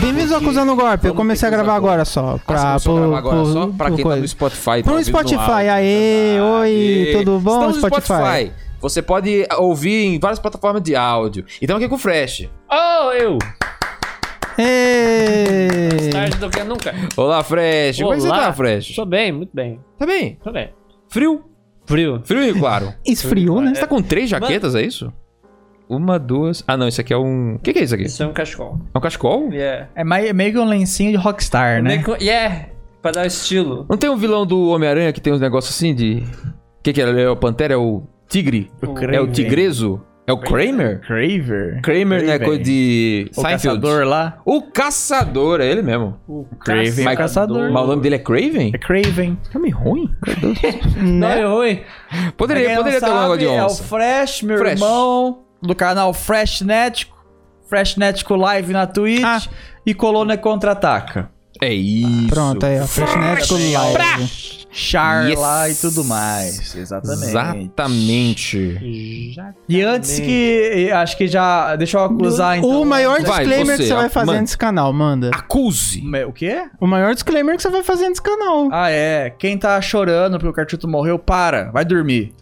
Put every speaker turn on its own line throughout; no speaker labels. Vamos acusando o golpe. Eu
vamos
comecei a
ter que
gravar
usar golpe.
agora só.
Ah, você começou
Pra,
a
pro-
gravar agora
pro-
só pra
pro
quem tá
coisa.
no Spotify.
Pro
tá ouvindo no
Spotify,
áudio,
aê,
verdade.
oi, tudo bom,
Estamos no Spotify.
Spotify?
Você pode ouvir em várias plataformas de áudio. E estamos aqui é com o Fresh.
Oh, eu!
Ê!
Tarde do que nunca.
Olá, Fresh. Como é que você
Olá.
tá, Fresh?
Tô bem, muito bem.
Tá bem?
Tô bem.
Frio?
Frio.
Frio e claro.
É.
Esfriou, né?
Você tá com três jaquetas, é isso? Uma, duas... Ah, não, isso aqui é um... O que, que é isso aqui?
Isso é um cachecol.
É um cachecol?
Yeah.
É mai- meio que um lencinho de
É,
rockstar, né?
Meio que- Yeah! Pra dar o estilo.
Não tem um vilão do Homem-Aranha que tem uns negócios assim de... O que que é? Ele É o Pantera? É o Tigre?
Kramer.
É o Tigreso? É o Kramer?
Craver?
Kramer não é
Kraven.
coisa de
O
Seinfeld?
caçador lá?
O Caçador, é ele mesmo.
O
Craven
Mas-
o caçador.
Mas o nome dele é Craven?
É Craven.
Nome ruim?
Não
Né?
é ruim.
Pra
Poderia,
quem não
poderia ter um negócio de
sabe, É o
onça.
Fresh, meu
Fresh.
irmão, do canal Freshnético. Freshnético Live na Twitch
Ah.
e Colônia Contra-Ataca.
É isso.
Pronto, aí, ó. Freshnet Live.
Charla
Yes.
e tudo mais. Exatamente.
Exatamente.
Já-
E antes que... Acho que já... Deixa eu acusar, então.
O maior
Vai, você,
disclaimer que você vai
ah,
fazer
manda.
nesse canal, manda.
Acuse.
O quê?
O maior disclaimer que você vai fazer nesse canal.
Ah, é. Quem tá chorando porque o Cartuto morreu, para. Vai dormir.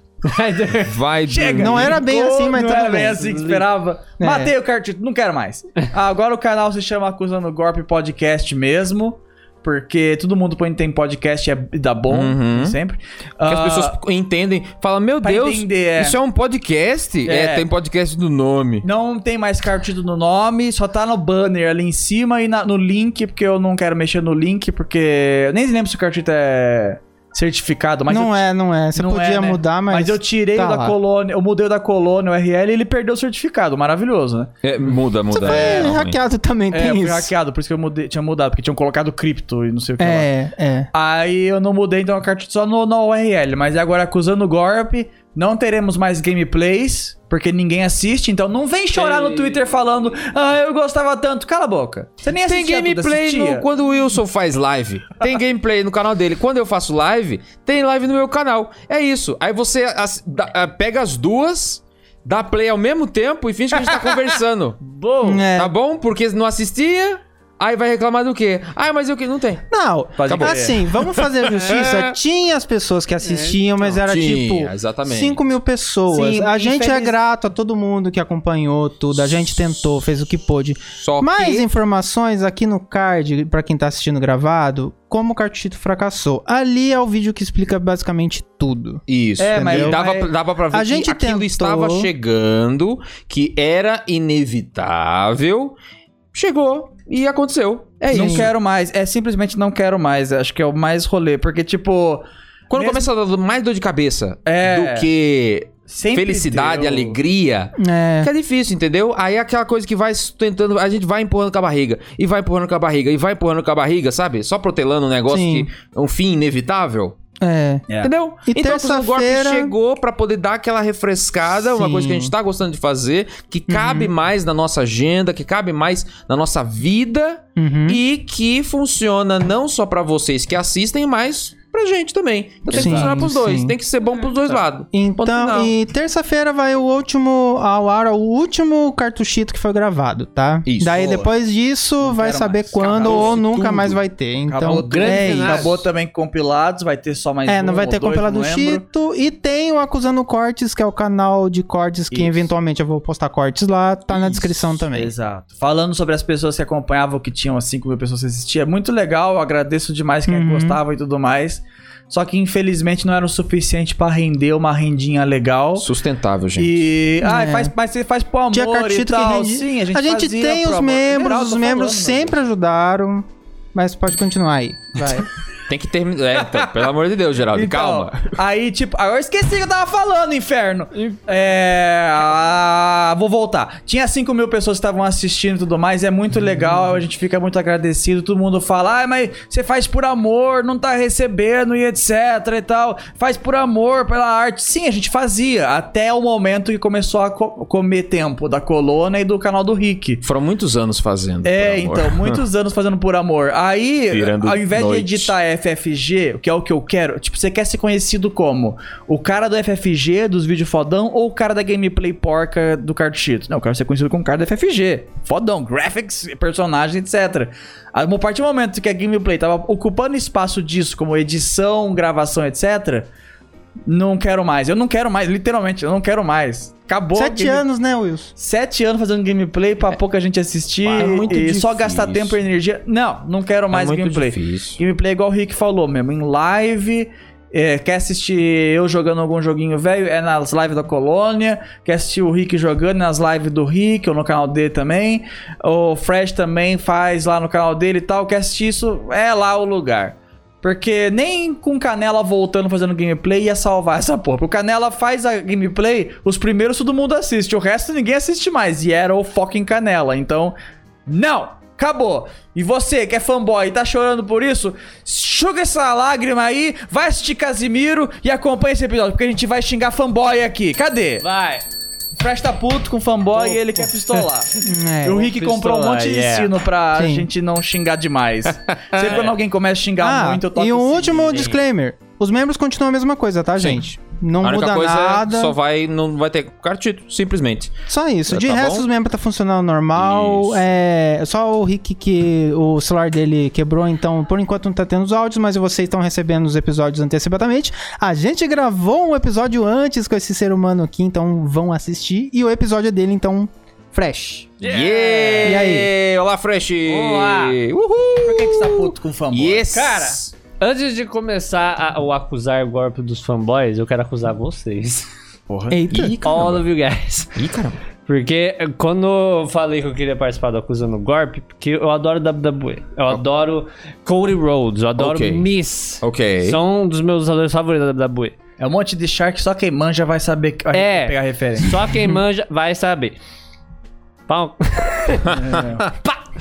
Vai é
Chega!
Não era bem assim, mas
não
tudo
era
bem.
bem assim que esperava.
É.
Matei o cartito, não quero mais. Ah, agora o canal se chama Acusando Golpe Podcast mesmo. Porque todo mundo põe que tem podcast e é dá bom,
Uhum.
sempre.
Que
Ah.
as pessoas entendem. Falam, meu
pra
Deus,
entender, é.
isso é um podcast? É.
É.
tem podcast do nome.
Não tem mais cartito no nome, só tá no banner ali em cima e na- no link, porque eu não quero mexer no link, porque eu nem lembro se o cartito é certificado, mas eu
não é, não é. Você
Não
podia
é, né?
mudar, mas.
Mas eu tirei
tá
o da
lá.
colônia, eu mudei o da colônia, o RL, e ele perdeu o certificado. Maravilhoso, né?
É, muda,
Você
muda.
foi
é, realmente.
hackeado também,
É, eu
tem
fui
isso.
hackeado, por isso que eu mudei, tinha mudado, porque tinham colocado cripto e não sei o que lá.
É, é.
Aí eu não mudei, então a cartucho só no, no URL. Mas agora, acusando o golpe, não teremos mais gameplays, porque ninguém assiste. Então não vem chorar no Twitter falando, ah, eu gostava tanto. Cala a boca. Você nem
Tem
assistia
gameplay
tudo, assistia.
no- quando o Wilson faz live. Tem gameplay no canal dele. Quando eu faço live, tem live no meu canal. É isso. Aí você as- dá- ah, pega as duas, dá play ao mesmo tempo e finge que a gente tá conversando.
Bom.
É.
Tá bom? Porque não assistia, aí vai reclamar do quê? Ah, mas eu que não tem.
Não,
Pode crer.
assim, vamos fazer justiça. Tinha as pessoas que assistiam, mas era
Tinha,
tipo.
exatamente.
5 mil pessoas.
Sim,
a gente é
infeliz-
grato a todo mundo que acompanhou tudo. A gente tentou, fez o que pôde.
Só
Mais
que...
informações aqui no card, pra quem tá assistindo gravado, como o cartuchito fracassou. Ali é o vídeo que explica basicamente tudo.
Isso.
É, mas-
E dava,
mas-
dava pra ver
A
que
gente
aquilo
tentou.
estava chegando, que era inevitável. Chegou e aconteceu. É
Não
isso.
quero mais. É simplesmente não quero mais. Acho que é o mais rolê. Porque, tipo,
Quando
Mesmo-
começa a dar mais dor de cabeça
É.
do que
sempre.
felicidade,
deu-
alegria,
É.
fica difícil, entendeu? Aí é aquela coisa que vai sustentando, a gente vai empurrando com a barriga, e vai empurrando com a barriga, e vai empurrando com a barriga, sabe? Só protelando um negócio
Sim.
que é um fim inevitável.
É.
É.
Entendeu?
E
então o golpe
terça-feira-
chegou pra poder dar aquela refrescada, uma
Sim.
coisa que a gente tá gostando de fazer, que cabe mais na nossa agenda, que cabe mais na nossa vida
Uhum.
e que funciona não só pra vocês que assistem, mas pra gente também. Então tem que
Sim,
funcionar pros dois,
sim.
tem que ser bom pros dois lados. Ponto
Então,
final.
e terça-feira vai o último ao ar, o último cartuchito que foi gravado, tá?
Isso.
Daí
Boa.
depois disso
Não
vai
quero
saber
mais.
quando
Acabou
ou
isso
nunca
tudo.
mais vai ter. Então,
Acabou, grande
é isso.
finais.
acabou também compilados, vai ter só mais
É, não
um
vai
ou
ter
dois,
compilado
não
do
lembro.
Chito. E tem o Acusando Cortes, que é o canal de cortes que
Isso.
eventualmente eu vou postar cortes lá. Tá na descrição também.
Exato. Falando sobre as pessoas que acompanhavam, que tinham as 5 mil pessoas que assistiam, é muito legal, eu agradeço demais quem
Uhum.
gostava e tudo mais. Só que infelizmente não era o suficiente pra render uma rendinha legal.
Sustentável, gente.
E. Ah,
É.
faz, mas você faz pro amor
Tinha
e
cartito que
tal.
rende-
Sim, a gente
A gente
fazia
tem
pro
os
amor.
membros,
Legal,
os
tô
membros
falando, né?
sempre ajudaram. Mas pode continuar aí. Vai.
Tem que terminar. É, então, pelo amor de Deus, Geraldo,
Então,
calma.
Aí, tipo, ah, eu esqueci que eu tava falando, inferno. É. ah, vou voltar. Tinha 5 mil pessoas que estavam assistindo e tudo mais, é muito legal, a gente fica muito agradecido. Todo mundo fala, ah, mas você faz por amor, não tá recebendo e etc e tal. Faz por amor, pela arte. Sim, a gente fazia, até o momento que começou a co- comer tempo da colônia e do canal do Rick.
Foram muitos anos fazendo.
É,
por amor.
então, muitos anos fazendo por amor. Aí,
Virando
ao invés
noite.
de editar é, FFG, o que é o que eu quero, tipo, você quer ser conhecido como o cara do FFG, dos vídeos fodão, ou o cara da gameplay porca do cartuchito? Não, eu quero ser conhecido como o cara do FFG. Fodão, graphics, personagem, etc. A a partir do momento que a gameplay tava ocupando espaço disso, como edição, gravação, etc., não quero mais. Eu não quero mais, literalmente, eu não quero mais. Acabou a
Sete
game-
anos, né, Wilson?
Sete anos fazendo gameplay pra pouca gente assistir
É muito
e
difícil.
só
É
gastar tempo e energia. Não, não quero mais
muito
gameplay.
difícil.
Gameplay é igual o Rick falou mesmo, em live. é, quer assistir eu jogando algum joguinho velho? É nas lives da Colônia. Quer assistir o Rick jogando? é Nas lives do Rick ou no canal dele também. O Fresh também faz lá no canal dele e tal. Quer assistir isso? É lá o lugar. Porque nem com Canela voltando fazendo gameplay ia salvar essa porra. Porque o Canela faz a gameplay, os primeiros todo mundo assiste, o resto ninguém assiste mais. E era o foco em Canela. Então, não! Acabou! E você que é fanboy e tá chorando por isso, enxuga essa lágrima aí, vai assistir Casimiro e acompanha esse episódio, porque a gente vai xingar fanboy aqui. Cadê?
Vai.
Fresh tá puto com fanboy e ele quer pistolar.
É.
E o Rick
pistolar,
comprou um monte de
yeah.
sino pra
Sim.
gente não xingar demais. Sempre quando alguém começa a xingar
Ah,
muito, eu toco
e um
esse
último
sino.
disclaimer. Os membros continuam a mesma coisa, tá, gente? Não
a única
muda
coisa é
nada.
só
Só,
vai, não vai ter cartito, simplesmente.
isso. De
Tá
resto,
bom?
os membros tá funcionando normal.
Isso.
É, só o Rick que o celular dele quebrou, então por enquanto não tá tendo os áudios, mas vocês estão recebendo os episódios antecipadamente. A gente gravou um episódio antes com esse ser humano aqui, então vão assistir. E o episódio é dele, então, fresh.
Yeah!
E
Olá, Fresh!
Olá!
Uhul!
Por que que você tá puto com fanboy?
Yes!
Cara, Antes de começar a, o acusar golpe dos fanboys, eu quero acusar vocês.
Porra.
Eita.
Ih,
All
caramba.
of you guys.
Ih, caramba.
Porque eh, quando eu falei que eu queria participar do Acusando Gorp, porque eu adoro WWE, eu adoro Cody Rhodes, eu adoro
Ok.
Miss.
Ok.
São um dos meus lutadores favoritos da WWE.
É um monte de Shark, só quem manja vai saber que- vai
É.
pegar referência.
Só quem manja vai saber. Pau.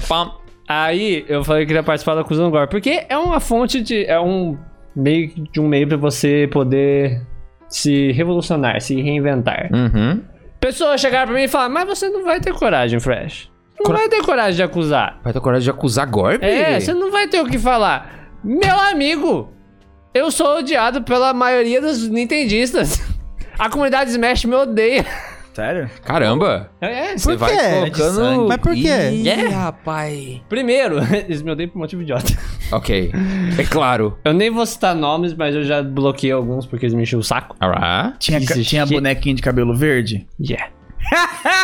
Pam.
Aí eu falei que queria participar do Acusando Gorp, porque é uma fonte de. É um meio que- de um meio pra você poder se revolucionar, se reinventar.
Uhum.
Pessoas chegaram pra mim e falaram, mas você não vai ter coragem, Fresh. Não
Cora-
vai ter coragem de acusar.
Vai ter coragem de acusar golpe?
É, você não vai ter o que falar. Meu amigo, eu sou odiado pela maioria dos nintendistas. A comunidade Smash me odeia.
Sério?
Caramba.
É,
Você vai
quê?
colocando...
Mas por quê?
Ih,
É.
rapaz.
Primeiro, eles me odeiam por motivo idiota.
Ok. É claro.
Eu nem vou citar nomes, mas eu já bloqueei alguns porque eles me enchiam o saco.
Alright.
Tinha, ca-
Jesus,
tinha
que-
bonequinho de cabelo verde?
Yeah.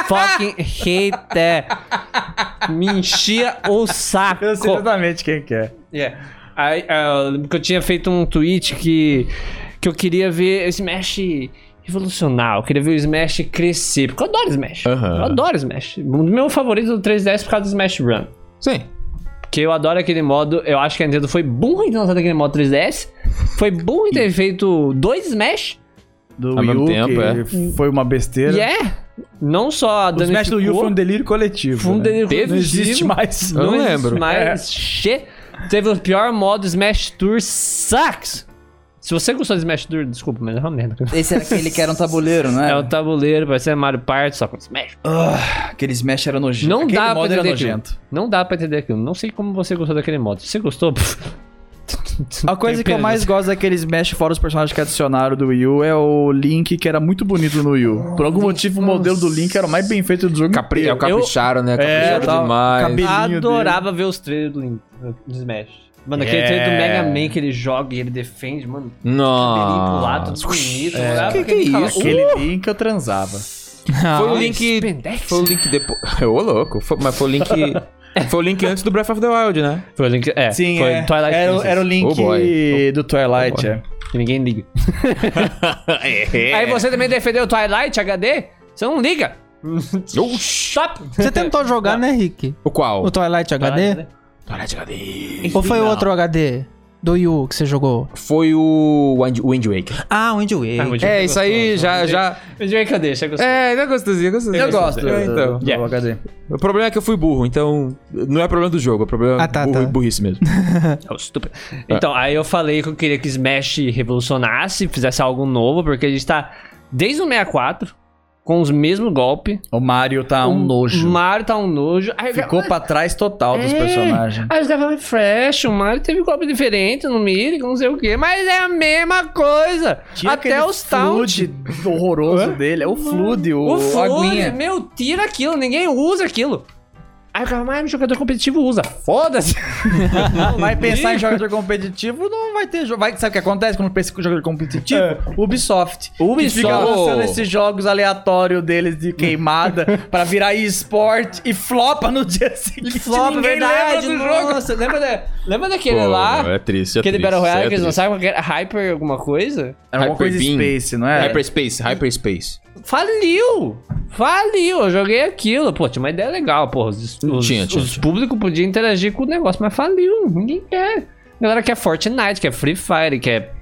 Fucking hate that. Me enchia o saco.
Eu sei exatamente quem que é.
Yeah. Aí, ah, eu lembro que eu tinha feito um tweet que, que eu queria ver o Smash revolucionar, eu queria ver o Smash crescer, porque eu adoro Smash.
Aham.
Eu adoro Smash. Um do meu favorito do 3DS por causa do Smash Run.
Sim.
Porque eu adoro aquele modo, eu acho que a Nintendo foi burra em ter lançado aquele modo 3DS. Foi burra em ter feito dois Smash.
Do
Ao
Wii
mesmo
U,
tempo,
que foi uma
E
besteira.
é. Não só
O Smash do Wii U foi um delírio coletivo.
tipo, Foi um
né?
delírio
Não existe
coletivo.
mais.
Eu não
existe
lembro.
mais. Shit. Teve o pior modo Smash Tour sucks. Se você gostou de Smash Tour, desculpa, mas é uma merda.
Esse era aquele que era um tabuleiro, né?
É um tabuleiro, parecia Mario Party, só com Smash.
Aquele Smash era nojento.
Não
Aquele
dá pra
modo
entender
era
aquilo.
nojento.
Não dá pra entender aquilo. Não sei como você gostou daquele modo. Se você gostou, pff,
A coisa que eu
Pena
mais gosto daquele Smash, fora os personagens que adicionaram do Wii U, é o Link, que era muito bonito no Wii U. Por algum motivo, o modelo do Link era o mais bem feito do jogo.
Capri... É
inteiro.
o capricharam, né? Capricharam
eu tava-
demais.
cabelo- Cabelinho
adorava ver os trailers do Link do Smash. Mano, aquele
É.
trailer do Mega Man que ele joga e ele defende, mano.
Ah,
Cabelinho pro lado,
Nossa.
tudo bonito.
Que
olhava
que
aquele
é
cara,
isso?
Aquele Link eu transava.
Foi o
Ah,
link.
Spendex.
Foi o link depois. Ô, louco. Foi- mas foi o link. foi o link antes do Breath of the Wild, né?
Foi o Link. É,
Sim,
foi
é.
Twilight
era,
Princess.
era o Link
Oh, boy.
do Twilight,
Oh, boy.
é.
Que ninguém liga.
é.
Aí você também defendeu o Twilight HD? Você não liga.
Oxi.
Stop!
Você tentou jogar, né, Rick?
O qual?
O Twilight HD?
né?
Twilight HD.
Ou foi o outro HD? Do Yu que você jogou?
Foi o Wind, Wind Waker.
Ah, o Wind
Ah, Wind
Waker.
É, isso aí já. já...
Eu diria que eu deixo, eu gostei.
É, ainda gostosinho, gostosinho.
Eu gosto do,
É, então.
do
Yeah.
HD.
O problema é que eu fui burro, então. Não é problema do jogo, é problema
Ah, tá,
burro
tá.
e burrice mesmo.
Oh, estúpido. Então, aí eu falei que eu queria que Smash revolucionasse, fizesse algo novo, porque a gente tá desde o 64 com os mesmos golpes.
O Mario tá um
O
nojo.
Mario tá um nojo. Aí eu-
Ficou pra trás total dos
É.
personagens.
Aí os caras falam, fresh, o Mario teve golpe diferente no Mirik, não sei o quê, mas é a mesma coisa. Até os Taunt.
horroroso dele. É o Flood, o,
O Flores,
Aguinha.
meu, tira aquilo, ninguém usa aquilo. Aí o cara, mas jogador competitivo usa. Foda-se.
Vai pensar em jogador competitivo, não vai ter jogo. Vai, sabe o que acontece quando pensa em jogador competitivo? Ubisoft. Que
É. Ubisoft.
fica lançando esses jogos aleatórios deles de queimada pra virar esporte e flopa no dia seguinte.
Flop,
Ninguém
verdade.
lembra do jogo.
Nossa, lembra, da- lembra daquele
Pô,
lá?
É triste, é
Aquele
triste,
Battle Royale
é
que eles
triste.
lançaram, qualquer- Hyper alguma coisa?
Era É uma coisa
Hyper Beam.
Space, não é?
Hyperspace, hyperspace.
Faliu! Faliu! Eu joguei aquilo. Pô, tinha uma ideia legal, pô. Os, os,
Tinha, tinha,
os
tinha.
público podia interagir com o negócio, mas faliu. Ninguém quer. A galera quer Fortnite, quer Free Fire, quer.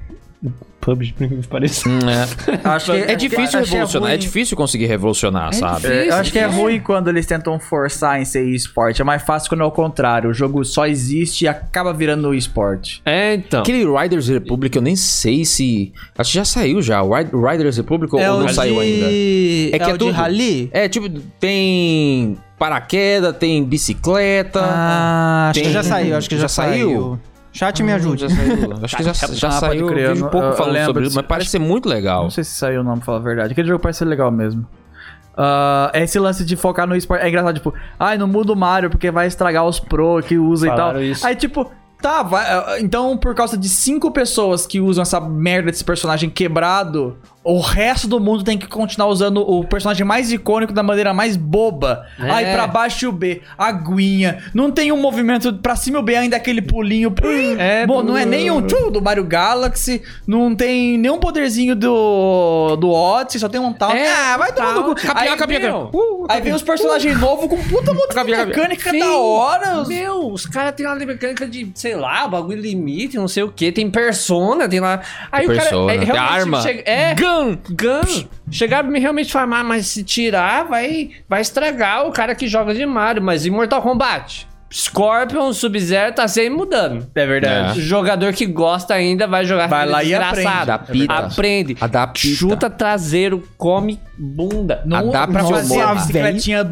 PUBG, por que parece.
Hum, é.
Acho que-
É difícil
achei
revolucionar, é
ruim.
difícil conseguir revolucionar, sabe?
É, eu
Isso,
acho que é ruim quando eles tentam forçar em ser esporte. É mais fácil quando é o contrário. O jogo só existe e acaba virando um esporte.
É, então.
Aquele Riders Republic, eu nem sei se. Acho que já saiu já. o Ri- Riders Republic ou não saiu ainda?
É
que é
o de
tudo.
rally?
É, tipo, tem paraquedas, tem bicicleta.
Ah,
Acho que
Tem-
já saiu, acho que já,
Já saiu?
Chat me ajude.
Ah, Já saiu. Acho que já, já
Ah, pode
saiu.
crer,
Eu vejo
eu-
pouco
eu
falando
lembro
sobre isso,
disso.
mas parece ser muito legal.
Não sei se saiu o nome, falar a verdade. Aquele jogo parece ser legal mesmo. Ah, esse lance de focar no esporte. É engraçado, tipo, ai, não muda o Mario porque vai estragar os pro que usa e
Falaram
tal.
isso.
Aí, tipo, tá, vai- ah, então por causa de cinco pessoas que usam essa merda desse personagem quebrado, o resto do mundo tem que continuar usando o personagem mais icônico da maneira mais boba.
É.
Aí pra baixo e o B, aguinha. Não tem um movimento pra cima e o B, ainda aquele pulinho.
É,
Bom, não é nem um tchum do Mario Galaxy, não tem nenhum poderzinho do, do Odyssey, só tem um tal.
É,
ah, vai tomar no cu.
taunt. Capinha,
Aí
capinha,
vem-
capinha.
Aí vem os personagens novos com puta monte de mecânica
Sim.
da hora.
Meu, os caras têm uma mecânica de, sei lá, bagulho limite, não sei o que. Tem persona, tem lá. Aí o
Persona.
cara. É, realmente
Arma.
chega- é,
Gun!
Gun. Chegar me realmente falar, "Ah, mas se tirar, vai, vai estragar o cara que joga de Mario. Mas em Mortal Kombat, Scorpion, Sub-Zero tá sempre mudando.
É
verdade.
O jogador que gosta ainda vai jogar
Vai lá e
desgraçado.
aprende.
Aprende.
Adapta.
Chuta traseiro, come bunda.
Não,
Ah, dá pra
não
fazer,
a
velho.
bicicletinha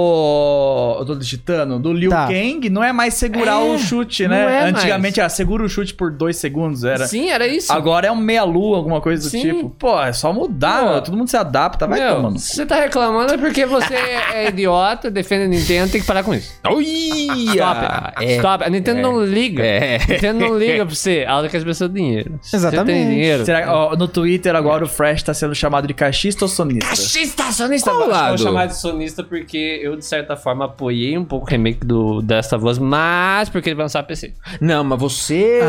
do. Eu tô digitando? Do Liu
Tá.
Kang, não é mais segurar
É,
o chute,
não
né?
é mais.
Antigamente era segura o chute por dois segundos, era.
Sim, era isso.
Agora é um meia-lua, alguma coisa do
Sim.
tipo. Pô, é só mudar,
Pô.
mano. todo mundo se adapta, vai
Meu,
tomando.
você tá reclamando é porque você é idiota, defende a Nintendo, tem que parar com isso.
Olha!
Stop.
É,
Stop. A Nintendo
é.
não liga.
É.
Nintendo não liga pra você. Ela quer as pessoas dinheiro. Se Você
Exatamente.
tem dinheiro.
Será que, ó, no Twitter agora o Fresh tá sendo chamado de cachista ou sonista?
Cachista, sonista.
Qual
Acho que eu
lado?
vou chamar de sonista porque eu, de certa forma, apoiei um pouco o remake do Desta Voz, mas porque ele vai lançar PC.
Não, mas você.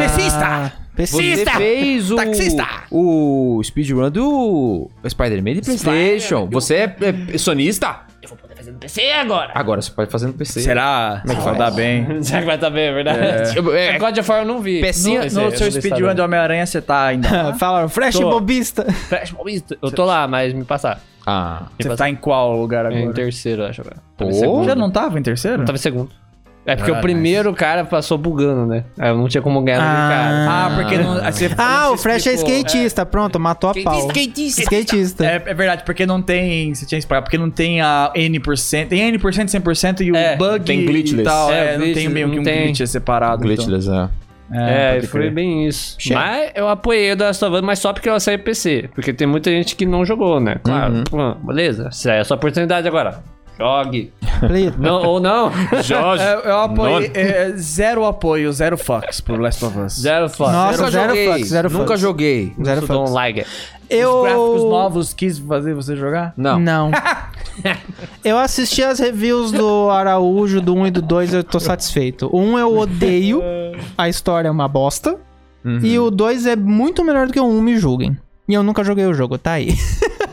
Pesista!
Você
Pesista!
fez o.
Taxista!
O speedrun do Spider-Man de PlayStation. Você é, é sonista?
Eu vou poder fazer no PC agora.
Agora você pode fazer no PC.
Será? Como é que vai dar bem?
Será que vai estar bem, é verdade?
Eu- é-
É. God of War eu não vi.
Pecinha-
Não, é tá
No
esse-
seu
esse
speedrun de
Instagram.
Homem-Aranha você tá ainda.
Falaram, fresh
Tô.
bobista.
Flash Mobista. Eu tô lá, mas me passar.
Ah.
Você tá em qual lugar
Em
agora?
terceiro, eu acho. agora.
Pô.
Talvez segundo.
Já não tava em terceiro?
Tava Tá em segundo. É porque
Ah,
o primeiro cara passou bugando, né? Aí eu não tinha como ganhar
Ah.
do cara.
Ah, porque não. aí você-
Ah, o Fresh é
explicou.
skatista. Pronto, matou a pau. Skatista.
É, é verdade, porque não tem. Você tinha que explicar, porque não tem a N%. Tem N%, 100% e o
É,
bug
tem
e
glitchless.
tal.
É,
É, não tem
glitch-
meio que
não
um
tem.
glitch separado. então.
Glitchless, é.
É,
pode
foi
crer.
bem isso. Mas eu apoiei o The Last of Us, mas só porque ela saiu PC. Porque tem muita gente que não jogou, né? Claro. Pô, beleza. Se é a sua oportunidade agora. Jogue. Não, ou não.
Jorge.
É, eu apoiei. é, zero apoio, zero fucks pro Last of Us.
Zero foda.
Nossa,
Nunca
zero
joguei.
fucks, zero
Nunca
fucks.
joguei.
Zero
Isso
fucks.
don't like it.
Eu...
Gráficos novos quis fazer você jogar?
Não.
Não. eu assisti as reviews do Araújo, do 1 e do 2, eu tô satisfeito. O 1 eu odeio, a história é uma bosta. E o 2 é muito melhor do que o 1, me julguem. E eu nunca joguei o jogo, tá aí.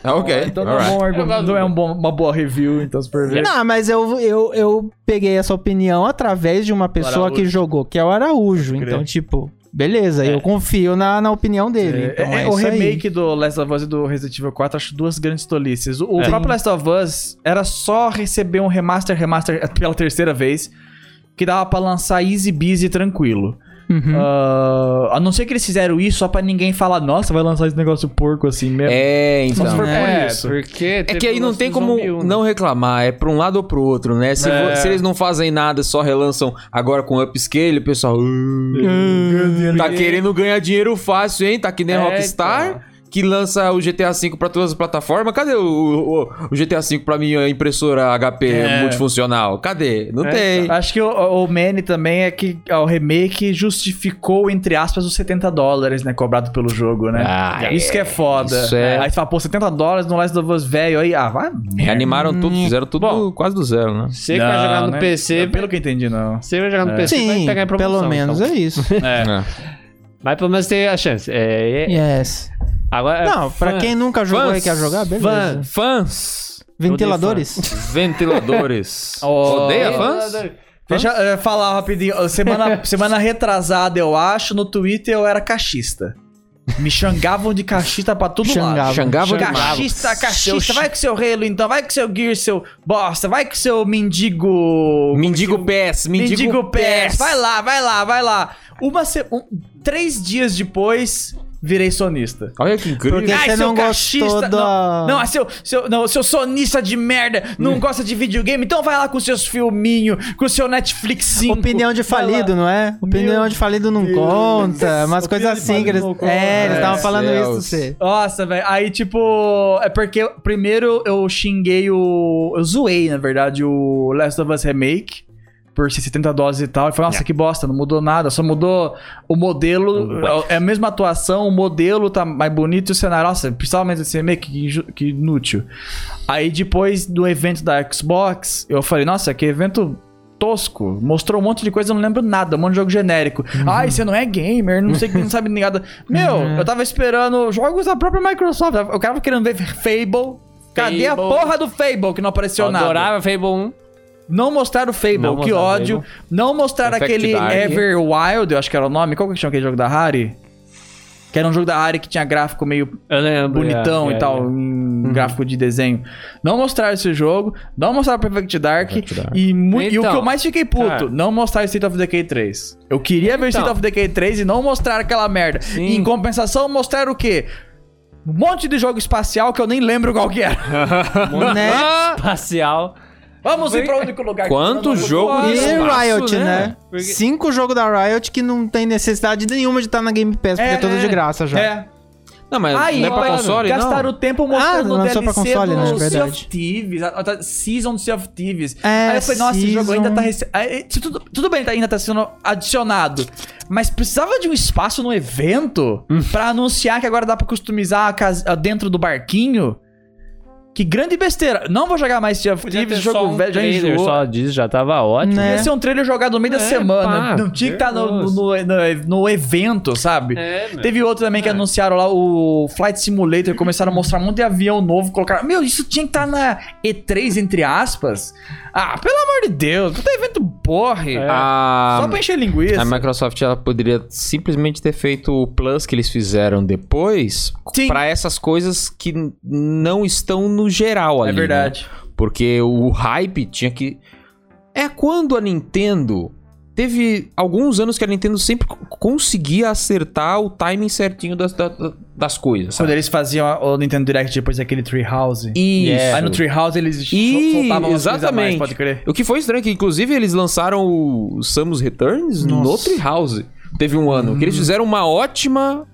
Ah, Ok.
Então não, é um
Alright.
bom argumento, não é um bom- uma boa review, então se for ver.
Não, mas eu, eu, eu peguei essa opinião através de uma pessoa que jogou, que é o Araújo. Então, tipo, beleza, eu confio na, na opinião dele.
É,
então
é,
é,
o
isso aí.
remake do Last of Us e do Resident Evil 4, acho duas grandes tolices. O, o
É.
próprio Last of Us era só receber um remaster, remaster pela terceira vez, que dava pra lançar easy, busy, tranquilo.
Hum. Uhum.
Ah, a não ser que eles fizeram isso só pra ninguém falar, nossa, vai lançar esse negócio porco assim mesmo.
É,
Só se
então.
for por
É,
isso.
porque...
É
teve
que aí
o
não
lance
tem
do
como
zumbi, né?
não reclamar, é pra um lado ou pro outro, né? Se, vo-
É.
se eles não fazem nada, só relançam agora com upscale, o pessoal. "Ah,
É.
tá querendo ganhar dinheiro fácil, hein? Tá que nem
É,
Rockstar, que lança o GTA V pra todas as plataformas. Cadê o, o, o GTA V pra minha impressora HP
É. então.
multifuncional? Cadê? Não tem.
Acho que o, o Manny também é que ó, o remake justificou, entre aspas, os 70 dólares, né? Cobrado pelo jogo, né?
Ah,
isso que é foda.
Isso é-
Aí você fala, pô, 70 dólares no Last of Us velho aí. Ah, vai.
Reanimaram tudo, fizeram tudo
Bom.
quase do zero, né?
Você que vai jogar no
né?
PC...
Pelo que eu entendi, não.
Você vai jogar no PC vai
Sim,
pegar em promoção.
pelo menos
então.
é isso.
Mas pelo menos tem a chance. É, é-
yes.
É,
Agora, é
Não, pra
fã-
quem nunca jogou
Fans.
e quer jogar, beleza.
Fã- Fãs.
Ventiladores?
Ventiladores.
Oh.
Odeia fãs?
Deixa eu eh, falar rapidinho. Ó, Semana, semana retrasada, eu acho, no Twitter eu era cachista. Me xangavam de cachista pra todo lado.
Xangavam.
Xangavam demais.
Cachista, cachista, vai com seu relo então, vai com seu gear, seu bosta, vai com seu mendigo.
Mendigo PES, mendigo,
Mendigo
PES.
pés. Vai lá, vai lá, vai lá. Uma se... um- Três dias depois, virei sonista.
Olha que incrível.
Porque você não gostou da-
Não, não, seu, seu, não, seu sonista de merda,
Hum.
não gosta de videogame, então vai lá com seus filminhos, com seu Netflix 5.
Opinião de
vai lá.
falido, não é? Opinião
Meu
de falido não conta. Umas
Opinião
coisas
de
assim
falido
que eles.
não conta.
É, eles estavam
É,
falando isso pra
céus.
você.
Nossa, velho. Aí, tipo, é porque primeiro eu xinguei o. Eu zoei, na verdade, o Last of Us Remake. Por ser 70 doses e tal. E falei, nossa, que bosta, não mudou nada. Só mudou o modelo. É a mesma atuação, o modelo tá mais bonito e o cenário. Nossa, precisava mesmo desse remake, que, inju- que inútil. Aí depois do evento da Xbox, eu falei, nossa, que evento tosco. Mostrou um monte de coisa, eu não lembro nada, um monte de jogo genérico. Ai, você não é gamer, não sei que não sabe nada. Meu, eu tava esperando jogos da própria Microsoft. Eu tava querendo ver Fable. Cadê a
Fable.
porra do Fable que não apareceu
Eu
nada?
adorava Fable 1.
Não mostraram o Fable,
Não
que
mostraram
ódio. Não mostraram aquele
Infected Eye.
Everwild, eu acho que era o nome. Qual que chama aquele jogo da Harry? Que era um jogo da Harry que tinha gráfico meio
Eu lembro.
bonitão e
é, é,
tal,
é.
em gráfico de desenho. Não mostraram esse jogo, não mostraram Perfect Dark, E, mu- e o
Então,
que eu mais fiquei puto,
cara.
não mostraram State of Decay 3. Eu queria ver
Então.
State of Decay 3 e não mostraram aquela merda. E em compensação, mostraram o quê? Um monte de jogo espacial que eu nem lembro qual que era.
Né?
Ah. Espacial.
Vamos ir pra um único lugar.
Quanto jogo de
E
espaço,
Riot, né?
Porque-
Cinco jogos da Riot que não tem necessidade nenhuma de estar na Game Pass, porque é, tudo de graça já.
É.
Não, mas
Aí,
não é pra
mano,
console,
gastaram
não?
o tempo mostrando
Ah,
o
lançou
DLC
pra console,
do
né?
Sea
Verdade.
of Thieves, a- a- Season do Sea of Thieves.
É,
aí eu falei, nossa, esse jogo
Season.
ainda tá... rece- aí, isso Tudo, tudo bem, tá- ainda tá sendo adicionado. Mas precisava de um espaço no evento
Hum.
pra anunciar que agora dá pra customizar a cas- a dentro do barquinho. Que grande besteira. Não vou jogar mais Sea of
Podia ter
Thieves,
só
jogo
um
velho, já
trailer
enjoou.
Só disso já tava ótimo.
Né?
Ia ser um trailer jogado no meio da
É,
semana.
pá,
não tinha que estar no,
vergonhoso.
no- no- no evento, sabe?
É, meu.
Teve outro também que anunciaram lá o Flight Simulator, começaram a mostrar um monte de avião novo, colocaram. Meu, isso tinha que estar na E3, entre aspas. Ah, pelo amor de Deus, puta evento porre. Ah,
É.
A,
Só pra encher linguiça.
a Microsoft ela poderia simplesmente ter feito o plus que eles fizeram depois
Sim.
pra essas coisas que n- não estão no geral ali.
é
né?
verdade.
Porque o hype tinha que. É quando a Nintendo. Teve alguns anos que a Nintendo sempre co- conseguia acertar o timing certinho das, da- da- das coisas.
Quando
Sabe?
eles faziam a- o Nintendo Direct depois daquele Treehouse.
Isso.
Aí no Treehouse eles so-
Ih,
soltavam umas coisas a mais,
exatamente.
pode crer.
O que foi estranho, é que inclusive eles lançaram o Samus Returns no Treehouse. Teve um ano. Que
Hum.
eles fizeram uma ótima.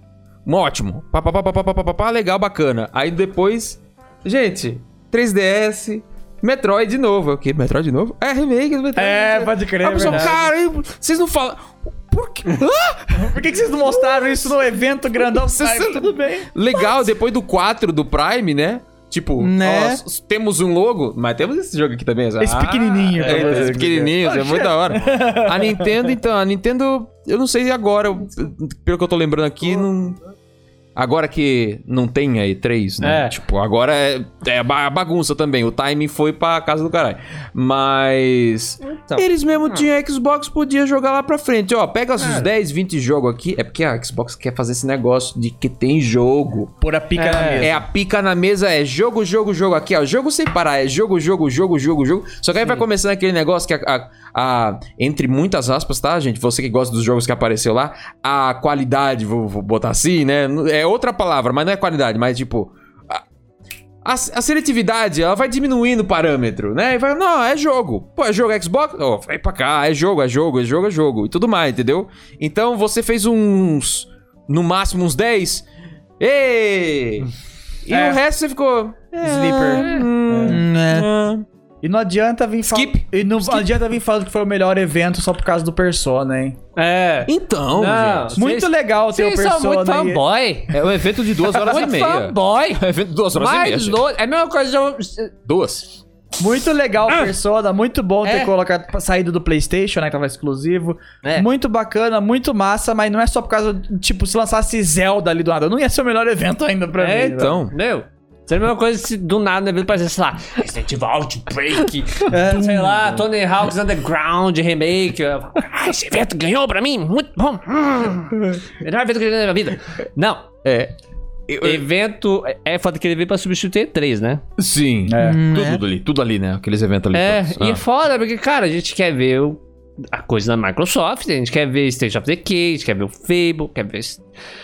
Um ótimo. Pá, pá, pá, pá, pá, pá, pá, pá, pá, legal, bacana. Aí depois. Gente, 3DS. Metroid de novo. É O quê? Metroid de novo? É, remake do Metroid.
É,
Aí
pode crer.
a
é
pessoa,
verdade.
cara, aí, vocês não falam. Por quê? Hã?
Por que, que vocês não mostraram isso no evento grandão? Ai,
são-
tudo bem.
Legal, depois do 4 do Prime, né? Tipo,
Né?
ó, s- temos um logo, mas temos esse jogo aqui também.
Esse pequenininho,
Ah, É,
talvez.
esse pequenininho, é muito da hora. A Nintendo, então, a Nintendo, eu não sei agora, eu- pelo que eu tô lembrando aqui, não... Agora que não tem aí três, né?
É.
Tipo, agora é, é ba- bagunça também. O timing foi pra casa do caralho. Mas. Eles mesmo tinham a Xbox, podia jogar lá pra frente. Ó, pega os 10, 20 jogos aqui. É porque a Xbox quer fazer esse negócio de que tem jogo.
Pôr a pica na mesa.
É a pica na mesa, é jogo, jogo, jogo aqui, ó. Jogo sem parar, é jogo, jogo, jogo, jogo, jogo. Só que aí vai começando aquele negócio que a, a- a- Entre muitas aspas, tá, gente? Você que gosta dos jogos que apareceu lá, a qualidade, vou, vou botar assim, né? É outra palavra, mas não é qualidade, mas tipo. a- A, a seletividade, ela vai diminuindo o parâmetro, né? E vai, não, é jogo. Pô, é jogo é Xbox? Ó, vai pra cá, é jogo, é jogo, é jogo, é jogo. E tudo mais, entendeu? Então você fez uns. No máximo uns 10. Ei! E
É.
o resto você ficou.
Sleeper.
Hum, é.
E não adianta vir falar.
Skip.
E não adianta vir falando que foi o melhor evento só por causa do Persona, hein?
É.
Então,
Não,
gente.
Muito legal ter o
Vocês
Persona.
são muito
aí.
fanboy.
É um evento de duas horas e
muito
meia.
fanboy.
É um evento de duas horas e meia.
Mais
gente.
dois. É a mesma coisa de eu-
Duas.
Muito legal, Persona. Muito bom ter
É.
colocado saído do PlayStation, né? Que tava exclusivo.
É.
Muito bacana, muito massa, mas não é só por causa. Tipo, se lançasse Zelda ali do nada, não ia ser o melhor evento ainda pra
É,
mim. né?
Então.
Meu, seria a mesma coisa se do nada né, parecer, sei lá, Resident Evil Outbreak, é, sei lá, Tony Hawk's Underground Remake. eu falo, Ah, esse evento ganhou pra mim, muito bom. hum, melhor evento que eu ganhei na minha vida. Não,
É. Eu- eu-
evento é foda que ele veio pra substituir três, né?
sim. Tudo, tudo ali. Tudo ali, né? Aqueles eventos ali.
É,
todos.
e é
Ah.
foda, porque, cara, a gente quer ver o- a coisa da Microsoft, a gente quer ver Stage of the Cage, quer ver o Fable, quer ver. esse-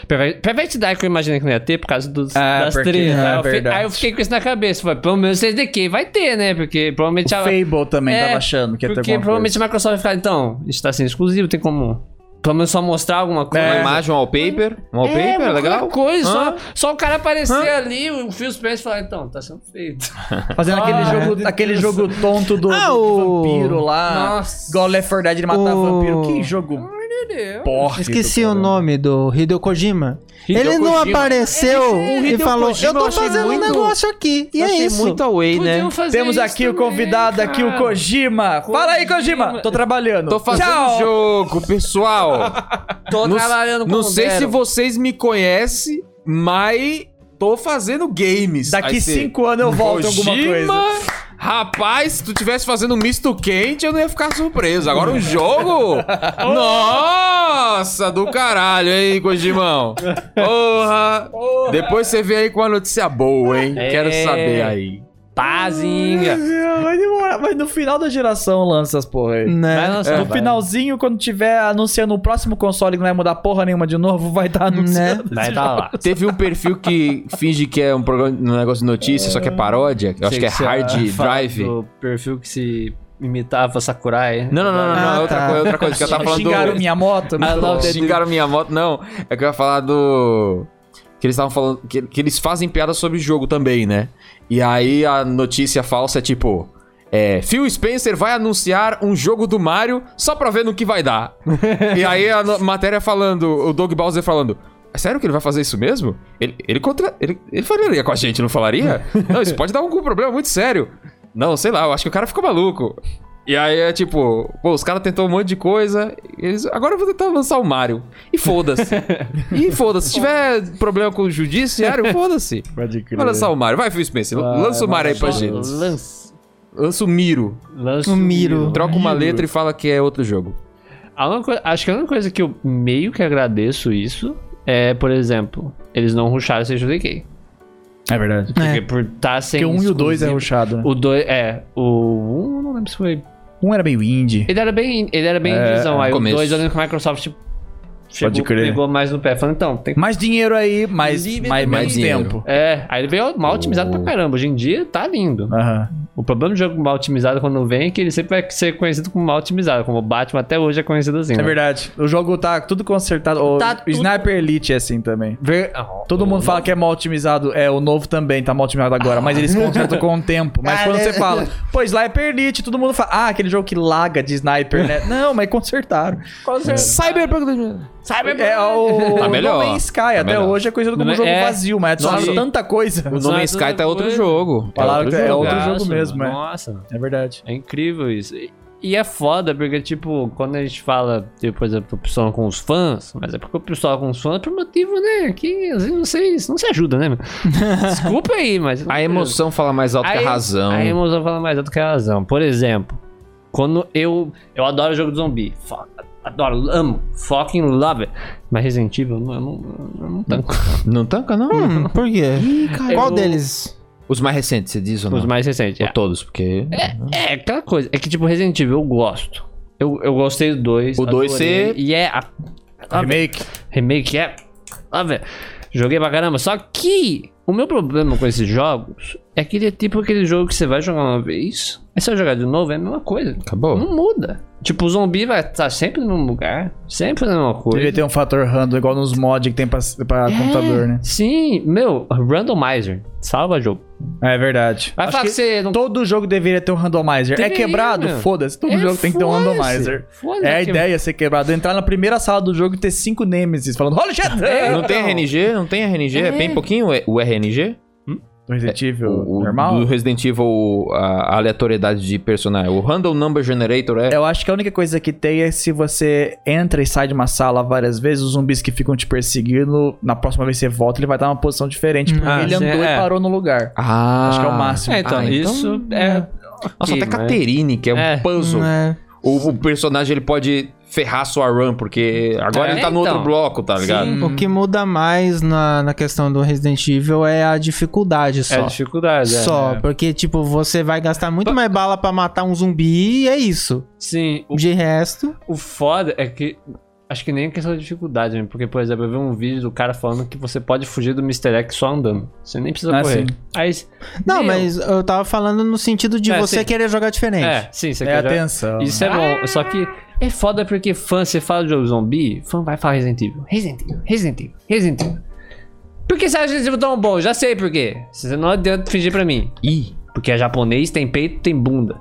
Perver- Pervert Dye que eu imaginei que não ia ter por causa dos,
Ah,
das
porque-
três.
ah,
aí, eu fi-
verdade.
aí eu fiquei com isso na cabeça. Falei, pelo menos Stage of the Cage vai ter, né? Porque provavelmente a.
Fable também
É,
tava achando que ia ter
Porque
alguma
provavelmente a Microsoft vai ficar, então, isso tá sendo exclusivo, tem como. Pelo menos só mostrar alguma coisa.
É.
Uma imagem, um wallpaper. Um
É,
wallpaper,
qualquer
legal.
coisa,
Hã?
só, só o cara aparecer ali, o Phil Spencer falar, então, tá sendo feito.
coisa. Fazendo aquele,
é.
jogo, Ah, é. aquele jogo tonto do,
Ah,
do
o-
vampiro lá.
Nossa.
Igual Left 4 Dead ele matava
O-
vampiro. Que jogo porra.
Esqueci o nome do Hideo Kojima.
Hideo
ele não
Kojima.
apareceu
Esse- o
e
Hideo
falou:
Kojima
Eu tô
eu achei
fazendo um
muito-
negócio aqui. E é
Achei
isso.
muito away, né?
Podiam fazer
Temos
é isso
aqui o
também,
convidado, aqui o
cara.
Kojima. Fala aí, Kojima.
Kojima.
Tô trabalhando.
Tô fazendo
Tchau.
jogo, pessoal.
Tô
Não-
trabalhando com
Não sei
zero.
se vocês me conhecem, mas tô fazendo games.
Daqui
Aí você-
cinco anos eu volto em alguma coisa.
Kojima, Rapaz, se tu tivesse fazendo um misto quente, eu não ia ficar surpreso. Agora um jogo? Nossa, do caralho, hein, Kojimão? Porra! Depois você vem aí com uma notícia boa, hein?
É.
Quero saber aí.
Pazinha.
Vai demorar, mas no final da geração lança as porra aí.
É,
Né?
Vai lançar.
no
Vai.
finalzinho, quando tiver anunciando o próximo console que não vai mudar porra nenhuma de novo, vai estar anunciando.
Vai tá lá.
Teve um perfil que finge que é um programa, um negócio de notícia, só que é paródia. Eu acho que é Hard Drive.
O perfil que se imitava Sakurai. né?
Não, não, não, não, não,
Ah,
é outra
tá.
coisa, outra coisa que eu tava falando do-
Xingaram minha moto.
I love that
Xingaram minha moto, não. É que eu ia falar do. Que eles estavam falando. Que, que eles fazem piada sobre jogo também, né? E aí a notícia falsa é tipo. É, Phil Spencer vai anunciar um jogo do Mario só pra ver no que vai dar. e aí a no- matéria falando, o Doug Bowser falando. "É Sério que ele vai fazer isso mesmo? Ele, ele, contra... ele, ele falaria com a gente, não falaria? não, isso pode dar algum problema muito sério. Não, sei lá, eu acho que o cara ficou maluco. E aí é tipo, pô, os caras tentou um monte de coisa, eles, agora eu vou tentar lançar o Mario. E foda-se. e foda-se. Se tiver problema com o judiciário, foda-se.
Pode crer.
Vai lançar o Mario. Vai, Phil Spencer, lança o Mario aí pra gente.
Lance.
Lança o Miro.
Lance
O Miro.
Troca um- uma letra e fala que é outro jogo.
A única coi- acho que a única coisa que eu meio que agradeço isso é, por exemplo, eles não rusharam Stage of Decay.
É verdade.
Porque por estar sem.
Porque o 1 um e o 2 é
exclusivo-
rushado. né?
O 2 é. O 1 um, não lembro se foi.
O 1 um era meio indie.
Ele era bem. Ele era bem
É,
visão.
no
Aí o
começo.
2 eu lembro que a Microsoft chegou,
crer. Hum.
pegou mais no pé. Falando, então, tem
Mais dinheiro aí, mais,
Livre
mais,
também.
mais
Mais dinheiro.
tempo.
É, aí ele veio mal otimizado pra caramba. Hoje em dia tá lindo.
Aham.
O problema do jogo mal otimizado quando vem é que ele sempre vai ser conhecido como mal otimizado, como o Batman até hoje é conhecido assim.
É
né?
verdade. O jogo tá tudo consertado. O,
Tá
o
tudo-
Sniper Elite é assim também.
Ver- Ah,
Todo mundo fala que é mal otimizado. É, o novo também tá mal otimizado agora, mas eles consertam com o tempo. Mas quando você fala, pô, Sniper Elite, todo mundo fala, ah, aquele jogo que laga de sniper, né? Não, mas consertaram.
Cyberpunk 2000.
É o.
um. Tá melhor.
No Man's Sky, até
melhor.
hoje é conhecido como
No-
um jogo
é.
vazio, mas adicionaram
Nossa.
tanta coisa.
O nome Sky tá outro jogo.
Falaram que é outro
jogaço,
jogo mesmo, é.
Nossa,
É verdade.
é incrível isso. E- E é foda, porque, tipo, quando a gente fala, tipo, por exemplo, pistola com os fãs, mas é porque o pistola com os fãs é por motivo, né? Que às vezes não sei, não se ajuda, né? meu? Desculpa aí, mas.
A emoção fala mais alto que a
em-
razão.
A emoção fala mais alto que a razão. Por exemplo, quando eu. Eu adoro jogo de zumbi. Fo- Adoro, amo. Fucking love it. Mas Resident Evil, eu não, eu não, eu não tanco.
Não tanca, não?
Hum, por quê? Qual
Eu-
deles?
Os mais recentes, você diz ou não?
Os mais recentes.
Ou
É.
todos, porque.
é, aquela coisa. É que, tipo, Resident Evil eu gosto. Eu, eu gostei do 2.
O dois você-
E é. a-
Ah,
a-
Remake.
Remake é. Ah, velho. Joguei pra caramba. Só que o meu problema com esses jogos é que ele é tipo aquele jogo que você vai jogar uma vez. Aí você vai jogar de novo, é a mesma coisa.
Acabou.
Não muda. Tipo, o zumbi vai estar sempre no mesmo lugar, sempre na mesma coisa.
Devia ter um fator random igual nos mods que tem pra,
É.
pra computador, né?
Sim, meu, randomizer. Salva jogo.
É verdade.
Vai
Acho
falar
que
que você não.
Todo jogo deveria ter um randomizer. é
Deveria,
quebrado?
meu.
Foda-se. Todo
É,
jogo tem que ter um
foda-se.
randomizer.
Foda-se. tipo,
É a ideia ser quebrado. Entrar na primeira sala do jogo e ter cinco Nemesis falando Holy shit!
É.
não tem RNG? Não tem RNG? É, bem pouquinho o RNG?
Do Resident Evil
O, o
É normal?
do Resident Evil, a a aleatoriedade de personagem. O Random Number Generator é.
Eu acho que a única coisa que tem é se você entra e sai de uma sala várias vezes, os zumbis que ficam te perseguindo, na próxima vez que você volta, ele vai estar numa posição diferente, porque
Ah,
ele
sim,
andou
é.
e parou no lugar.
Ah,
Acho que é o máximo.
É, então,
Ah, então-
isso é.
Nossa,
Sim,
até
mas-
Caterine, que é um
É.
puzzle.
É.
O, o personagem ele pode ferrar sua run, porque agora
É,
ele tá no outro
então.
bloco, tá ligado?
O que muda mais na, na questão do Resident Evil é a dificuldade
É
só.
dificuldade. é.
Só,
né?
porque, tipo, você vai gastar muito mais bala pra matar um zumbi e é isso.
Sim, o
De resto,
O foda é que. Acho que nem é questão de dificuldade, mesmo, porque, por exemplo, eu vi um vídeo do cara falando que você pode fugir do Mr. X só andando. Você nem precisa
Ah,
correr.
sim.
Aí. s-
Não,
Meu,
mas eu tava falando no sentido de
É,
você
sim.
querer jogar diferente.
É, sim, você
É
quer. jogar-
atenção.
Isso é bom. Só que é foda porque fã, você fala de jogo zumbi, fã vai falar Resident Evil. Resident Evil, Resident Evil, Resident Evil. Por que você acha Resident Evil tão bom? Já sei por quê. Você não adianta fingir pra mim.
Ih,
Porque é japonês, tem peito, tem bunda.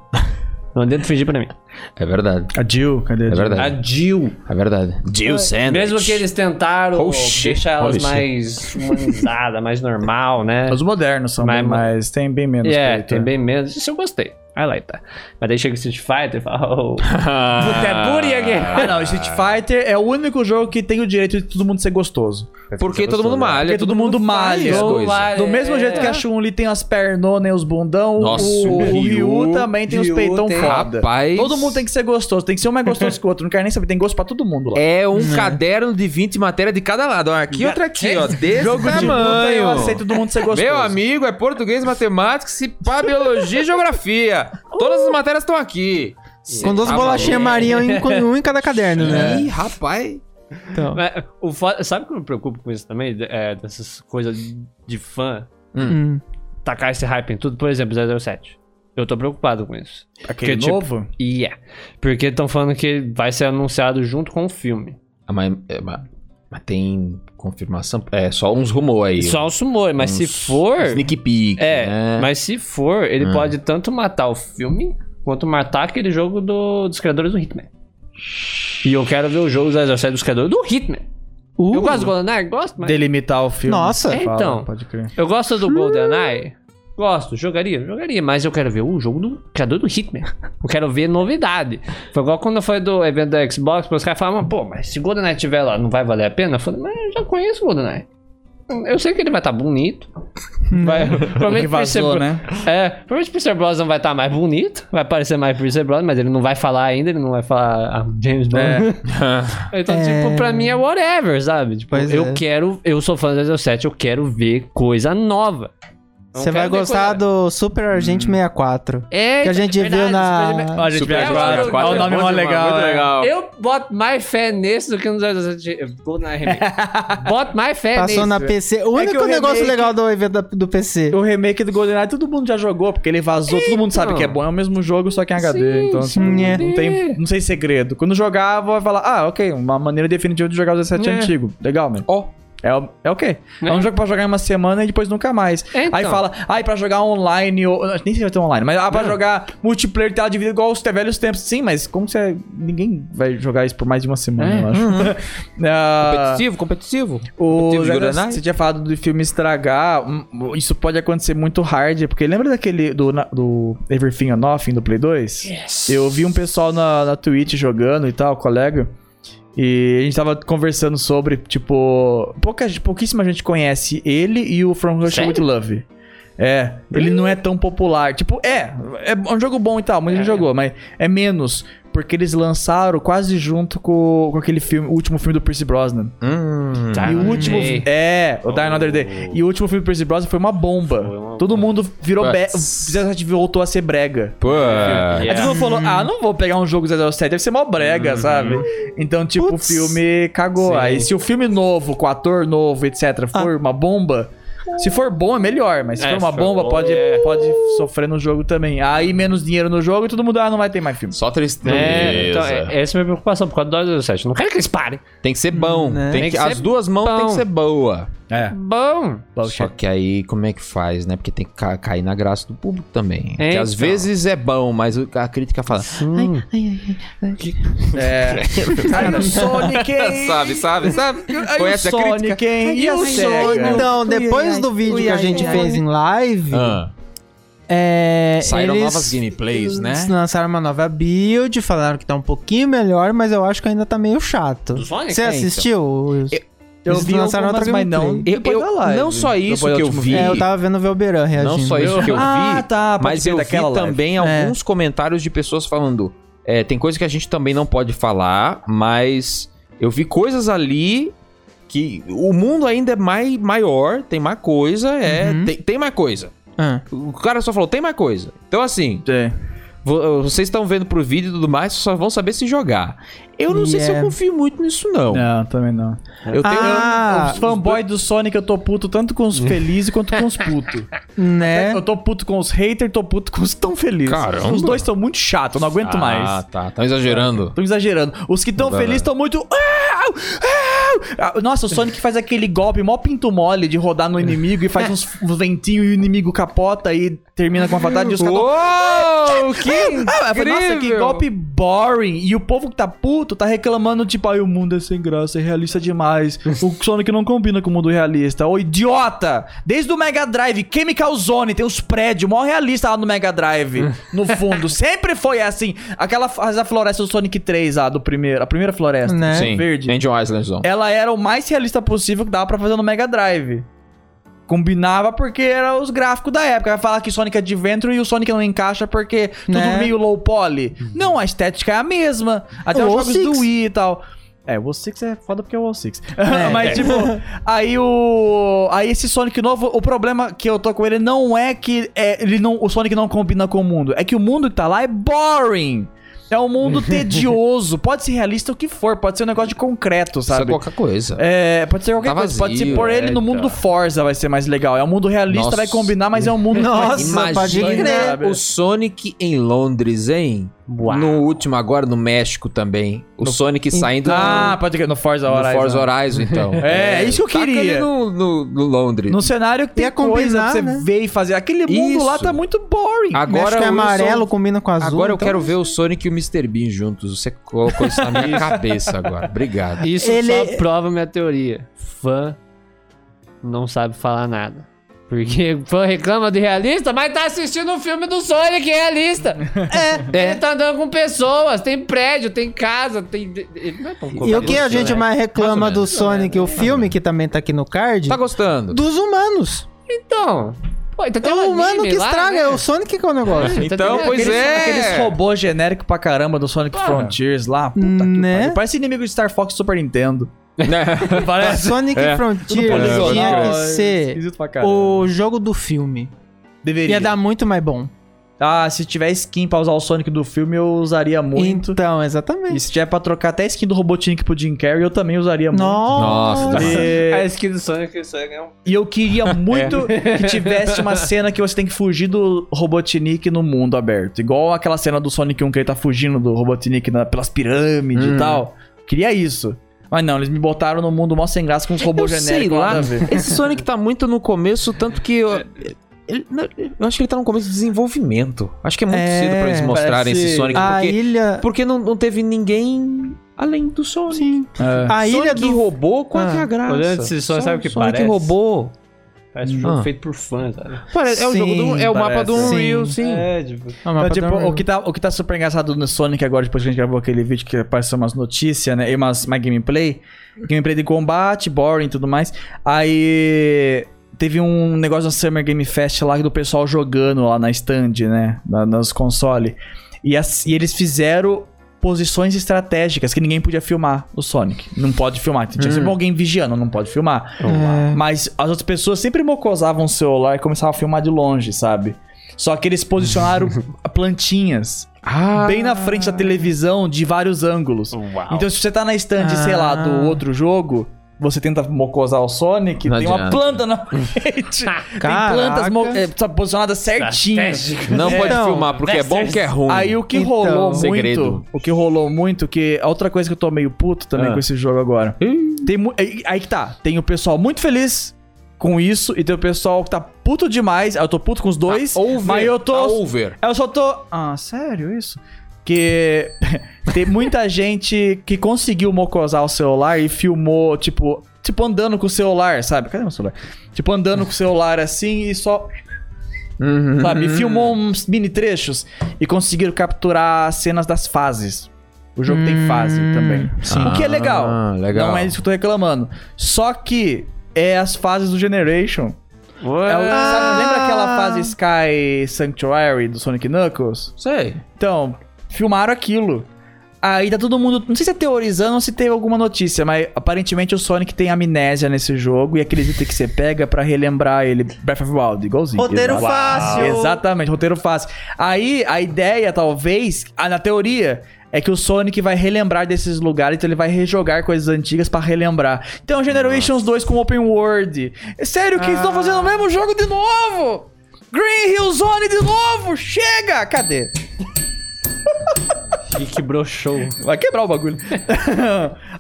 Não adianta fingir pra mim.
é verdade.
A Jill, cadê a
É
Jill?
verdade.
A Jill.
É verdade. Jill Sanders.
Mesmo que eles tentaram
Oh, shit.
deixar elas
Oh, shit.
mais humanizadas, mais normal, né?
Os modernos são
Mas-
bem mais, tem bem menos
É,
peito,
tem
né?
bem menos. Isso eu gostei. I like that. Mas daí chega o Street Fighter e fala, oh,
Ah,
é booty again.
Ah, não, Street Fighter é o único jogo que tem o direito de todo mundo ser gostoso.
porque todo mundo malha.
Porque todo mundo
faz
malha.
coisa.
malha.
Do mesmo
É.
jeito que a Chun-Li tem as pernonas e os bundão,
Nossa,
o,
o
o Ryu,
Ryu-
também tem os
Ryu
peitão
tem-
foda.
Rapaz.
Todo mundo tem que ser gostoso, tem que ser um mais gostoso que o outro, não quero nem saber, tem gosto pra todo mundo lá.
É um caderno de 20 matérias de cada lado. Ó, aqui e outra aqui, ó. Desse
Tipo, de luta, eu aceito
tamanho.
todo mundo ser gostoso.
Meu amigo, é português, matemática, se pá, biologia e geografia. Todas as matérias estão aqui.
Com duas
Tá É.
bolachinhas Maria, um em- com um em cada caderno, né?
Ih, rapaz.
Então.
Mas o foda- sabe que eu me preocupo com isso também? De- é, dessas coisas de fã
Hum.
tacar esse hype em tudo. Por exemplo, 007. Eu tô preocupado com isso.
Aquele
Porque, tipo,
novo?
E é. Porque estão falando que vai ser anunciado junto com o filme.
Ah, mas, é, mas- mas tem confirmação? É, só uns rumores aí.
Só o Sumoi, mas se
Uns-
for.
uns Sneak peek.
É,
né? É.
mas se for, ele pode tanto matar o filme quanto matar aquele jogo do, dos criadores do Hitman. E eu quero ver o jogo dos dos criadores do Hitman.
Uh,
Eu gosto do GoldenEye? Gosto, mas.
Delimitar o filme.
Nossa.
Fala,
Então.
Pode crer.
Eu gosto do GoldenEye? Gosto, jogaria, jogaria, mas eu quero ver o jogo do criador do Hitman. Eu quero ver novidade. Foi igual quando foi do evento da Xbox, os caras falavam, pô, mas se o GoldenEye tiver lá, não vai valer a pena? Eu falei, mas eu já conheço o GoldenEye. Eu sei que ele vai estar bonito. Vai,
O
provavelmente
que
vai ser
vazou, né?
É, provavelmente o Pierce Brosnan vai estar mais bonito, vai parecer mais Pierce Brosnan, mas ele não vai falar ainda, ele não vai falar ah, James Bond. então,
É.
tipo, pra mim é whatever, sabe? Tipo,
Pois
eu
é.
quero, eu sou fã do 07, eu quero ver coisa nova. Não
Você vai
quero ver
gostar
coisa-
do Super Agente 64.
É,
Que a gente viu
verdade,
na.
Olha, gente,
Super
vai-
Agora,
olha o nome
é
mó
muito
legal.
muito
né?
legal.
Eu boto mais fé nesse do que no 07. Eu vou na remake. boto mais fé
Passou
nesse.
na PC. O único
que o
negócio
remake-
legal do evento da- do PC.
O remake do GoldenEye todo mundo já jogou, porque ele vazou, todo mundo sabe
Então.
que é bom, é o mesmo jogo, só que em HD,
Sim,
então tipo,
sim, é.
não, tem, não tem segredo. Quando jogar, vai falar, ah, ok, uma maneira definitiva de jogar o 17
É.
antigo. Legal, mano.
Ó,
É o, é o quê? É um jogo pra jogar em uma semana e depois nunca mais.
É, então.
Aí fala, ai, pra jogar online, ou. Nem sei se vai ter online, mas ah, pra jogar multiplayer tela de vida igual os te- velhos tempos. Sim, mas como você. Ninguém vai jogar isso por mais de uma semana, eu acho. Ah,
Competitivo, competitivo.
o
Teve
Zé,
Goldeneye?
você tinha falado do filme estragar. hum, Isso pode acontecer muito hard, porque lembra daquele do, na- do Everything or Nothing do Play 2? Eu vi um pessoal na, na Twitch jogando e tal, colega. E a gente tava conversando sobre, tipo. Pouca, gente- pouquíssima gente conhece ele e o From Russia with Love. É, ele não é tão popular. Tipo, é, é um jogo bom e tal, muita gente jogou, mas é menos. Porque eles lançaram quase junto com, com aquele filme, o último filme do Percy Brosnan.
Hum. Tá.
E o último. É, o Die Another Day. E o último filme do Percy Brosnan foi uma bomba. Todo mundo virou. Be... O 17 voltou a ser brega.
Pô. Tá.
Aí todo mundo falou: ah, não vou pegar um jogo 007, deve ser mó brega, sabe? Então, tipo, o filme cagou. Aí se o filme novo, com ator novo, etc., for uma bomba. Se for bom, é melhor, mas se
É,
for uma
se for
bomba,
bom,
pode,
é.
pode sofrer no jogo também. Aí menos dinheiro no jogo e todo mundo, ah, não vai ter mais filme.
Só tristeza.
É, então, é, essa é a minha preocupação por causa do 207. Não quero que eles parem.
Tem que ser bom. Tem
Tem
que-
que
as
ser
duas mãos tem que
bom.
ser boa.
É.
Bom.
Só que aí, como é que faz, né? Porque tem que ca- cair na graça do público também.
É,
que às
então.
vezes é bom, mas o- a crítica fala.
Hum.
É. Aí o Sonic, hein?
"Ah, Sabe, sabe, sabe?
Aí o
Conhece a crítica?
Sonic, hein? E
E
a
o Sonic?
Sega?
Então, depois do vídeo que a gente fez em live,
Ah,
é,
saíram
eles
novas gameplays, né?
lançaram uma nova build, falaram que tá um pouquinho melhor, mas eu acho que ainda tá meio chato.
Do Sonic?
né,
Você
É,
assistiu?
então?
Eu,
Eu vi algumas, mas não
Eu-
depois
eu-
da live.
não só isso
Depois da
que eu
última-
vi.
É, eu tava vendo o Velberan reagindo.
Não só isso que eu vi,
Ah, tá, pode
mas
crer,
eu vi
daquela live.
também alguns comentários de pessoas falando. é, tem coisa que a gente também não pode falar, mas eu vi coisas ali que o mundo ainda é mai, maior, tem mais coisa, é. Tem, tem mais coisa.
Ah.
O cara só falou, tem mais coisa. Então, assim,
É.
vo- eh, vocês estão vendo pro vídeo e tudo mais, só vão saber se jogar. Eu não sei se eu
Yeah.
confio muito nisso, não.
Não, também não.
Eu tenho. um-
Ah,
os fanboys do Sonic eu tô puto tanto com os felizes quanto com os putos.
né?
Eu tô puto com os haters, tô puto com os que tão felizes.
Caramba.
Os dois estão muito chatos, eu não aguento
Ah,
mais.
tá. Tão exagerando.
Tô exagerando. Os que tão felizes estão muito. Ah, ah. Nossa, o Sonic faz aquele golpe mó pinto mole de rodar no inimigo e faz uns, uns ventinhos e o inimigo capota e termina com a fatalidade e os caras tão-
Uou, que
Ah, eu falei, nossa, que
incrível!
golpe boring. E o povo que tá puto tá reclamando, tipo, ai, o mundo é sem graça, é realista demais. O Sonic não combina com o mundo realista. Ô, idiota! Desde o Mega Drive, Chemical Zone, tem os prédios, mó realista lá no Mega Drive. No fundo, sempre foi assim. Aquela fase da floresta do Sonic 3 lá, do primeiro, a primeira floresta.
Né?
Sim,
É. Verde. É,
Angel Island Zone.
Ela era o mais realista possível que dava pra fazer no Mega Drive. Combinava porque era os gráficos da época. Vai falar que Sonic Adventure e o Sonic não encaixa porque tudo
Né?
meio low poly. Não, a estética é a mesma. Até
O
os jogos
Six.
do Wii e tal. É, o Wall 6 é foda porque é o Wall 6.
É.
Mas, tipo, aí o. Aí esse Sonic novo, o problema que eu tô com ele não é que é, ele não, o Sonic não combina com o mundo. É que o mundo que tá lá é boring. É um mundo tedioso. Pode ser realista o que for, pode ser um negócio de concreto,
Isso é
sabe?
qualquer coisa.
É, pode ser qualquer
Tá
coisa. Pode
vazio,
ser por ele
é,
no mundo
tá.
do Forza, vai ser mais legal. É um mundo realista,
Nossa.
vai combinar, mas é um mundo.
Nossa, pode
Imagina né?
É,
crer.
o Sonic em Londres, hein? No último agora, no México também. O Sonic saindo
Ah, pode crer, no Forza
no, no
Horizon.
Forza Horizon, então.
É, é isso que eu
Taca ele
queria.
No, no- no Londres.
No cenário que tem
Ia combinar,
coisa pra você
né?
ver e fazer. Aquele mundo
Isso. Ah,
lá tá muito boring.
agora
Agora que é
eu sou-
amarelo combina com azul.
Agora eu
então-
quero ver o Sonic e o Mr. Bean juntos. Você colocou isso na minha cabeça agora. Obrigado.
Isso
Ele-
só prova minha teoria. Fã não sabe falar nada. Porque fã reclama de realista, mas tá assistindo o filme do Sonic realista. É, ele tá andando com pessoas, tem prédio, tem casa, tem. ele não é tão
E o que a
complicado,
gente
né?
mais reclama
Mais ou É.
do Sonic, o filme, que também tá aqui no card,
Tá gostando?
dos humanos.
Então. Pô, então tem
É
um
o humano
anime
que
lá,
estraga,
né?
é o Sonic que é o negócio.
Então,
Então,
tem
pois
aqueles,
é.
Aqueles robô genérico pra caramba do Sonic Frontiers lá. Puta que
Né?
pariu. Parece inimigo de Star Fox e Super Nintendo.
tá
Parece.
Sonic
É.
Frontier
poligonal,
tinha que
é
ser
esquisito pra caramba.
o jogo do filme.
Deveria.
Ia dar muito mais bom.
Ah, se tiver skin pra usar o Sonic do filme, eu usaria muito.
Então,
E
É.
exatamente.
se tiver pra trocar até a skin do Robotnik pro Jim Carrey, eu também usaria
Nossa.
Nossa,
muito. E,
A skin do Sonic, o Sonic é um.
e eu queria muito
É.
que tivesse uma cena que você tem que fugir do Robotnik no mundo aberto. Igual aquela um
Hum.
cena do Sonic 1 que ele tá fugindo do Robotnik na- pelas pirâmides e tal. Queria isso. Mas não, eles me botaram no mundo mó sem graça com um robô
É Eu sei
genérico.
lá.
nada a ver.
Esse Sonic tá muito no começo, tanto que eu, ele- eu acho que ele tá no começo do desenvolvimento. Acho que é muito
É,
cedo pra eles mostrarem
parece-
esse Sonic,
A
porque,
ilha.
porque não, não teve ninguém além do Sonic.
Sim.
É.
A ilha
Sonic
do.
roubou, qual que é
Ah,
a graça?
olhando esse Sonic, sabe o que
Sonic
parece?
roubou.
Parece um jogo
Ah.
feito por fãs, sabe?
Parece- é o, jogo do- é o
Sim,
mapa do assim,
parece.
Unreal,
Sim.
sim.
É, tipo...
Ah, mas
Então, tipo,
padrão-
o que, tá, o que tá super engraçado no Sonic agora, depois que a gente gravou aquele vídeo que apareceu umas notícias, né? E umas, uma gameplay. Gameplay de combate, boring e tudo mais. Aí. Teve um negócio na Summer Game Fest lá do pessoal jogando lá na stand, né? Na, nos consoles. E, as- e eles fizeram posições estratégicas que ninguém podia filmar o Sonic. Não pode filmar. então Tinha sempre alguém vigiando, não pode filmar.
É.
Mas as outras pessoas sempre mocosavam o celular e começavam a filmar de longe, sabe? Só que eles posicionaram plantinhas
Ah,
bem na frente da televisão de vários ângulos.
um
Então, se você tá na estante, sei lá, do outro jogo, você tenta mocosar o Sonic,
Ah. Não
tem uma
adianta.
planta na frente. tem plantas mo- é, sabe, posicionadas
Tá
certinhas.
Não pode
Então,
filmar, porque é bom que é ruim.
Aí o que
Então,
rolou
segredo.
muito, o que rolou muito, que a outra coisa que eu tô meio puto também
Ah.
com esse jogo agora. Tem mu- aí, aí que tá, tem o pessoal muito feliz com isso e tem o pessoal que tá puto demais. Eu tô puto com os dois,
Tá over,
mas eu
tá
tô
over.
eu só tô. Ah, sério isso? Que tem muita gente que conseguiu mocosar o celular e filmou, tipo, tipo andando com o celular, sabe? Cadê meu celular? Tipo andando com o celular assim e só.
Uhum.
Sabe? E filmou uns mini trechos e conseguiram capturar cenas das fases. O jogo tem fase também. O que é legal.
Hum. Ah, legal.
Não é isso que eu tô reclamando. Só que é as fases do Generation. É o- sabe, lembra aquela fase Sky Sanctuary do Sonic Knuckles?
Sei.
Então, filmaram aquilo. Aí tá todo mundo. Não sei se é teorizando ou se teve alguma notícia, mas aparentemente o Sonic tem amnésia nesse jogo e aquele item que você pega pra relembrar ele. Breath of the Wild, igualzinho.
Roteiro
Exato.
fácil.
Exatamente, roteiro fácil. Aí a ideia, talvez, ah, na teoria, é que o Sonic vai relembrar desses lugares, então ele vai rejogar coisas antigas pra relembrar. Então, Generations 2 com Open World. É Sério que eles estão fazendo o mesmo jogo de novo? Green Hill Zone de novo? Chega! Cadê?
E quebrou o show.
Vai quebrar o bagulho.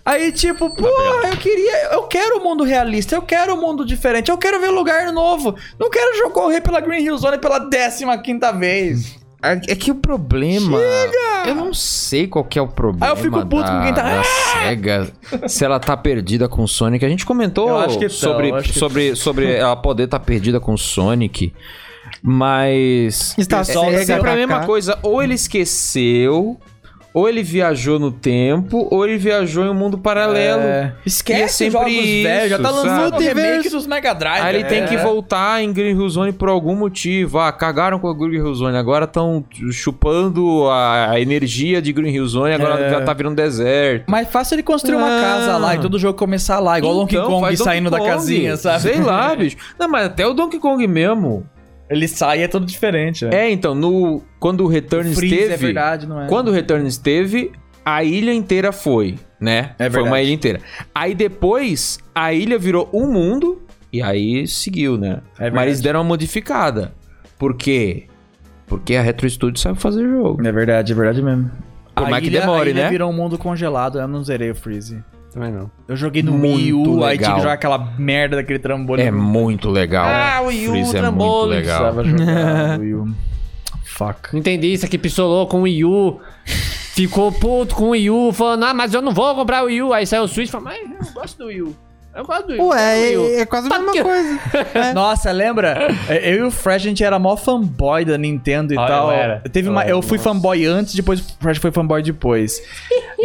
Aí, tipo, porra, eu queria. Eu quero o mundo realista, eu quero o mundo diferente, eu quero ver lugar novo. Não quero jo- correr pela Green Hill Zone pela 15 quinta vez.
É é que o problema. Eu não sei qual que é o problema.
Aí eu fico puto
da,
com quem tá-
Da SEGA. se ela tá perdida com o Sonic. A gente comentou
Eu acho que tão,
sobre,
eu acho que-
sobre, sobre ela poder estar tá perdida com o Sonic. Mas.
Está
é,
só
é
o
sempre a mesma
CKK.
coisa. Ou ele esqueceu. Ou ele viajou no tempo, ou ele viajou em um mundo paralelo. E é
Esquece
sempre
jogos velhos, já tá
isso,
lançando o
sabe?
remake
Multiverso.
dos Mega Drive.
Aí ele tem
é.
que voltar em Green Hill Zone por algum motivo. Ah, cagaram com a Green Hill Zone. Agora estão chupando a a energia de Green Hill Zone. Agora
É.
já tá virando deserto.
Mas fácil ele construir uma
Ah.
casa lá e todo jogo começar lá, É igual o Donkey
Então,
Kong
faz Donkey
saindo da
Kong.
casinha, sabe?
Sei lá, bicho. Não, mas até o Donkey Kong mesmo.
Ele sai e é tudo diferente. né?
É, então, no, quando o Returns
Freeze,
teve...
é verdade, não é?
Quando o Returns teve, a ilha inteira foi, né?
É
foi uma
verdade.
ilha inteira. Aí depois, a ilha virou um mundo e aí seguiu, né?
É verdade.
Mas eles deram uma modificada. Por quê? Porque a Retro Studio sabe fazer jogo.
É verdade, é verdade mesmo.
Por mais que
ilha-
demore,
a ilha
né?
virou um mundo congelado, eu não zerei o Freeze.
Também não.
Eu joguei no
Muito
Wii U, aí tinha
legal.
que jogar aquela merda daquele trambolho.
É muito legal.
Ah, o Yu
Freeze é muito
Trambolho.
legal.
Precisava jogar no Wii U. Fuck.
Não entendi isso aqui, pistolou com o Wii U. Ficou puto com o Wii U, falando, ah, mas eu não vou comprar o Wii U. Aí saiu o Switch e falou, mas eu gosto do Wii U. Eu gosto do Wii U.
Ué,
eu gosto do Wii U.
é, é
Tá
quase a mesma coisa.
Nossa, lembra? Eu e o Fresh, a gente era mó fanboy da Nintendo e
Ah, eu
tal.
era.
Teve uma,
Eu era,
eu fui
nossa.
fanboy antes, depois o Fresh foi fanboy depois.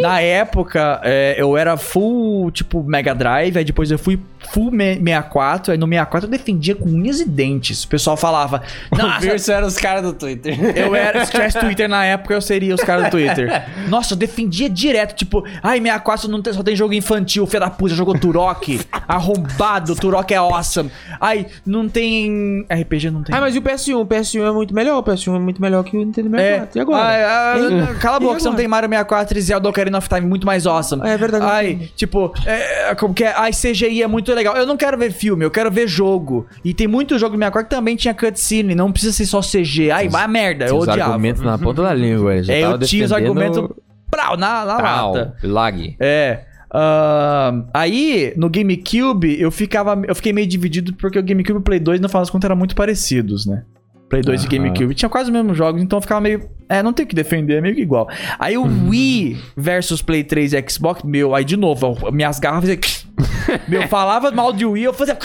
Na época, é, eu era full, tipo, Mega Drive, aí depois eu fui full me- 64, aí no 64 eu defendia com unhas e dentes. O pessoal falava, nossa,
Verso era os caras do Twitter.
Eu era, se tivesse Twitter na época, eu seria os caras do Twitter. Nossa, eu defendia direto, tipo, ai, 64 não tem, só tem jogo infantil, filha da puta, jogou Turok, arrombado, Turok é awesome. Ai, não tem... RPG não tem.
Ah, mas e o PS1? O PS1 é muito melhor. O PS1 é muito melhor que o Nintendo 64. E agora?
É, Ai, ai,
Hein?
cala a
E
boca, você não
agora?
tem Mario 64 e Zelda Ocarina of Time muito mais awesome.
É verdade.
Ai, tipo, é, é, como que é? Ai, CGI é muito legal. Eu não quero ver filme, eu quero ver jogo. E tem muito jogo do 64 que também tinha cutscene, não precisa ser só CG. Ai, vai a merda, eu
Tinha os
odiava.
argumentos na ponta da língua. ele já
É, eu
tava
tinha os
defendendo
argumentos prau, na, na
tal,
lata.
Lag.
É. Ah, aí, no GameCube, eu ficava. Eu fiquei meio dividido porque o GameCube e o Play 2, no final das contas, eram muito parecidos, né? Play 2 e GameCube. Tinha quase os mesmos jogos, então eu ficava meio. É, não tem o que defender, é meio que igual. Aí o Wii versus Play 3 e Xbox, meu, aí de novo, eu- minhas garras faziam. meu, falava mal de Wii, eu fazia.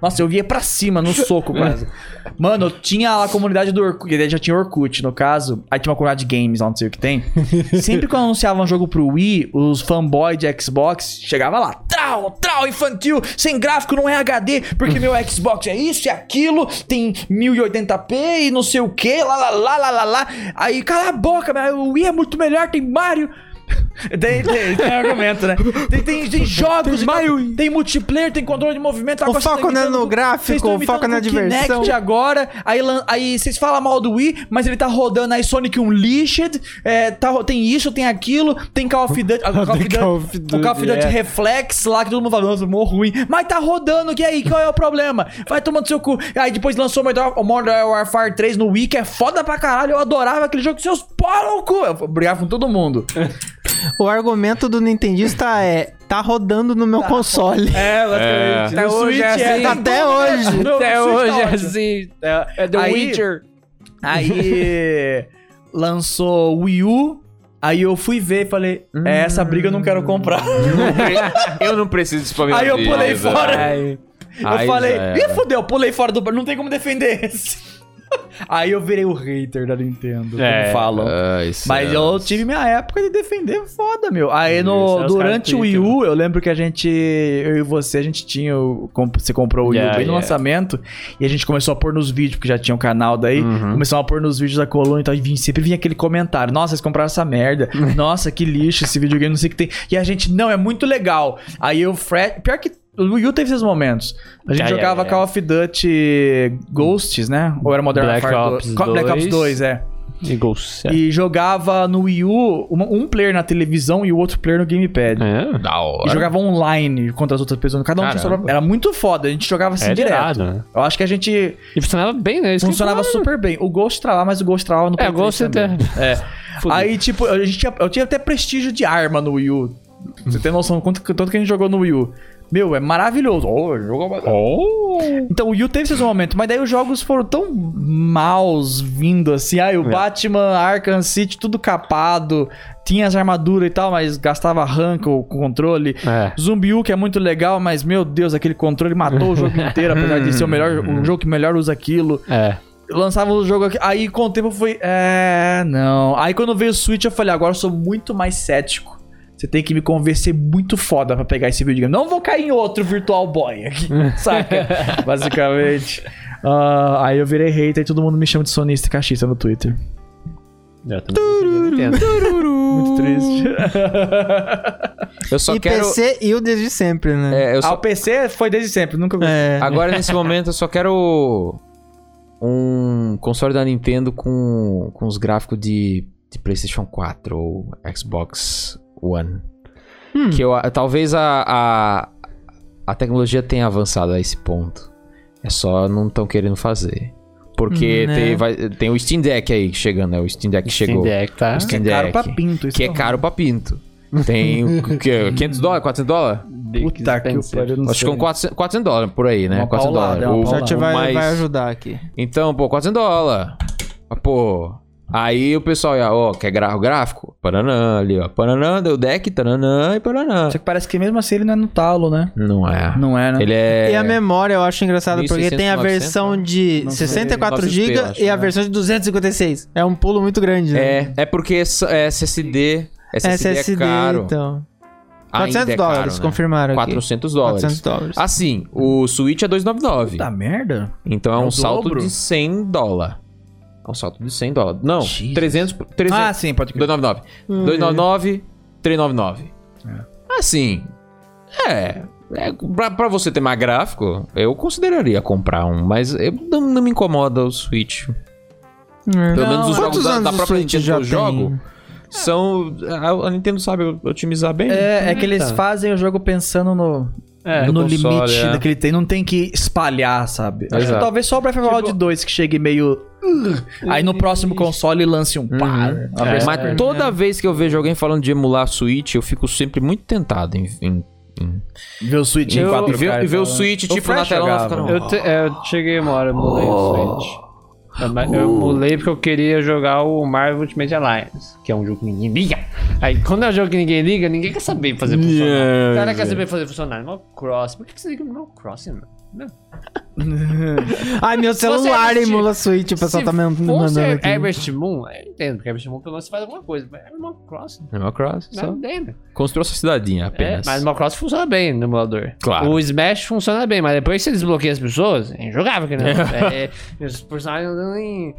Nossa, eu ia pra cima, no soco quase. Mano, eu tinha lá a comunidade do Orkut, que daí já tinha Orkut, no caso. Aí tinha uma comunidade de games lá, não sei o que tem. Sempre que eu anunciava um jogo pro Wii, os fanboys de Xbox chegava lá. Trau, trau, infantil, sem gráfico, não é HD, porque meu Xbox é isso, é aquilo, tem 1080p e não sei o que, lá, lá, lá, lá, lá, lá. Aí, cala a boca, mas o Wii é muito melhor, tem Mario. Tem, tem, tem argumento, né? Tem, tem, tem jogos, tem, tem multiplayer, tem controle de movimento. agora vocês
foco
tão
não é
imitando
no
com-
gráfico,
vocês tão
o
imitando
foco não é
com
diversão.
Kinect agora, aí, lan- aí vocês falam mal do Wii, mas ele tá rodando aí Sonic Unleashed, é, tá, ro- tem isso, tem aquilo, tem Call of Duty. ah, Call of Duty,
Call of
o Call of
Duty,
Duty
é.
Reflex lá, que todo mundo fala, nossa, mó ruim. Mas tá rodando, que aí, qual é o problema? Vai tomando seu cu. Aí depois lançou o Modern- o Modern Warfare 3 no Wii, que é foda pra caralho, eu adorava aquele jogo, seus pau no cu. Eu brigava com todo mundo.
O argumento do Nintendista é: tá rodando no meu console.
É, basicamente.
No Switch é-
tá até
Então,
hoje.
No
assim. Até
Switch
hoje é
tá ótimo.
assim. É The
Aí-
Witcher.
Aí lançou o Wii U. Aí eu fui ver e falei, é, essa briga eu não quero comprar.
É. Eu não preciso desse pra minha
Aí eu
vida.
pulei fora.
Ai.
Aí
eu falei,
já era.
ih, fudeu, pulei fora do... Não tem como defender esse. Aí eu virei o hater da Nintendo,
É.
como falam.
Ai, isso
Mas
é-
eu tive minha época de defender foda, meu. Aí
Isso, é
no,
os
durante
caras né?
o Wii
tweetam,
U, eu lembro que a gente, eu e você, a gente tinha. o- comp- Você comprou o Wii U
Yeah,
bem no
yeah.
lançamento. E a gente começou a pôr nos vídeos, porque já tinha um canal daí.
Uhum.
Começamos a pôr nos vídeos da coluna e tal. E vinha, sempre vinha aquele comentário: Nossa, vocês compraram essa merda. Nossa, que lixo esse videogame, não sei o que tem. E a gente, não, é muito legal. Aí o Fred. Pior que. O Wii U teve esses momentos. A gente
Yeah, Ah, yeah,
jogava
yeah.
Call of Duty Ghosts, né? Ou era Modern
Black
Warfare
Ops
dois- Black Ops
2.
2, é.
Eagles.
E jogava no Wii U, uma- um player na televisão e o outro player no gamepad.
É.
Da hora.
E jogava online contra as outras pessoas. Cada um tinha seu
Caramba.
próprio- Era muito foda, a gente jogava assim
Era
direto.
irado, né?
Eu acho que a gente
E funcionava bem, né? Isso que
funcionava
eu falava.
super bem. O Ghost travava, mas o Ghost travava no
É,
Play
o Ghost
3 também.
até- Fudeu.
Aí, tipo, a gente tinha, eu tinha até prestígio de arma no Wii U. Você tem noção do quanto, tanto que a gente jogou no Wii U. Meu, é maravilhoso. Oh, jogou
Oh!
Então o Yu teve seus momentos, mas daí os jogos foram tão maus vindo assim. Aí o Batman, Arkham City, tudo capado. Tinha as armaduras e tal, mas gastava ranca o controle.
É.
Zumbi U, que é muito legal, mas meu Deus, aquele controle matou o jogo inteiro, apesar de ser o melhor, o jogo que melhor usa aquilo.
É.
Lançava o jogo aqui. Aí com o tempo eu fui. É, não. Aí quando veio o Switch, eu falei, agora eu sou muito mais cético. Você tem que me convencer muito foda pra pegar esse videogame. Não vou cair em outro Virtual Boy aqui, saca? Basicamente. Ah, aí eu virei hater e todo mundo me chama de sonista e cachista no Twitter.
Eu também entendo.
é.
Muito triste.
Eu só
e
quero.
PC e o desde sempre, né?
É, eu
Ah,
só-
o PC foi desde sempre, nunca
É.
Agora, nesse momento, eu só quero um console da Nintendo com, com os gráficos de, de PlayStation 4 ou Xbox One.
Hum.
Que eu, a- talvez a, a, a tecnologia tenha avançado a esse ponto. É só não estão querendo fazer. Porque
Né.
tem, vai- tem o Steam Deck aí chegando, né? O Steam Deck chegou.
Steam Deck, tá?
Steam
Que é caro pra pinto isso.
Que é
não.
caro pra pinto. Tem o que? é, 500 dólares? 400 dólares?
Puta que o pariu, não
Acho que é
sei.
um com 400, 400 dólares por aí, né?
Uma
400
paulada, é uma
dólares.
o
O-
chat
o
vai,
mais-
vai ajudar aqui.
Então, pô, 400 dólares. Ah, Pô. Aí o pessoal ia, ó, quer gra o gráfico? Paranã ali, ó. Paranã, deu deck, taranã e paranã.
Só que parece que mesmo assim ele não é no talo, né?
Não é.
Não é, né?
Ele é.
E a memória eu acho engraçado, porque tem a
1600,
versão
né?
de
Não sei,
64 GB
900p, acho,
e a
né?
versão de 256. É um pulo muito grande, né?
É, é porque s- é SSD. SSD,
SSD,
é caro.
então.
ainda
400
é caro,
dólares,
né?
confirmaram aqui.
400 dólares.
400 dólares.
Assim, o Switch é 299.
Puta merda.
Então é
É
um
o
salto
dobro?
de 100 dólares. É um salto de 100 dólares. Não,
Jesus.
300, por- 300
Ah, sim, pode crer.
299. 299, 399. Assim. É. é pra, pra você ter mais gráfico, eu consideraria comprar um, mas eu, não, não me incomoda o Switch.
É.
Pelo menos os
Quantos
jogos da,
anos
da
o
própria
Switch
Nintendo que
já
eu jogo
tem?
são. A, a Nintendo sabe otimizar bem.
É, é que eles fazem o jogo pensando no.
É,
do
no
console,
limite
é.
daquele tem, não tem que espalhar, sabe? Acho que
Exato.
talvez só o Breath of the Wild 2 que chegue meio. uh, Aí no próximo console lance um pá. uma
É,
versão-
Mas toda vez que eu vejo alguém falando de emular a Switch, eu fico sempre muito tentado em, em-
Ver o Switch
em
em né? 4K.
ver, e ver o Switch,
O
tipo, na
Flash
tela.
jogava.
Fica, não.
Eu, te- é, eu cheguei uma hora, eu mulei
Oh.
o Switch. Ah, mas Eu
Uh.
mulei porque eu queria jogar o Marvel Ultimate Alliance, que é um jogo que ninguém liga. Aí quando é um jogo que ninguém liga, ninguém quer saber fazer funcionar. o cara quer saber fazer funcionar. Animal Crossing. Por que que você liga no Animal Crossing, mano?
Ai, meu celular
Everest-
emula a Switch, o pessoal
Se
tá me me
fosse
mandando
é
aqui.
Everest Moon, é, eu entendo, porque Everest Moon pelo menos você faz alguma coisa. Mas Animal Crossing,
Animal Crossing,
não
só.
entendo.
Construiu sua cidadinha
Né? É,
apenas.
mas Animal Crossing funciona bem no emulador.
Claro.
O Smash funciona bem, mas depois que você desbloqueia as pessoas, é injogável. Que não. é, é, os personagens andando em...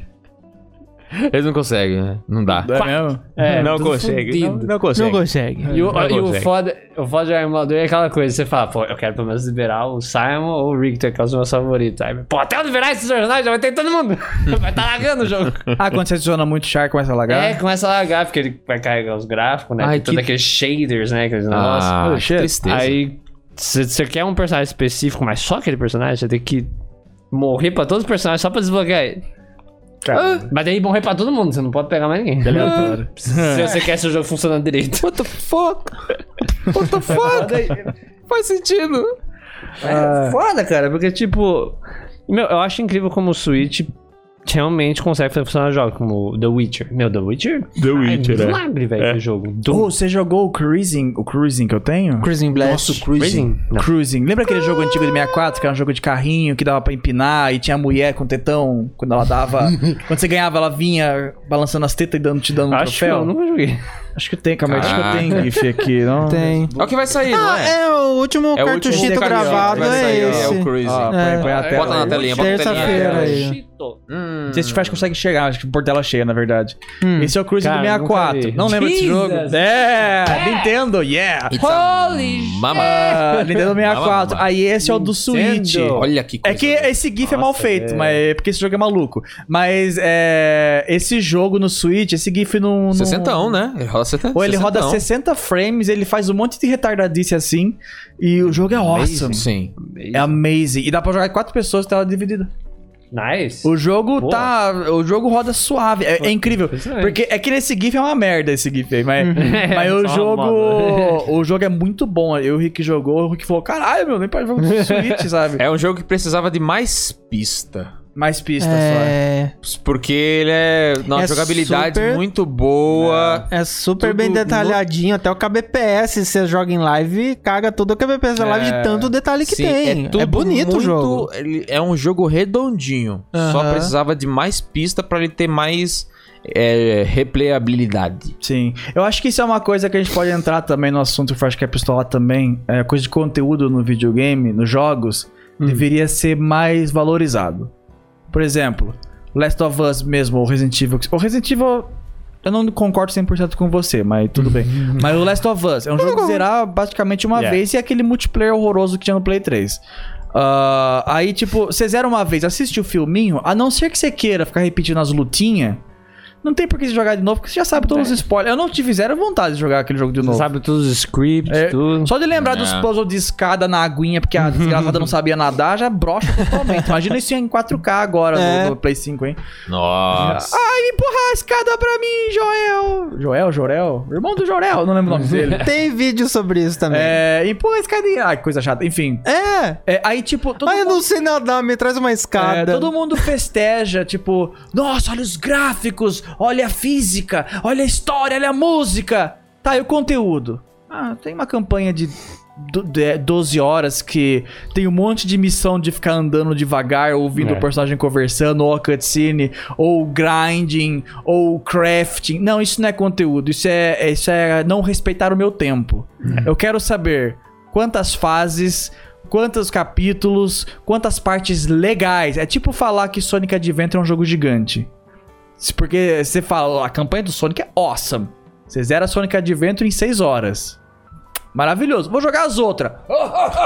Eles não conseguem, né? Não dá.
É mesmo?
É,
não
tudo
consegue. Não,
fudido.
não consegue.
Não consegue. É.
E o,
Não
e o
consegue.
foda, o foda de emulador é aquela coisa, você fala, pô, eu quero pelo menos liberar o Simon ou o Richter, que é os meus favoritos. Aí, pô, até eu liberar esses personagens, já vai ter todo mundo. Vai tá lagando o jogo.
Ah, quando você adiciona muito char, começa a lagar.
É, começa a lagar, porque ele vai carregar os gráficos, né?
Ai,
Tem todos
que-
aqueles shaders, né? Aqueles negócios.
Ah,
Nossa,
que
shit.
tristeza.
Aí, se você quer um personagem específico, mas só aquele personagem, você tem que morrer pra todos os personagens só pra desbloquear ele.
Tá.
Mas daí morrer pra todo mundo, você não pode pegar mais ninguém.
é
se você quer seu jogo funcionando direito.
What the fuck? What the fuck? Faz sentido.
Ah,
É foda, cara, porque tipo. Meu, eu acho incrível como o Switch realmente consegue fazer funcionar jogos, como The Witcher. Meu, The Witcher?
The
é milagre, velho, o jogo. Do
Oh, você jogou o Cruising, o Cruising que eu tenho?
Cruising Blast.
Racing? Não. é
Cruising. Lembra aquele jogo antigo de 64, que era um jogo de carrinho que dava pra empinar e tinha a mulher com tetão, quando ela dava. quando você ganhava, ela vinha balançando as tetas e dando, te dando um
Acho que
troféu?
eu nunca joguei.
Acho que tem, calma aí, acho que eu
Caraca.
tenho GIF aqui, não?
Tem.
É o que vai sair, não
Ah,
é?
é o último
É o último
que
cartuchito
vai sair, ó.
gravado,
Vai
é
sair, ó.
esse.
É o Cruise.
Ó, põe, põe a tela.
Bota na
Ah, aí.
telinha, bota na
É,
telinha.
Terça-feira aí.
Cheeto.
Hum.
Não sei se o Flash consegue chegar, acho que por tela cheia, na verdade.
Hum.
Esse é o Cruising
Cara,
do 64.
nunca vi.
Não lembra desse
Jesus.
jogo? É, Nintendo, yeah!
Holy
Mama.
Ah, Nintendo 64.
Mama, mama.
Aí esse é o do Switch.
Olha que
É
coisa. né?
que esse GIF é mal feito, mas porque esse jogo é maluco. Mas é, esse jogo no Switch, esse GIF não. não-
60, né? Ele roda 60.
Ou ele roda
60.
60 frames, ele faz um monte de retardadice assim. E o jogo é awesome.
Sim.
É amazing. E dá pra jogar quatro pessoas tela dividida.
Nice.
O jogo
Boa.
tá. O jogo roda suave. É, é incrível.
Impressionante.
Porque é que nesse GIF é uma merda esse GIF aí, mas, mas
Só
o
uma
jogo. O jogo é muito bom. Eu e o Rick jogou, o Rick falou: caralho, meu, nem para jogo de Switch, sabe?
É um jogo que precisava de mais pista.
Mais pista só.
É,
Porque ele é. Uma
É
jogabilidade
super-
muito boa.
é super
Tudo
bem detalhadinho, até o KBPS, se você joga em live, caga todo o KBPS da live de tanto detalhe que
Sim,
tem. É,
tudo
bonito o
muito-
jogo.
ele é um jogo redondinho.
Aham.
Só precisava de mais pista pra ele ter mais é, replayabilidade.
Sim. Eu acho que isso é uma coisa que a gente pode entrar também no assunto que eu acho que é pistola também. É, coisa de conteúdo no videogame, nos jogos, deveria ser mais valorizado. Por exemplo, Last of Us mesmo, ou Resident Evil. O Resident Evil. Eu não concordo 100% com você, mas tudo bem. mas o Last of Us é um jogo que zerar basicamente uma
Yeah.
vez e é aquele multiplayer horroroso que tinha no Play 3. Ah, aí, tipo, você zera uma vez, assiste o filminho, a não ser que você queira ficar repetindo as lutinhas, não tem por que você jogar de novo, porque você já sabe todos os spoilers. Eu não tive zero vontade de jogar aquele jogo de
Você
novo.
sabe todos os scripts,
É,
tudo.
Só de lembrar dos
É.
puzzles de escada na aguinha, porque a desgraçada não sabia nadar, já brocha totalmente. Imagina isso em 4K agora
É.
no, no Play 5, hein?
Nossa.
Ai, empurra a escada pra mim, Joel! Joel, Jorel? Irmão do Jorel, não lembro o nome dele.
Tem vídeo sobre isso também. É.
É, empurra a escada. Ai, que coisa chata. Enfim. É, aí, tipo, todo
Ai, eu
mundo-
não sei nadar, me traz uma
É,
escada.
todo mundo festeja, tipo, nossa, olha os gráficos, olha a física, olha a história, olha a música. Tá, e o conteúdo? Ah, tem uma campanha de do- de- 12 horas que tem um monte de missão de ficar andando devagar, ouvindo
É.
o personagem conversando, ou a cutscene, ou grinding, ou crafting. Não, isso não é conteúdo, isso é, é- isso é não respeitar o meu tempo. Eu quero saber quantas fases, quantos capítulos, quantas partes legais. É tipo falar que Sonic Adventure é um jogo gigante. Se- Porque você fala, a campanha do Sonic é awesome. Você zera Sonic Adventure em 6 horas. Maravilhoso. Vou jogar as outras.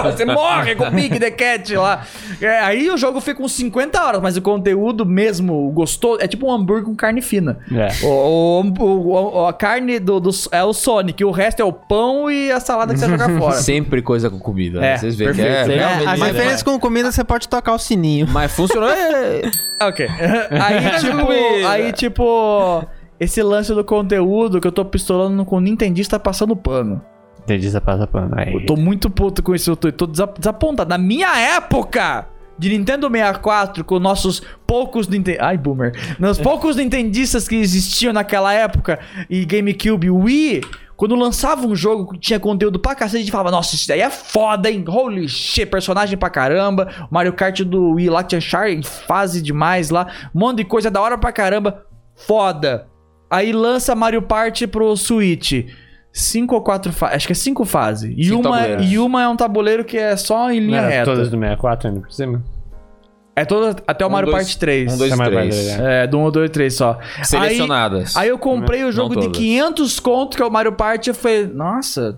Você morre com o Big The Cat lá. É, aí o jogo fica uns 50 horas, mas o conteúdo mesmo, o gostoso, é tipo um hambúrguer com carne fina.
É.
O, o- o- o- a carne do, do- é o Sonic, o resto é o pão e a salada que você joga fora.
Sempre coisa com comida,
É,
né? Vocês veem que
perfeito.
é,
Legal.
realmente-
As
mas-
referências com comida, você pode tocar o sininho.
Mas funcionou. é,
Ok. Aí, tipo, aí, tipo, esse lance do conteúdo que eu tô pistolando com o Nintendista passando pano.
Entendi essa passa pano. Aí.
Eu tô muito puto com isso, eu tô, tô desa- desapontado. Na minha época de Nintendo 64, com nossos poucos Nintendo. Ai, boomer. Nos poucos Nintendistas que existiam naquela época e GameCube Wii. Quando lançava um jogo que tinha conteúdo pra cacete, a gente falava, nossa, isso daí é foda, hein? Holy shit, personagem pra caramba. Mario Kart do Wii lá tinha Char, fase demais lá. Um monte de coisa da hora pra caramba. Foda. Aí lança Mario Party pro Switch. Cinco ou quatro fases. Acho que é cinco fases. E
Cinco
uma,
tabuleiros.
e uma é um tabuleiro que é só em
Não
linha
era
reta.
todas do 64 ainda por cima?
É todas até o
Um,
Mario
dois-
Party 3.
Um, dois,
Chama a
três.
barbearia.
É, do 1, 2, 3 só. Aí-
Selecionadas.
Aí, eu comprei o jogo de
todas.
500 conto, que é o Mario Party, e eu falei, nossa.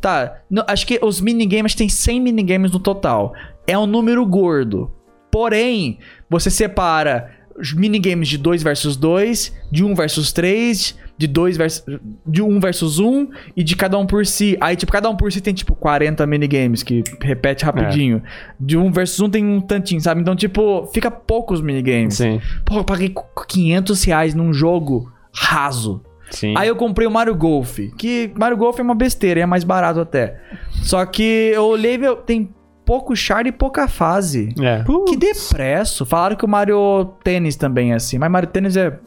Tá, no- acho que os minigames tem 100 minigames no total. É um número gordo. Porém, você separa os minigames de 2 versus 2, de 1 versus 3, de 2 versus de 1 versus 1 e de cada um por si. Aí tipo cada um por si tem tipo 40 minigames que repete rapidinho. De 1 versus 1 tem um tantinho, sabe? Então tipo, fica poucos minigames.
Sim.
Pô, eu paguei 500 reais num jogo raso.
Sim.
Aí eu comprei o Mario Golf. Que Mario Golf é uma besteira, é mais barato até. Só que eu olhei e tem pouco char e pouca fase.
É.
Que depresso. Falaram que o Mario Tênis também é assim. Mas Mario Tênis é.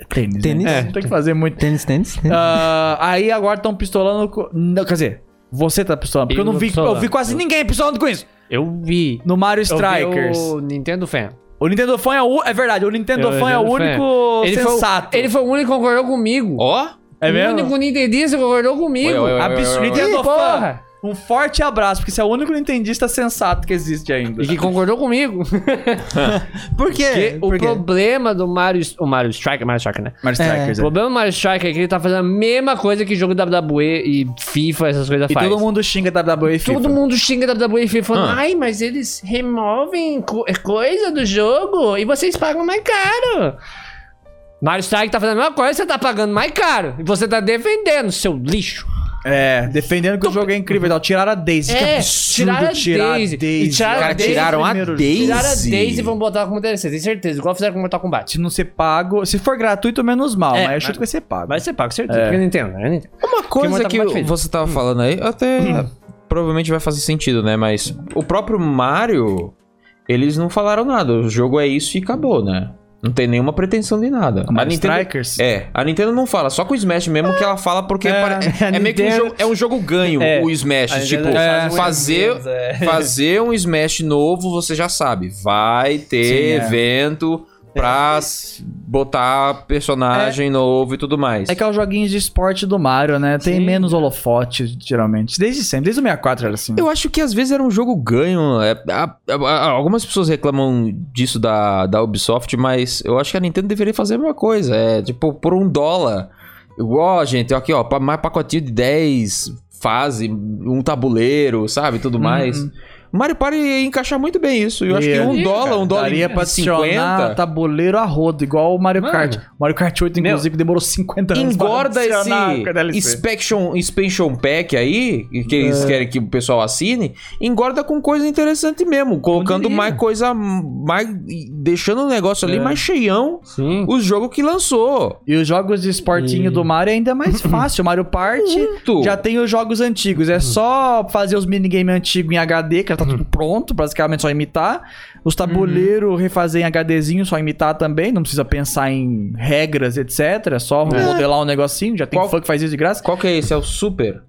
é Tênis. né?
Tênis?
É. Não tem que fazer muito.
Tênis, tênis, tênis.
Ah, aí agora estão pistolando. Com... Não, quer dizer, você tá pistolando. Porque eu,
Eu
não
tô
vi. Eu
pistolando.
vi quase
Eu-
ninguém pistolando com isso.
Eu vi.
No Mario
Eu vi
Strikers.
O Nintendo Fan.
O Nintendo Fan é o. É verdade, o Nintendo
Eu-
Fan é o
Nintendo Fan.
único
Ele foi o-
sensato.
Ele foi o único que concordou comigo.
Ó.
É
O único Nintendista que concordou comigo.
Ué, ué, ué, ué, ué,
Absurdo.
ué, ué.
Nintendo
Ih,
fã,
porra.
um forte abraço, porque você é o único nintendista sensato que existe ainda.
E que concordou comigo.
Por quê?
Porque
Por
o
quê?
problema do Mario. O Mario Striker, Mario Striker, né?
Mario
O problema do Mario Striker é que ele tá fazendo a mesma coisa que jogo WWE e FIFA, essas coisas
E
faz.
todo mundo xinga WWE e FIFA.
Todo mundo xinga WWE e FIFA falando, ai, mas eles removem co- é coisa do jogo e vocês pagam mais caro. Mario Strike tá fazendo a mesma coisa, você tá pagando mais caro. E você tá defendendo, seu lixo.
É, defendendo que o jogo é incrível. Não, tiraram a Daisy. que
É,
absurdo
tiraram a Daisy. E tiraram a
Cara,
Daisy
tiraram a
primeiro
Daisy.
Tiraram a
Daisy.
Daisy e vão botar como DLC, tem certeza. Igual fizeram com Mortal Kombat.
Se não ser pago, se for gratuito, menos mal.
É,
mas eu chuto que vai ser pago.
Vai ser pago, certeza. Porque eu não entendo, né? Eu não entendo.
Uma
Mortal
coisa que
Kombat fez.
você tava falando aí, até provavelmente vai fazer sentido, né? Mas o próprio Mario, eles não falaram nada. O jogo é isso e acabou, né? Não tem nenhuma pretensão de nada.
Mario
Nintendo-
Strikers?
É, a Nintendo não fala, só com o Smash mesmo que ela fala porque
É,
pare-
a
é, meio que um
Nintendo-
jogo, é um jogo ganho
É,
o Smash,
a Nintendo
tipo,
faz um
fazer fazer um Smash novo, você já sabe, vai ter
Sim, é.
evento pra s- botar personagem novo e tudo mais.
É que é os joguinhos de esporte do Mario, né? Tem menos holofote, geralmente. Desde sempre, desde o 64 era assim.
Eu acho que às vezes era um jogo ganho. é, a- a- a- algumas pessoas reclamam disso da, da Ubisoft, mas eu acho que a Nintendo deveria fazer a mesma coisa. É tipo, por um dólar. Ó, gente, aqui, ó, pa- mais pacotinho de 10 fase, um tabuleiro, sabe? Tudo mais. Mario Party ia encaixar muito bem isso. Eu acho que
Uhum. Ia,
um
ia,
dólar, um dólar
Daria pra
e 50
adicionar tabuleiro a rodo, igual o Mario
Mano.
Kart. Mario Kart 8,
Meu,
inclusive, demorou 50 anos pra
engorda
adicionar com a
esse
DLC.
expansion, expansion pack aí, que
É.
eles querem que o pessoal assine, engorda com coisa interessante mesmo, colocando
diria.
mais coisa, mais deixando o
É.
negócio ali mais cheião,
Sim.
o jogo que lançou.
E os jogos de esportinho do Mario é ainda mais fácil. O Mario Party
Tu.
já tem os jogos antigos. É só fazer os minigames antigos em HD, que já
Uhum.
tá tudo pronto, basicamente só imitar. Os tabuleiros
Uhum.
refazer em HDzinho, só imitar também. Não precisa pensar em regras, etc. É só modelar um negocinho. Já tem
Qual-
fã que faz isso de graça.
Qual que é esse? É o Super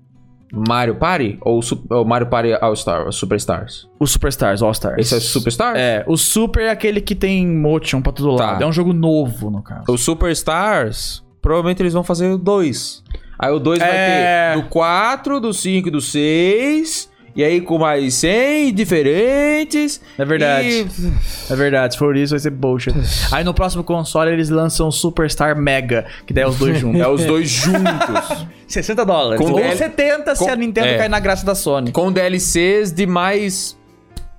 Mario Party ou o Su- ou Mario Party All Star, Superstars?
Os Superstars, All-Stars.
Esse é o Superstar?
É, o Super é aquele que tem motion pra todo
Tá.
lado. É um jogo novo, no caso.
O Superstars, provavelmente eles vão fazer o 2. Aí o 2
É.
vai ter do 4, do 5 e do 6. E aí com mais 100 diferentes.
É verdade.
E-
É verdade, se for isso vai ser bullshit. Aí no próximo console eles lançam o Superstar Mega, que daí é os dois juntos.
É os dois juntos.
60 dólares.
Com
Ou
DL
70 se
com-
a Nintendo
é.
cair na graça da Sony.
com DLCs de mais.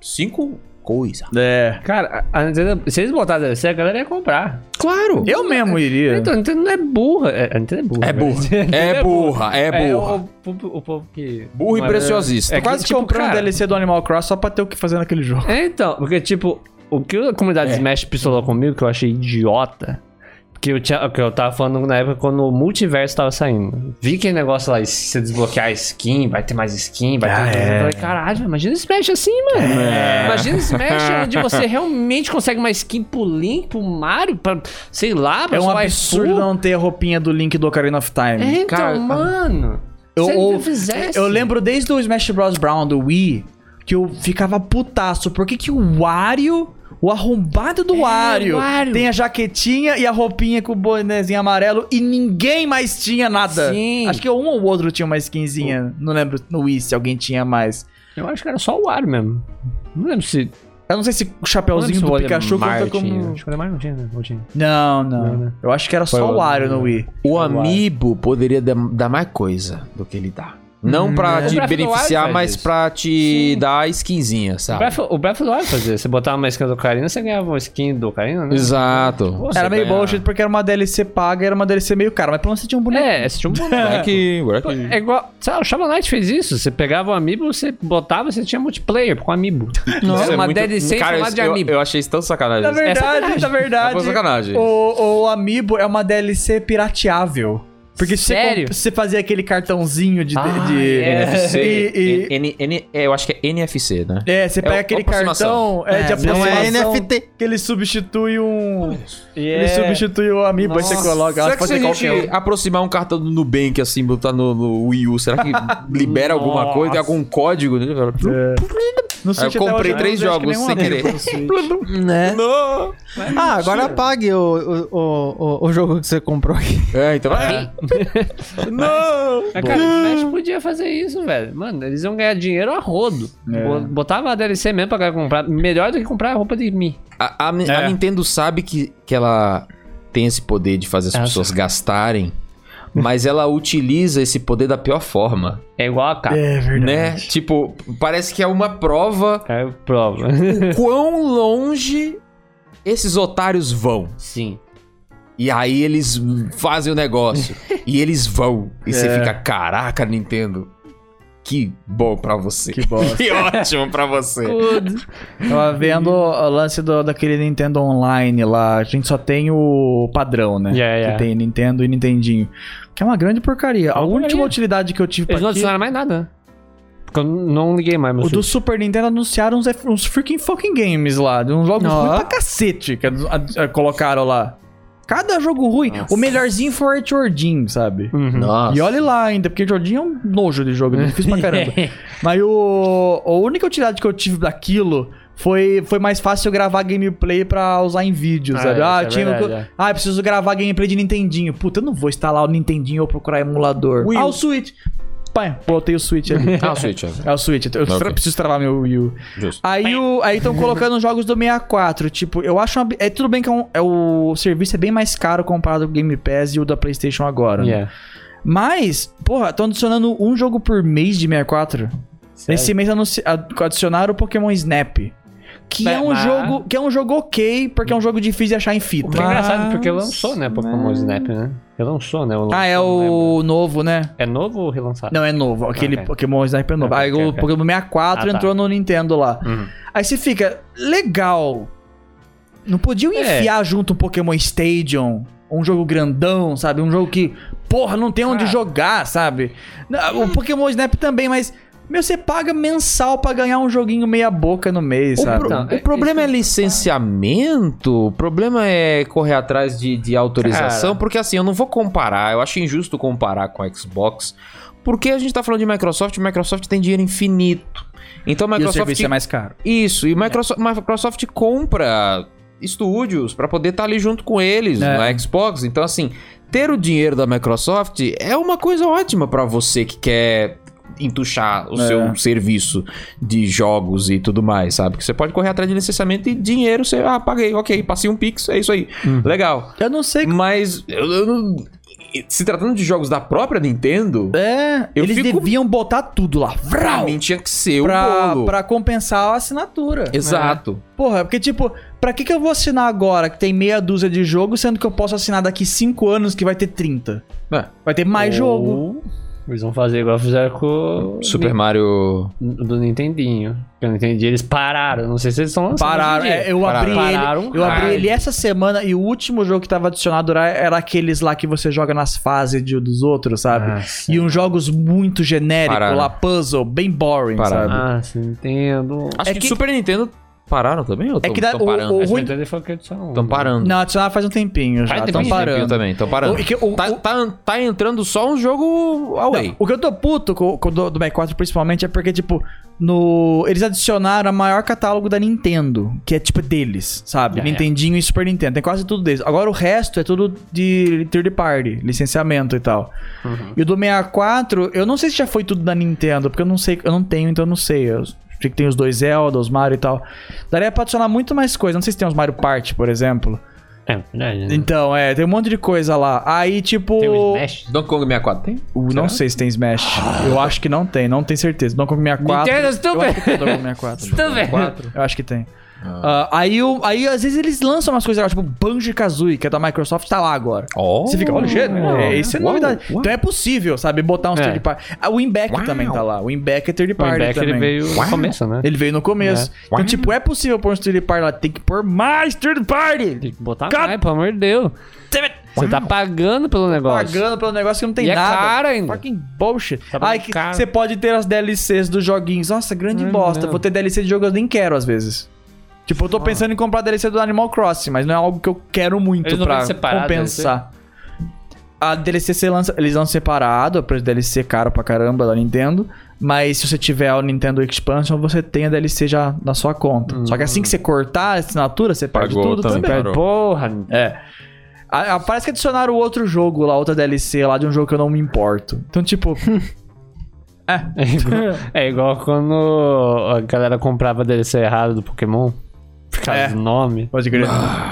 Cinco coisa.
É.
Cara, a- a Nintendo- se eles botassem DLC, a galera ia comprar.
Claro!
Eu mesmo iria.
Então, a Nintendo não é burra. É, A Nintendo é burra.
É
velho.
burra. É burra, é burra.
o, o- o povo que...
Burro e
Mas-
preciosista.
É que,
Quase
tipo,
comprei um
cara-
DLC do Animal Cross só pra ter o que fazer naquele jogo.
É, então, porque, tipo, o que a comunidade
É.
Smash pistolou comigo, que eu achei idiota, que eu, tinha, que eu tava falando na época quando o multiverso tava saindo. Vi aquele negócio lá, e se você desbloquear a skin, vai ter mais skin,
Ah,
vai
é.
ter... Eu falei, caralho, imagina Smash assim, mano. Imagina Smash é onde você realmente consegue uma skin pro Link, pro Mario, pra, sei lá, pra
É um
sua
absurdo
waifu.
não ter a roupinha do Link do Ocarina of
É,
Time.
então,
Cara,
mano...
Eu-
se ele
eu-
fizesse...
Eu lembro desde o Smash Bros. Brown do Wii que eu ficava putaço. Por que, que o Wario, o arrombado do Wario,
É, o Wario.
tem a jaquetinha e a roupinha com o bonezinho amarelo e ninguém mais tinha nada?
Sim.
Acho que um ou outro tinha uma skinzinha. Não lembro no Wii se alguém tinha mais.
Eu acho que era só o Wario mesmo. Não lembro se...
Eu não sei se o
não lembro
chapéuzinho
se
do
o
Pikachu
Olimar
conta
tinha.
como.
Acho que o Olimar não tinha, né? Ou tinha.
Não, não.
Não, né?
Eu acho que era só o Wario no Wii.
O amiibo poderia dar, dar mais coisa do que ele dá. Não pra
O
te
Breath of the Wild
beneficiar,
faz
mas
isso.
pra te dar a skinzinha,
O
sabe?
Breath, o Breath of the Wild fazia. Você botava uma skin do Ocarina, você ganhava uma skin do Ocarina, né?
Exato.
Você
Era meio
ganha-
bullshit porque era uma DLC paga, era uma DLC meio cara, mas pelo menos você tinha um boneco.
É, você tinha um boneco.
Buraco, buraco.
É igual. Sabe, o Shovel Knight fez isso. Você pegava o Amiibo, você botava, você tinha multiplayer com o Amiibo. Não,
Isso
era
é
uma
muito-
DLC
Cara,
chamada
isso-
de
eu-
Amiibo.
Eu, achei isso tão sacanagem.
é
Na verdade, na
Foi
verdade.
sacanagem.
O, o Amiibo é uma DLC pirateável. Porque se você
Sério?
comp- se você fazia aquele cartãozinho de.
Ah,
de-
é.
NFC,
E, e-
N- N- é, eu acho que é NFC, né?
é, você pega
uma
aquele
aproximação.
cartão é, de aproximação.
Não é NFT.
Que ele substitui um.
E é-
Ele substitui o Amiibo, aí você coloca.
é. Será
Ela
que
pode
se a
ser
gente
qualquer um.
aproximar um cartão do Nubank, assim, botar no, no Wii U, será que libera alguma coisa, tem algum código? Né?
Não
Ah, Eu
até hoje,
comprei
não
três
vejo acho que nenhum
jogos sem
Amiibo
querer.
no Switch.
Né?
Não!
Ah,
é
agora apague o, o, o, o- o jogo que você comprou aqui.
É, então vai. Não!
Mas, cara, o Smash podia fazer isso, velho. Mano, eles iam ganhar dinheiro a rodo.
É.
Bo- Botava a DLC mesmo pra galera comprar. Melhor do que comprar a roupa de mim.
A, a- a
É.
Nintendo sabe que, que ela tem esse poder de fazer as
Ela
pessoas gastarem, mas ela utiliza esse poder da pior forma,
É igual a capa.
É verdade.
né? Tipo, parece que é uma prova
É. prova.
o quão longe esses otários vão.
Sim.
E aí eles fazem o negócio. e eles vão. E você
É.
fica, caraca, Nintendo. Que bom pra você.
Que bosta.
Que ótimo pra você.
Tava vendo o lance do- daquele Nintendo Online lá. A gente só tem o padrão, né?
Yeah, yeah.
Que tem Nintendo e Nintendinho. Que é uma grande porcaria. a
porcaria.
última utilidade que eu tive pra
Eles não
aqui,
adicionaram mais nada. né? Porque eu não liguei mais, meu
O do
filho.
Super Nintendo anunciaram uns, uns freaking fucking games lá. de Uns jogos
Ó.
ruins pra cacete que a- a- colocaram lá. Cada jogo ruim. O melhorzinho foi o Jordim, sabe?
Uhum.
Nossa.
E olhe lá ainda, porque Jordim é um nojo de jogo, é difícil pra caramba. Mas o, a única utilidade que eu tive daquilo foi, foi mais fácil eu gravar gameplay pra usar em vídeo,
Ah,
sabe?
isso
Ah,
é
tinha,
verdade, é.
ah, eu preciso gravar gameplay de Nintendinho. Puta, eu não vou instalar o Nintendinho ou procurar emulador.
Wii U.
Ah, o Switch. Pai, botei o Switch ali.
Ah, o Switch. é.
É o Switch, eu tra-
Ok.
preciso travar meu Wii U.
Justo.
Aí o- aí estão colocando os jogos do 64. Tipo, eu acho. Uma, é tudo bem que é um- é o serviço é bem mais caro comparado com o Game Pass e o da PlayStation agora. né?
Yeah.
Mas, porra, estão adicionando um jogo por mês de 64. Esse mês anunci- ad- adicionaram o Pokémon Snap. Que é, um
Mas-
jogo, que é um jogo ok, porque é um jogo difícil de achar em fita.
O que é engraçado, porque lançou, né, Pokémon Snap, né? Relançou, né? o lançou,
Ah, é
não lembro.
o novo, né?
É novo ou relançado?
Não, é novo. Aquele
Ok.
Pokémon Snap é novo.
Ok,
Aí
ok,
o
ok.
Pokémon 64
Ah, tá.
entrou no Nintendo lá.
Uhum.
Aí você fica, legal. Não podiam
É.
enfiar junto um Pokémon Stadium? Um jogo grandão, sabe? Um jogo que, porra, não tem
Ah.
onde
Cara.
jogar, sabe? Não,
Hum.
O Pokémon Snap também, mas. Meu, você paga mensal pra ganhar um joguinho meia-boca no mês,
O,
sabe?
pro-
Então,
o
é-
problema é licenciamento, o problema é correr atrás de, de autorização,
Cara.
porque assim, eu não vou comparar, eu acho injusto comparar com a Xbox, porque a gente tá falando de Microsoft, Microsoft tem dinheiro infinito. Então a
E o
Microsoft
serviço é mais caro.
Isso, e Microsoft,
É.
Microsoft compra estúdios pra poder estar ali junto com eles
É.
na Xbox. Então, assim, ter o dinheiro da Microsoft é uma coisa ótima pra você que quer entuchar
É.
o seu serviço de jogos e tudo mais, sabe? Que você pode correr atrás de necessariamente dinheiro, você, ah, paguei, ok, passei um pix, é isso aí.
Uhum.
Legal.
Eu não sei.
Mas eu, eu não... Se tratando de jogos da própria Nintendo,
É,
Eu
eles
fico-
deviam botar tudo lá.
pra
Vrau!
mim tinha que ser o
Pra,
bolo.
pra compensar a assinatura.
Exato.
Porra, porque tipo, pra que que eu vou assinar agora que tem meia dúzia de jogo, sendo que eu posso assinar daqui 5 anos que vai ter 30?
É.
Vai ter mais jogo.
Eles vão fazer igual fizeram
É.
com o
Super Mario.
Ni- do Nintendinho. Porque o Nintendinho eles pararam. Não sei se eles estão lançando.
Pararam,
hoje em dia.
é, eu
Pararam.
abri
Pararam
ele, eu abri
hard.
ele essa semana e o último jogo que tava adicionado era, era aqueles lá que você joga nas fases de- dos outros, sabe?
Ah, sim.
e uns jogos muito genéricos,
Pararam.
lá puzzle, bem boring,
Pararam.
sabe?
Ah, sim, Nintendo.
Acho
É
que,
que-
Super Nintendo pararam também? Ou
É que dá-
tão
o-
parando?
o
Acho que
ruim-
Nintendo foi o que eles são.
Estão parando.
Não, adicionaram faz um tempinho já,
Faz
estão
tempinho,
Eu
parando.
um também, estão parando.
O- e que- o-
tá,
o-
tá, tá entrando só um jogo away.
O que eu tô puto com, com o do, do Mac 4 principalmente é porque, tipo, no. Eles adicionaram o maior catálogo da Nintendo, que é tipo deles, sabe?
É.
Nintendinho e Super Nintendo. Tem quase tudo deles. Agora o resto é tudo de third party, licenciamento e tal.
Uhum.
E o do 64, eu não sei se já foi tudo da Nintendo, porque eu não sei, eu não tenho, então eu não sei. Eu sei que tem os dois Zelda, os Mario e tal. Daria pra adicionar muito mais coisa. Não sei se tem os Mario Party, por exemplo.
É, verdade. né?
Então, é, tem um monte de coisa lá. Aí, tipo.
Tem o Smash.
Donkey Kong 64 tem?
Uh, não sei se tem Smash. Eu acho que não tem, não tenho certeza. Donkey Kong 64.
Nintendo, é
eu
estúpido!
acho que tem Donkey Kong 64.
Estúpido!
Eu acho que tem. Ah, aí, o- aí, às vezes, eles lançam umas coisas, tipo, Banjo Kazooie, que é da Microsoft, tá lá agora.
Oh.
Você fica, olha, gênero, é, isso é
Uau,
novidade.
uau.
Então é possível, sabe, botar uns
É.
third party. Ah, o Inback
Uau.
também tá lá. O Inback é third
O
party
Inback
também.
ele veio no
Uau.
começo, né?
Ele veio no começo. Então, tipo, é possível pôr uns third party lá. Tem que pôr mais third party.
Tem que botar mais, pelo amor de Deus. Você tá pagando pelo negócio.
pagando pelo negócio que não tem
E é
nada.
caro ainda.
Fucking bullshit.
Tá bem
Ai, que
caro.
você pode ter as DLCs dos joguinhos. Nossa, grande bosta. Vou ter DLC de jogo que eu nem quero às vezes. Tipo, eu
Ah.
tô pensando em comprar DLC do Animal Crossing, mas não é algo que eu quero muito
Eles não
pra
vendem separado,
compensar. A DLC você lança, eles lançam separado, o preço da DLC é caro pra caramba da Nintendo. Mas se você tiver o Nintendo Expansion, você tem a DLC já na sua conta. Só que assim
Hum.
que você cortar a assinatura, você perde
Pagou
tudo
também,
também.
parou.
Porra,
É. A- a- parece que adicionaram outro jogo lá, outra DLC lá de um jogo que eu não me importo. Então, tipo.
é igual, é igual quando a galera comprava DLC errado do Pokémon. Por causa
É.
do nome.
Pode crer.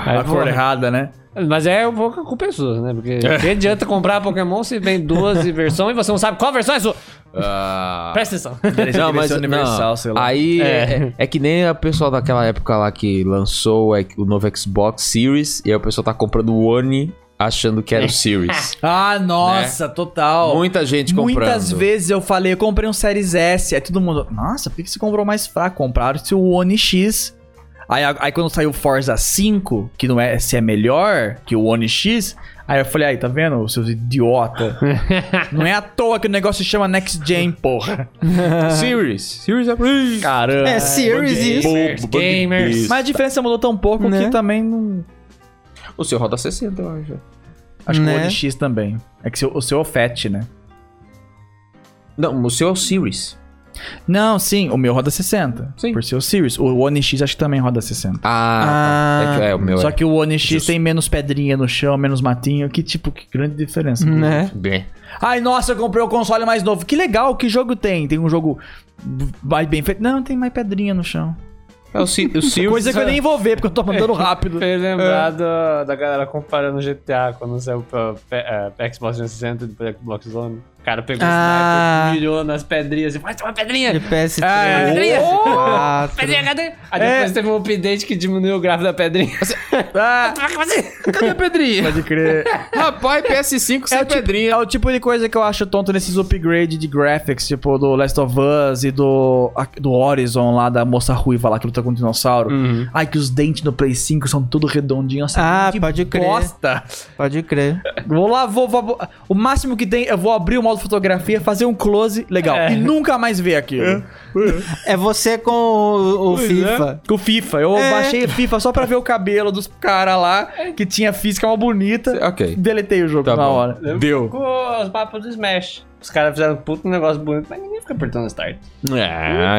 Aí,
a cor
porra,
errada, né?
Mas é um pouco com pessoas, né? Porque
É.
que adianta comprar Pokémon se vem duas versões e você não sabe qual versão é sua?
Ah.
Presta atenção.
Não, mas
Versão é universal,
não.
sei lá.
aí é.
É.
é que nem a pessoa daquela época lá que lançou é, o novo Xbox Series e aí o pessoal tá comprando o One achando que era o Series.
Ah, nossa, total.
Muita gente comprando.
Muitas vezes eu falei, eu comprei um Series S. Aí todo mundo, nossa, por que que você comprou mais fraco? Compraram-se o One X. Aí, aí quando saiu o Forza 5, que não é se é melhor que o One X, aí eu falei, aí, tá vendo, seus idiota? não é à toa que o negócio se chama Next Gen, porra.
Series. Series é
Caramba.
É Series isso.
Bobo,
gamers.
Mas a diferença mudou tão pouco
Né?
que também não.
O seu roda 60, eu acho.
Acho que o
Né?
One X também. É que seu- o seu é o FAT, né?
Não, o seu é o Series.
Não, sim, o meu roda 60.
Sim.
Por ser o Series. O One X acho que também roda 60.
Ah, tá.
Ah.
é, que- é, o meu
Só
é.
que o One X
Justo.
tem menos pedrinha no chão, menos matinho. Que tipo, que grande diferença.
Né?
Bem.
Ai, nossa, eu comprei o console mais novo. Que legal, que jogo tem? Tem um jogo mais bem feito. Não, tem mais pedrinha no chão.
É o, Se- o Series.
Coisa que eu nem vou ver, porque eu tô mandando rápido.
É.
Fez lembrar
É.
da- da galera comparando GTA quando saiu pra, pe- é, pra Xbox 360 e depois Xbox One. O cara pegou
Ah.
o sniper, milhou nas pedrinhas e faz uma
De
pedrinha!
PS3.
Pedrinha!
Ah,
Pedrinha, cadê? Aí
É.
depois teve um update que diminuiu o gráfico da pedrinha.
Ah,
Cadê a pedrinha?
pode crer.
Rapaz, PS5 sem
o tipo-
pedrinha.
É o tipo de coisa que eu acho tonto nesses upgrades de graphics, tipo do Last of Us e do, a- do Horizon lá, da moça ruiva lá que luta com o dinossauro.
Uhum.
Ai, que os dentes no Play 5 são tudo redondinhos. Nossa,
Ah,
que
pode crer.
bosta.
Pode crer.
Vou lá, vou, vou- vou- O máximo que tem, eu vou abrir o modo fotografia, fazer um close, legal. E nunca mais ver aquilo.
É você com o, o FIFA.
Com o FIFA. Eu
É.
baixei FIFA só pra ver o cabelo dos caras lá, que tinha física mal bonita.
Ok.
Deletei o jogo
Tá
na
bom.
hora.
Deu.
Com os papos do Smash. Os caras fizeram um puto negócio bonito, mas ninguém fica apertando
É,
start.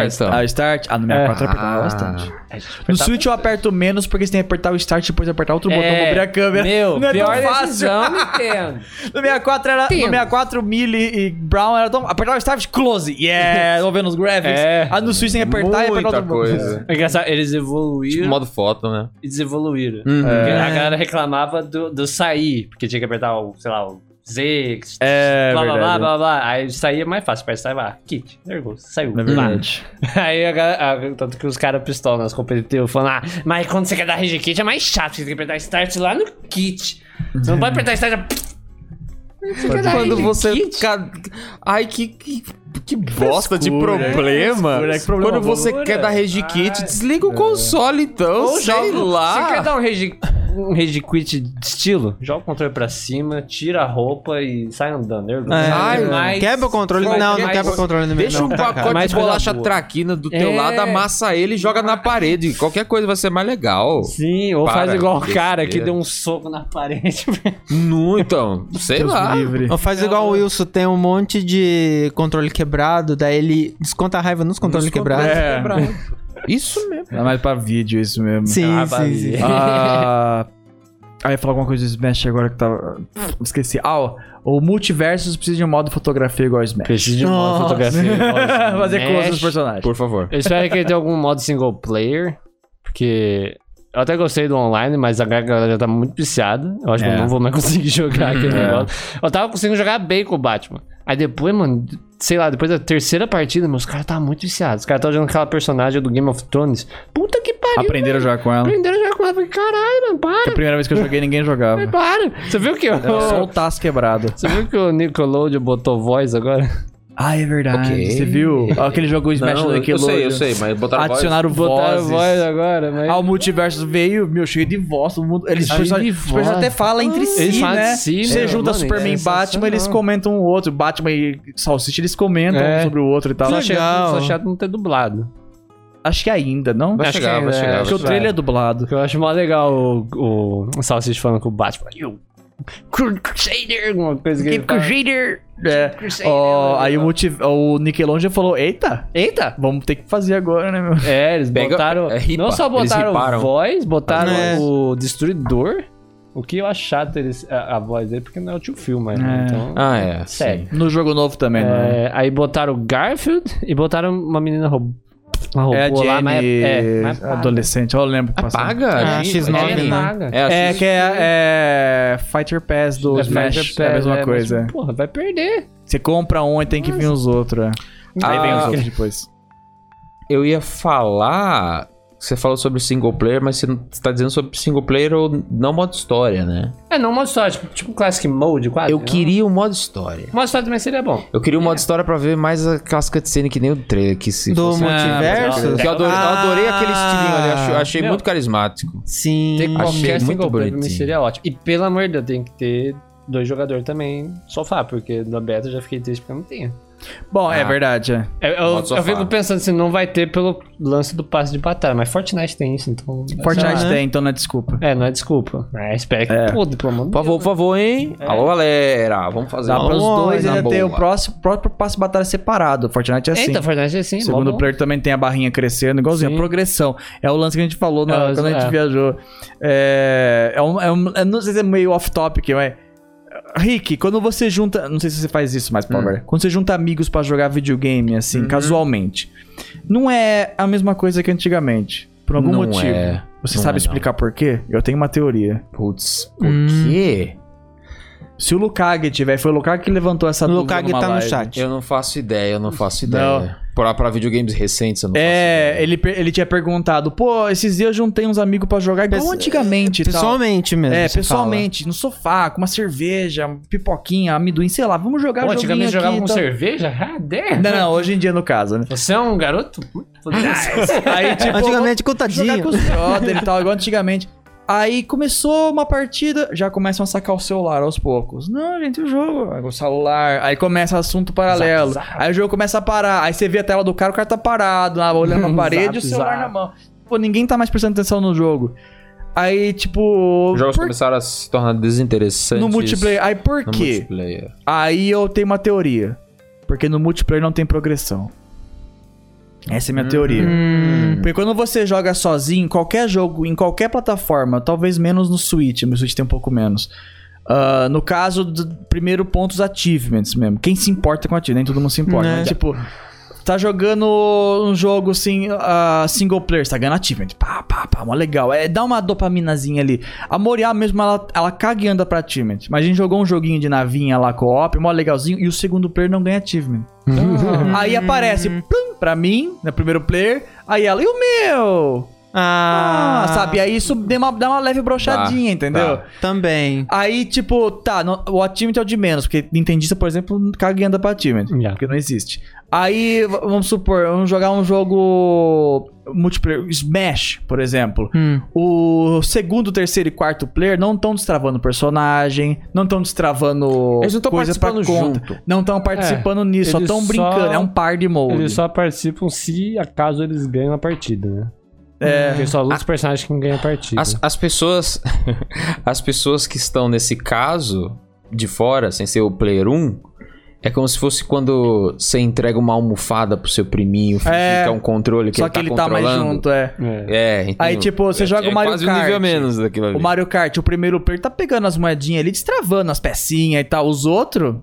então.
Ah, start. Ah, no 64 eu apertava bastante.
É,
No Switch eu aperto menos porque você tem que apertar o start e depois apertar outro botão pra abrir a câmera.
Meu,
não é
pior
tão fácil.
decisão, Nintendo.
No 64 era. No 64, Millie e Brown era tão. Apertava o start, close. Yeah, tô vendo os graphics.
É.
Ah, no Switch tem que apertar e apertar
Muita
outro botão.
coisa.
É engraçado, eles evoluíram
Modo foto, né? É.
e desevoluíram.
Uhum.
Porque
É.
a galera reclamava do, do sair, porque tinha que apertar o, sei lá, o Z,
É,
blá, blá, blá,
verdade.
blá, blá. Aí sair é mais fácil, parece sair lá. Kit, nervoso, saiu.
É verdade.
Aí a galera, a- tanto que os caras pistolam nas competitivas falando, ah, mas quando você quer dar rage kit é mais chato, porque você tem que apertar start lá no kit. Você não pode apertar start.
Quando você. ca- Ai, que. que... Que bosta de
frescura, que
problema.
frescura, que problema É.
Quando você
frescura.
quer dar rage kit, desliga o console então, sei
Ah.
lá.
Você quer dar um rage, um rage quit de estilo? Joga o controle pra cima, tira a roupa e sai andando. nervoso.
É.
Ai,
Mas-
Quebra o controle.
mas-
Não, não
mas-
quebra o controle no meio.
Deixa
não,
um
tá, cara.
pacote
Mais
de
coisa
bolacha
boa.
traquina do teu
É.
lado, amassa ele e joga na parede. Qualquer coisa vai ser mais legal.
Sim, ou
Para,
faz igual o cara que
besteira.
deu um soco na parede.
Não, então, sei lá.
Ou faz igual o Wilson, tem um monte de controle quebrado, daí ele desconta a raiva nos controles quebrados.
É.
Isso mesmo.
Não é mais pra vídeo isso mesmo.
Sim,
Ah,
sim, sim.
Ah, aí eu ia falar alguma coisa do Smash agora que tava. Esqueci. Ah, ó, o Multiversus precisa de um modo fotografia igual ao Smash.
Preciso de
uma Nossa.
fotografia.
Fazer close dos personagens.
Por favor.
Eu espero que ele tenha algum modo single player, porque eu até gostei do online, mas a galera já tá muito viciada. Eu acho que eu não vou mais conseguir jogar aquele negócio. Eu tava conseguindo jogar bem com o Batman. Aí depois, mano, sei lá, depois da terceira partida, meus caras tá muito viciados. Os caras tá jogando aquela personagem do Game of Thrones. Puta que pariu.
Aprenderam a jogar com ela.
Aprenderam a jogar com ela. Eu falei, Caralho, mano,
Que a
para,
primeira vez que eu joguei, ninguém jogava.
para. Você viu que eu...
Era Só o Taz quebrado.
Você viu que o Nickelodeon botou voz agora?
Ah, é verdade.
Ok.
Você viu? Aquele jogo Smash do
Não, eu sei, eu
Nickelodeon.
sei, mas botaram
Adicionaram
Botaram
vozes.
voz agora, mas...
Ah, o multiverso veio, meu, cheio de voz. todo mundo- eles
Cheio
os
de
personagens- os personagens
voz.
até falam entre si,
Eles falam
né?
de si,
Você
né?
junta
Mano,
Superman
é
e Batman, eles
sensacional.
comentam um outro. Batman e Salsicha, eles comentam
É.
um sobre o outro e tal.
Só
Acho-
legal.
chato, só chato não ter dublado.
Acho que ainda, não?
Vai
Acho
chegar,
que
vai
é,
chegar.
acho
vai
Porque o
chegar.
trailer é dublado.
Eu acho mó legal o, o Salsicha falando com o Batman. You Cru- Crusader, alguma coisa que ele fala.
Crusader! É.
Crusader,
Ó,
né?
aí o, multi... o Nickelodeon já falou: Eita,
Eita!
vamos ter que fazer agora, né, meu?
É, eles
Pega-
botaram.
é, ripa.
não só
Eles
botaram
riparam.
voz, botaram
É.
o Destruidor. O que eu acho chato eles, a, a voz dele, porque não é o tio Phil, mas.
É.
Então,
Ah, é.
sério.
No jogo novo também, né?
É, aí botaram o Garfield e botaram uma menina robô. Uma robô
É a Jenny,
lá, mas é, é, mas é paga.
adolescente, eu lembro. que passava.
Paga?
Ah,
gente,
X9,
é
É,
né?
paga.
É,
É,
é
que é, é Fighter Pass do Smash,
Fighter
é a
Pass,
mesma
mas,
coisa.
porra, vai perder.
Você compra um e tem que vir os outros, é. Aí vem os
Ah,
outros depois.
eu ia falar. Você falou sobre single player, mas você não- você tá dizendo sobre single player ou não modo história, né?
É, não, modo história, tipo, tipo Classic Mode, quase.
Eu
né?
queria o modo história.
Modo história também seria bom.
Eu queria o
É.
modo história pra ver mais aquelas cutscenes que nem o trailer que se
Do
fosse-
multiverso?
né?
Que eu adorei, eu adorei
Ah.
aquele estilinho ali, eu achei, eu achei
Meu.
muito carismático.
Sim.
Hum,
Ter
achei
qualquer
muito
single player pra mim
bonitinho.
seria ótimo. E pelo amor de Deus, tem que ter dois jogadores também sofá, porque na beta eu já fiquei triste porque não tinha.
Bom, é
Ah.
verdade, é.
Eu, eu,
Modo sofá.
eu fico pensando se não vai ter pelo lance do passe de batalha, mas Fortnite tem isso, então.
Fortnite
né?
tem, então não é desculpa.
É, não é desculpa. É, espera que
É.
tudo, pelo amor de
Por favor, por favor, hein? Alô, galera. Vamos fazer
Dá
uma-
para os
boa,
dois
na
ainda ter o
boa.
próximo, próprio passo de batalha separado. Fortnite é assim.
Eita, Fortnite é assim,
o segundo
mó bom.
player também tem a barrinha crescendo, igualzinho,
Sim.
a progressão. É o lance que a gente falou na-
É, mas-
quando a gente
é.
viajou. É, é um, é um- eu não sei se é meio off-topic, mas... é, Rick, quando você junta... Não sei se você faz isso mais, Power. Quando você junta amigos pra jogar videogame, assim, casualmente, não é a mesma coisa que antigamente. Por algum
Não
motivo.
é.
Você
Não
sabe
é, não.
explicar por quê? Eu tenho uma teoria.
Putz, por
Hum.
quê?
Se o Lukage tiver, foi o Lukage que levantou essa
O
dúvida
Lukag
numa
tá no
live.
chat.
Eu não faço ideia, eu não faço ideia. Pra, pra videogames recentes, eu
Tipo, assim,
não
É,
né?
ele, per- ele tinha perguntado, pô, esses dias eu juntei uns amigos pra jogar igual
Pesso-
antigamente e tal.
Pessoalmente mesmo.
É,
você
pessoalmente, no sofá, com uma cerveja, uma pipoquinha, amendoim, sei lá, vamos jogar
Pô,
joguinho
antigamente
aqui
jogava
e
com
tal.
cerveja? Ah, damn.
Não, não, hoje em dia no caso, né?
Você é um garoto?
Aí, tipo,
fala. Antigamente, contadinho.
jogar com os brother e tal, igual antigamente. Aí começou uma partida, já começam a sacar o celular aos poucos. Não, gente, o jogo. Aí o celular. Aí começa assunto paralelo.
Zap, zap.
Aí o jogo começa a parar. Aí você vê a tela do cara, o cara tá parado, lá, olhando pra parede e o
Zap,
celular
zap.
na mão. Pô, ninguém tá mais prestando atenção no jogo. Aí, tipo.
Os jogos
por-
começaram a se tornar desinteressantes.
No multiplayer. Aí por
No
quê?
multiplayer.
Aí eu tenho uma teoria. Porque no multiplayer não tem progressão. Essa é
Hum.
a minha teoria.
Hum.
Porque quando você joga sozinho, em qualquer jogo, em qualquer plataforma, talvez menos no Switch, meu Switch tem um pouco menos. Ah, no caso do primeiro ponto, os achievements mesmo. Quem se importa com achievements? Nem todo mundo se importa.
Né.
Mas, tipo, tá jogando um jogo assim, ah, single player, você tá ganhando achievement. Pá, pá, pá, mó legal. É, dá uma dopaminazinha ali. A Moriá mesmo, ela, ela caga e anda pra achievement. Mas a gente jogou um joguinho de navinha lá, co-op, mó legalzinho, e o segundo player não ganha achievement. Aí aparece, plum, pra mim, no primeiro player, aí ela, e o meu? Ah,
Ah,
sabe? Aí isso deu uma- dá uma, leve brochadinha, entendeu?
Também.
Aí, tipo, tá, no- o achievement é o de menos, porque Nintendista, por exemplo, caga e anda pra achievement,
Yeah.
porque não existe. Aí, v- vamos supor, vamos jogar um jogo multiplayer, Smash, por exemplo.
Hum.
O segundo, terceiro e quarto player não estão destravando personagem, não estão destravando
Eles não tão
coisa pra
participando
conta. Não estão participando nisso, só
eles
estão
só-
brincando. É um par de mode.
Eles só participam se acaso eles ganham a partida, né? É. Porque só luta os personagens que ganham a partida.
As, as pessoas. as pessoas que estão nesse caso de fora, sem ser o player 1, é como se fosse quando você entrega uma almofada pro seu priminho, fica
É.
um controle que
Só
ele
que
tá
ele tá mais
controlando.
junto, é.
É.
É, então,
Aí, tipo, você
é-
joga
é
o Mario
quase
Kart.
um nível a menos daquilo ali.
O Mario Kart, o primeiro player, tá pegando as moedinhas ali, destravando as pecinhas e tal. Os outros,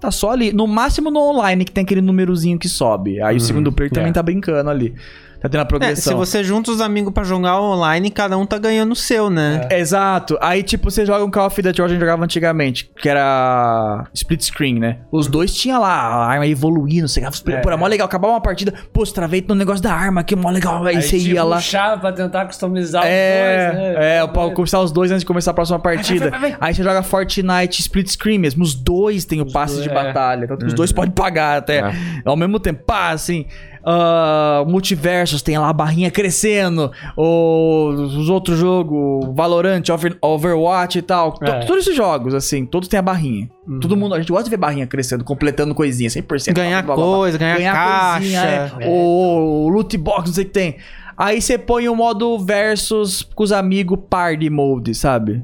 tá só ali. No máximo no online, que tem aquele númerozinho que sobe. Aí o segundo player também
é.
tá brincando ali. Tá tendo a
É, se
progressão.
você junta os amigos pra jogar online, cada um tá ganhando o seu,
É.
né?
Exato. Aí, tipo, você joga um Call of Duty, a gente jogava antigamente, que era split screen, né? Os dois tinha lá a arma evoluindo, você ganhava os player, pô, era mó legal, acabava uma partida, pô, travei no negócio da arma aqui, mó legal, aí, você ia lá.
chave pra tentar customizar né?
É, é, eu posso começar os dois antes de começar a próxima partida. Aí você joga Fortnite, split screen mesmo. Os dois têm o passe
dois,
de
é.
batalha. Tanto que os dois podem pagar até.
É.
Ao mesmo tempo, pá, assim. ah, multiversos, tem lá a barrinha crescendo. Ou os outros jogos, Valorant, Over- Overwatch e tal. to-
É.
Todos esses jogos, assim, todos têm a barrinha.
Hum,
Todo mundo, a gente gosta de ver barrinha crescendo, completando coisinha, 100%.
Ganhar
blá, blá, blá, blá
coisa, ganhar,
coisinha,
caixa.
é. Ou ou loot box, não sei É, o que tem. Aí você põe o modo versus com os amigos party mode, sabe?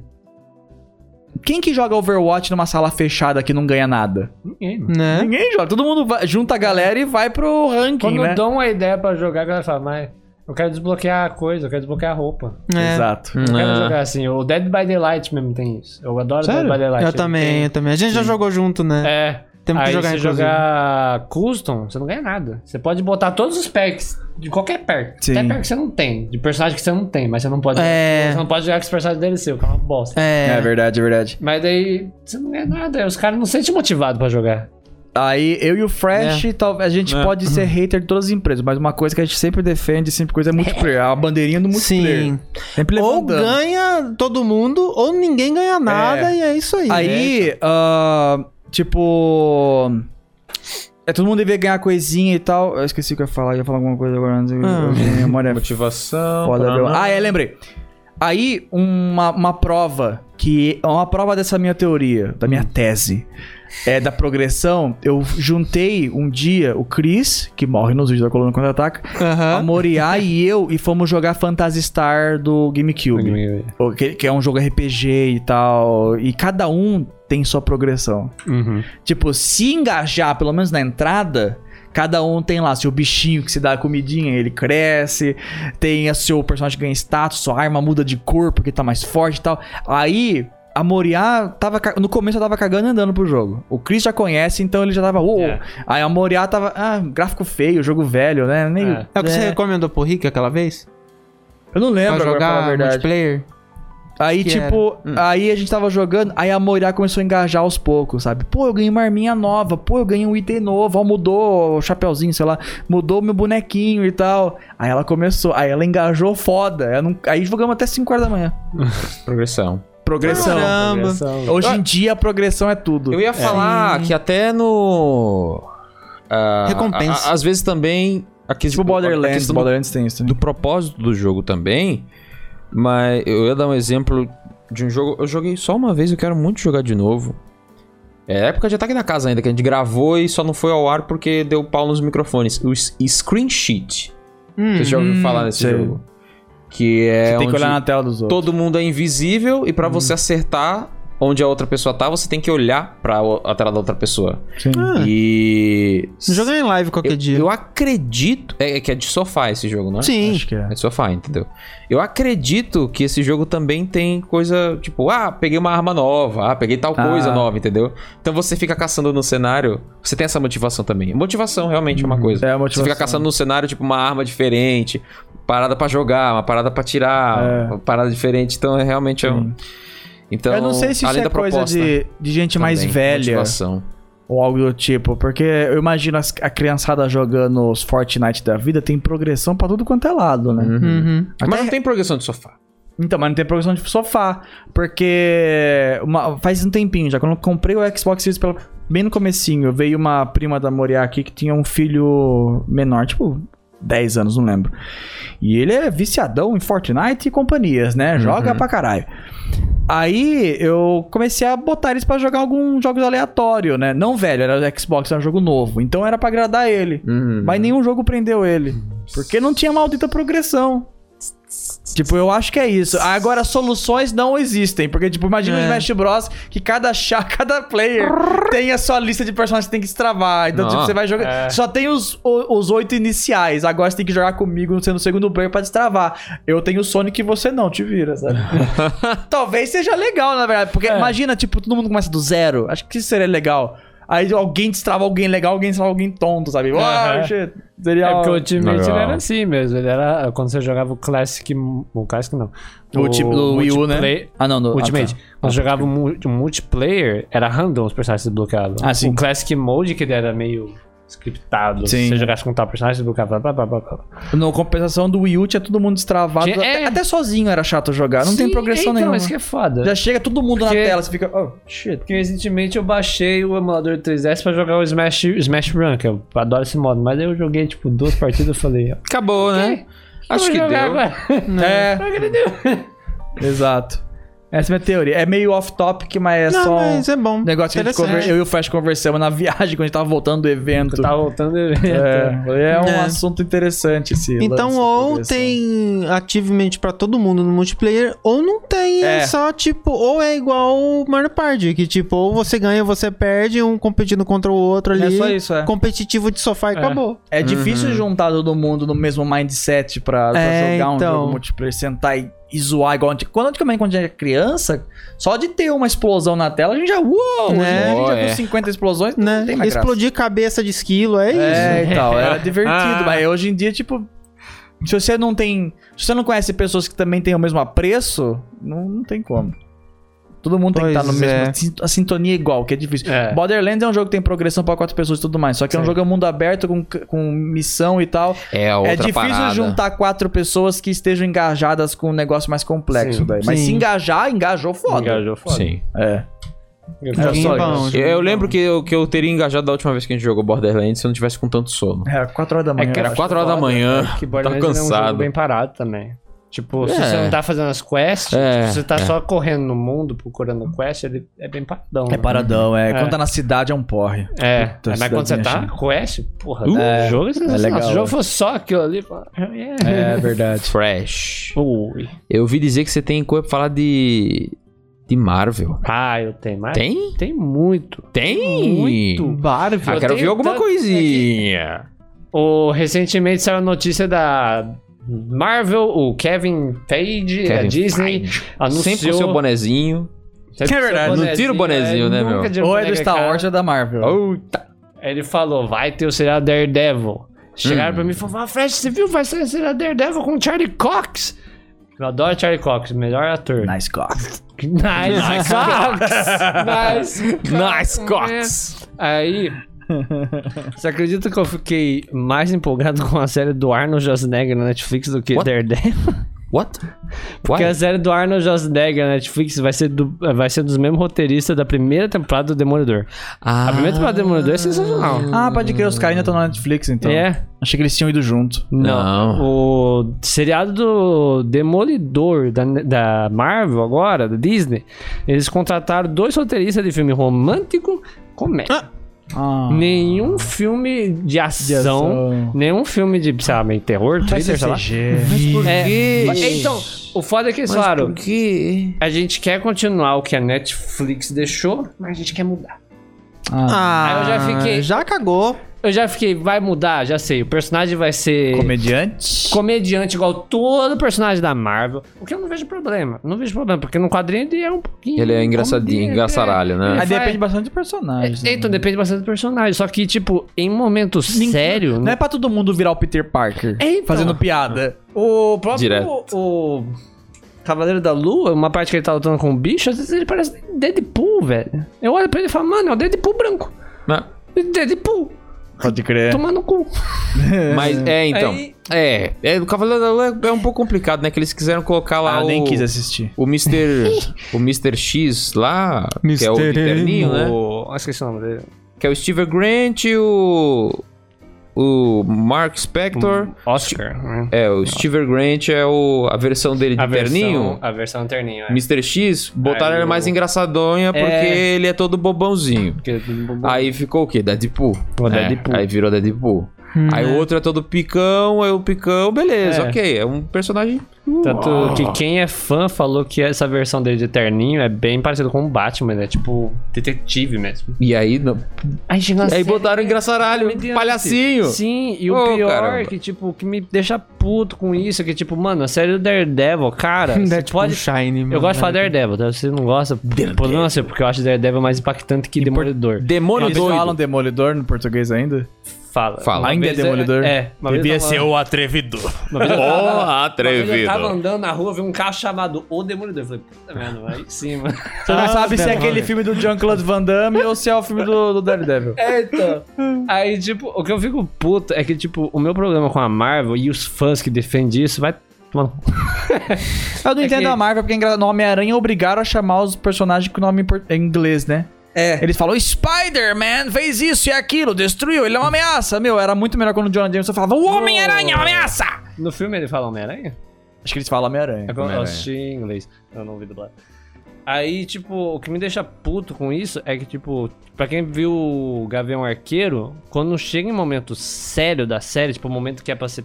Quem que joga Overwatch numa sala fechada que não ganha nada?
Ninguém.
Né?
Ninguém joga. Todo mundo vai- junta a galera e vai pro ranking,
Quando
né?
dão uma ideia pra jogar, a galera fala, mas eu quero desbloquear a coisa, eu quero desbloquear a roupa.
É.
Exato.
Eu quero
Ah.
jogar assim. O Dead by Daylight mesmo tem isso. Eu adoro Dead by Daylight.
Eu
Ele tem-
também, eu também. A gente já jogou junto, né?
É.
Temos que
Aí
jogar,
se
inclusive.
jogar custom, você não ganha nada. Você pode botar todos os packs de qualquer perk.
Sim.
Até perk que você não tem. De personagem que você não tem, mas você não pode.
É.
Você não pode jogar com os personagens dele seu, que é uma bosta.
É.
verdade, é verdade.
Mas daí você não ganha nada. Os caras não se sentem motivados pra jogar.
Aí eu e o Fresh, talvez a gente pode ser hater de todas as empresas, mas uma coisa que a gente sempre defende, sempre coisa é multiplayer. A bandeirinha do multiplayer.
Sim.
Sempre
Ou
levantando.
ganha todo mundo, ou ninguém ganha nada, e é isso aí.
Aí, ah, tipo. É, todo mundo devia ganhar coisinha e tal. Eu esqueci o que eu ia falar, eu ia falar alguma coisa agora. Não sei,
Ah.
minha memória é
Motivação.
foda.
parará.
deu- Ah, é, lembrei. Aí, uma, uma prova, que é uma prova dessa minha teoria, da minha
Hum.
tese, é da progressão. Eu juntei um dia o Chris, que morre nos vídeos da Coluna Contra-Ataca, a
É. Aham.
Moriá e eu, e fomos jogar Phantasy Star do GameCube. Ou Que, que é um jogo RPG e tal. E cada um tem sua progressão.
Uhum.
Tipo, se engajar, pelo menos na entrada, cada um tem lá seu bichinho que se dá a comidinha, ele cresce. Tem a seu personagem que ganha status, sua arma muda de cor porque tá mais forte e tal. Aí. A Moriá tava. ca- No começo ela tava cagando e andando pro jogo. O Chris já conhece, então ele já tava. "Uou".
É.
Aí a Moriá tava. Ah, gráfico feio, jogo velho, né? Nem,
É.
É o que você
é.
recomendou pro Rick aquela vez?
Eu não
Pra
lembro agora, pra falar a
jogar
verdade.
multiplayer?
Aí,
que
tipo,
Hum.
aí a gente tava jogando, aí a Moirá começou a engajar aos poucos, sabe? Pô, eu ganhei uma arminha nova, pô, eu ganhei um item novo, ó, mudou o chapeuzinho, sei lá, mudou meu bonequinho e tal. Aí ela começou, aí ela engajou foda. ela não- aí jogamos até 5 horas da manhã.
Progressão.
Progressão.
Caramba.
Então, é
Hoje em dia a progressão é tudo.
Eu ia falar que até no. ah,
Recompensa.
a- a- às vezes também. A questão,
Tipo
a
Borderlands,
questão do,
Borderlands tem isso. né?
do propósito do jogo também. Mas eu ia dar um exemplo de um jogo. Eu joguei só uma vez, eu quero muito jogar de novo. É época de ataque da casa ainda, que a gente gravou e só não foi ao ar porque deu pau nos microfones. O S- Screen Sheet.
Hum.
Vocês já ouviram falar nesse
sei.
jogo? Que é.
Você tem que
onde-
olhar na tela dos outros. Uhum.
Todo mundo é invisível e pra você acertar onde a outra pessoa tá, você tem que olhar pra o- a tela da outra pessoa.
Sim.
Ah,
E.
Jogar em live qualquer
eu,
dia.
eu acredito. É, é que é de sofá esse jogo, não é?
Sim.
Acho que é.
É de sofá, entendeu? Eu acredito que esse jogo também tem coisa tipo, ah, peguei uma arma nova, ah, peguei tal coisa
Ah.
nova, entendeu? Então você fica caçando no cenário, você tem essa motivação também. Motivação realmente é uma coisa.
é a
Você fica
motivação.
caçando no cenário, tipo, uma arma diferente, parada pra jogar, uma parada pra tirar,
É.
uma parada diferente. Então é realmente é um. Então,
eu não sei se isso
além
é
da
coisa
proposta,
de, de gente mais
também,
velha
motivação.
ou algo do tipo, porque eu imagino as- a criançada jogando os Fortnite da vida tem progressão pra tudo quanto é lado, né?
Uhum.
Mas
Até-
não tem progressão de sofá.
Então, mas não tem progressão de sofá, porque uma- faz um tempinho já, quando eu comprei o Xbox Series pela- bem no comecinho, veio uma prima da Moriá aqui que tinha um filho menor, tipo 10 anos, não lembro. E ele é viciadão em Fortnite e companhias, né? Joga pra caralho. Aí eu comecei a botar eles pra jogar alguns jogos aleatórios, né? Não velho, era do Xbox, era um jogo novo. Então era pra agradar ele.
Uhum.
Mas nenhum jogo prendeu ele. Porque não tinha maldita progressão. Tipo, eu acho que é isso. Agora, soluções não existem. Porque, tipo, imagina o Smash Bros. que cada chá, cada player tem a sua lista de personagens que tem que destravar. Então, tipo,
Não.
você vai jogar. Só tem os o- os oito iniciais. Agora você tem que jogar comigo sendo o segundo player pra destravar. Eu tenho o Sonic e você não, te vira, sabe? Talvez seja legal, na verdade. Porque imagina, tipo, todo mundo começa do zero. Acho que isso seria legal. Aí alguém destrava alguém legal, alguém destrava alguém tonto, sabe? Ah, Uau,
Aham.
shit. Seria.
É porque o Ultimate
Legal.
ele era assim mesmo. Ele era. Quando você jogava o Classic. O Classic não.
O ulti- do Wii U, né?
multiplayer-
Ah, não, no
Ultimate.
Ah,
Quando eu jogava o mu- o multiplayer, era random os personagens desbloqueados.
Ah, sim.
O Classic Mode, que ele era meio scriptado.
Sim.
Se você jogasse com tal personagem, desbloqueava. Blá, blá, blá, blá.
tá. No compensação do Wii U tinha todo mundo destravado.
Tinha-
até,
é.
até sozinho era chato jogar. Não tem
Sim,
progressão
então,
nenhuma.
Isso que é foda.
Já chega todo mundo
Porque-
na tela, você fica. Oh, shit.
Porque recentemente eu baixei o emulador 3DS pra jogar o Smash, Smash Run, que eu adoro esse modo. Mas aí eu joguei, tipo, duas partidas e falei... ó,
Acabou, né? Acho
vou
que
jogar
deu.
agora.
É. Exato. Essa é a minha teoria. É meio off-topic, mas é
Não,
só um
mas é bom.
negócio que a gente
Interessante.
conver- eu e o Flash conversamos na viagem quando a gente tava voltando do evento.
Eu tava Tá voltando...
tá É, é um
É.
assunto interessante esse.
Então,
lance da
ou
progressão.
tem achievement pra todo mundo no multiplayer, ou não tem. É.
É.
só tipo, ou é igual o Mario Party, que tipo, ou você ganha, ou você perde, um competindo contra o outro ali.
É só isso, é.
Competitivo de sofá e
É.
acabou.
É difícil juntar todo mundo no mesmo mindset pra, pra
É,
jogar
então.
um jogo multiplayer, sentar e, e zoar igual. a gente- Quando antigamente, quando a gente era criança, só de ter uma explosão na tela, a gente já. Uou!
Né?
A gente já
É.
viu 50 explosões, não,
Né?
tem mais graça.
Explodir cabeça de esquilo, é, isso.
É, e tal. Era divertido. mas hoje em dia, tipo. Se você não tem. Se você não conhece pessoas que também têm o mesmo apreço, não, não tem como. Todo mundo tem que estar
Pois
no
é.
mesmo. sin- A sintonia é igual, que é difícil.
É.
Borderlands é um jogo que tem progressão pra quatro pessoas e tudo mais. Só que é um
Sim.
jogo é mundo aberto, com, com missão e tal.
É, a outra
é difícil
parada.
juntar quatro pessoas que estejam engajadas com um negócio mais complexo
Sim.
daí. Mas
Sim.
se engajar, engajou foda.
Engajou foda.
Sim.
É.
É
Tá
só isso.
bom,
Eu,
joguinho
eu
bom.
lembro que eu, que eu teria engajado da última vez que a gente jogou Borderlands se eu não tivesse com tanto sono.
É, 4 horas da manhã.
que
Era
eu acho.
4 horas da manhã. Tá
Que Borderlands é um
cansado.
jogo bem parado também. Tipo, se
É.
você não tá fazendo as quests,
É,
tipo, você tá
é.
só correndo no mundo, procurando quest, ele é bem paradão.
É
né?
paradão, é.
É.
Quando tá na cidade é um porre.
É,
Puta,
mas quando você tá
cidade
quest, porra,
Uh,
o jogo é sensacional. Se
legal.
o jogo fosse só aquilo ali, pô, é.
verdade.
Fresh.
Ui.
Eu ouvi dizer que você tem coisa pra falar de. de Marvel.
Ah, eu tenho mais.
Tem?
Tem muito.
Tem!
Muito.
Marvel.
Ah, quero
Eu tenho
ouvir alguma
tanto-
coisinha.
O, recentemente saiu a notícia da Marvel, o Kevin Feige, a
Kevin
Disney, anunciou...
Sempre com seu bonezinho.
Sempre
É verdade.
com seu
Não tira o bonezinho,
é,
né,
nunca
meu? Oh,
tira o
Ou é do
boneco,
Star
cara.
Wars ou é da Marvel.
Oh. Ele falou, vai ter o serial Daredevil. Chegaram
Hum.
pra mim e falaram, ah, Flash, você viu? Vai sair o serial Daredevil com o Charlie Cox. Eu adoro Charlie Cox, melhor ator.
Nice cock.
Nice, Cox! nice
Nice
né?
Cox!
Aí, você acredita que eu fiquei mais empolgado com a série do Arnold Schwarzenegger na Netflix do que
What?
Daredevil?
What?
Porque
Why?
a série do Arnold Schwarzenegger na Netflix vai ser, do, vai ser dos mesmos roteiristas da primeira temporada do Demolidor.
Ah,
A primeira temporada do Demolidor é sensacional.
Ah, pode crer, os caras ainda estão na Netflix, então.
É.
Achei que eles tinham ido junto.
Não. O seriado do Demolidor da, da Marvel agora, da Disney, eles contrataram dois roteiristas de filme romântico, comédia.
Ah.
Nenhum filme de ação,
ação.
nenhum filme de, sei lá, meio terror,
Vai ser
thriller, sei lá.
CG.
Por
É,
quê?
mas- então, O foda é que, claro, a gente quer continuar o que a Netflix deixou, mas a gente quer mudar.
Ah,
Aí eu já fiquei-
Já cagou.
Eu já fiquei, vai mudar, já sei. O personagem vai ser
Comediante.
comediante igual todo personagem da Marvel. O que eu não vejo problema. Não vejo problema, porque no quadrinho ele é um pouquinho.
Ele é engraçadinho,
comediante,
engraçaralho, né?
Aí
Vai.
depende bastante do personagem.
É, então depende bastante do personagem. Só que, tipo, em momento sério.
Não é pra todo mundo virar o Peter Parker.
É, então.
Fazendo piada.
O próprio.
Direto.
O, o Cavaleiro da Lua, uma parte que ele tá lutando com um bicho, às vezes ele parece Deadpool, velho. Eu olho pra ele e falo, mano, é o Deadpool branco.
Né?
Deadpool,
Pode crer.
tomando cu.
Mas é, então.
É. Aí-
É, é, o Cavaleiro da Lua é um pouco complicado, né? Que eles quiseram colocar lá
Ah,
o.
nem quis
assim.
assistir.
O Mr. o Mr. X lá, que é o de
Mr.
terninho, né?
O... Ah, esqueci o nome dele.
Que é o Steve Grant, o. O Mark Spector.
Oscar. né?
É, o Steve Grant é o, a versão dele de
A versão,
terninho.
A versão terninho, é.
Mr. X, botaram
Aí
ele mais
o-
engraçadonha porque
É.
ele é todo bobãozinho.
Porque-
Aí ficou o quê? Deadpool.
O
É,
Deadpool.
Aí virou Deadpool.
Hum,
Aí o outro é todo picão, aí o picão, beleza,
É.
ok. É um personagem.
Tanto que quem é fã falou que essa versão dele de terninho é bem parecido com o Batman, né? Tipo, detetive mesmo.
E aí, não.
Aí chegou
aí botaram engraçaralho,
Comediante.
um palhacinho.
Sim, e o
Ô,
pior
caramba.
que, tipo, o que me deixa puto com isso é que, tipo, mano, a série do Daredevil, cara, você
Deadpool
pode...
Shine,
Eu
mano,
gosto de falar
né?
Daredevil, tá? Você não gosta, o problema é seu, porque eu acho Daredevil mais impactante que Demolidor.
Demônio
Eles
doido.
falam Demolidor no português ainda?
Fala.
Fala.
Uma
Ainda é
vez
Demolidor?
É. Uma vez eu tava-
o atrevido.
uma vez eu tava-
Porra,
uma vez eu tava
atrevido.
andando na rua, vi um carro chamado O Demolidor. Eu falei, puta merda, vai em cima.
Você não sabe se é aquele filme do Jean-Claude Van Damme ou se é o filme do, do Daredevil.
É, então. Aí, tipo, o que eu fico puto é que, tipo, o meu problema com a Marvel e os fãs que defendem isso, vai tomar no cu.
Eu não entendo
É que-
a Marvel porque é engra- no Homem-Aranha obrigaram a chamar os personagens com nome em por- em inglês, né?
É.
Eles falam, Spider-Man fez isso e aquilo, destruiu, ele é uma ameaça. Meu, era muito melhor quando o John Jameson falava, o Homem-Aranha é uma ameaça!
No filme ele fala Homem-Aranha?
Acho que eles falam Homem-Aranha.
É que eu- eu assisti em inglês, eu não ouvi dublado. Aí, tipo, o que me deixa puto com isso é que, tipo, pra quem viu o Gavião Arqueiro, quando chega em momento sério da série, tipo, momento que é pra ser,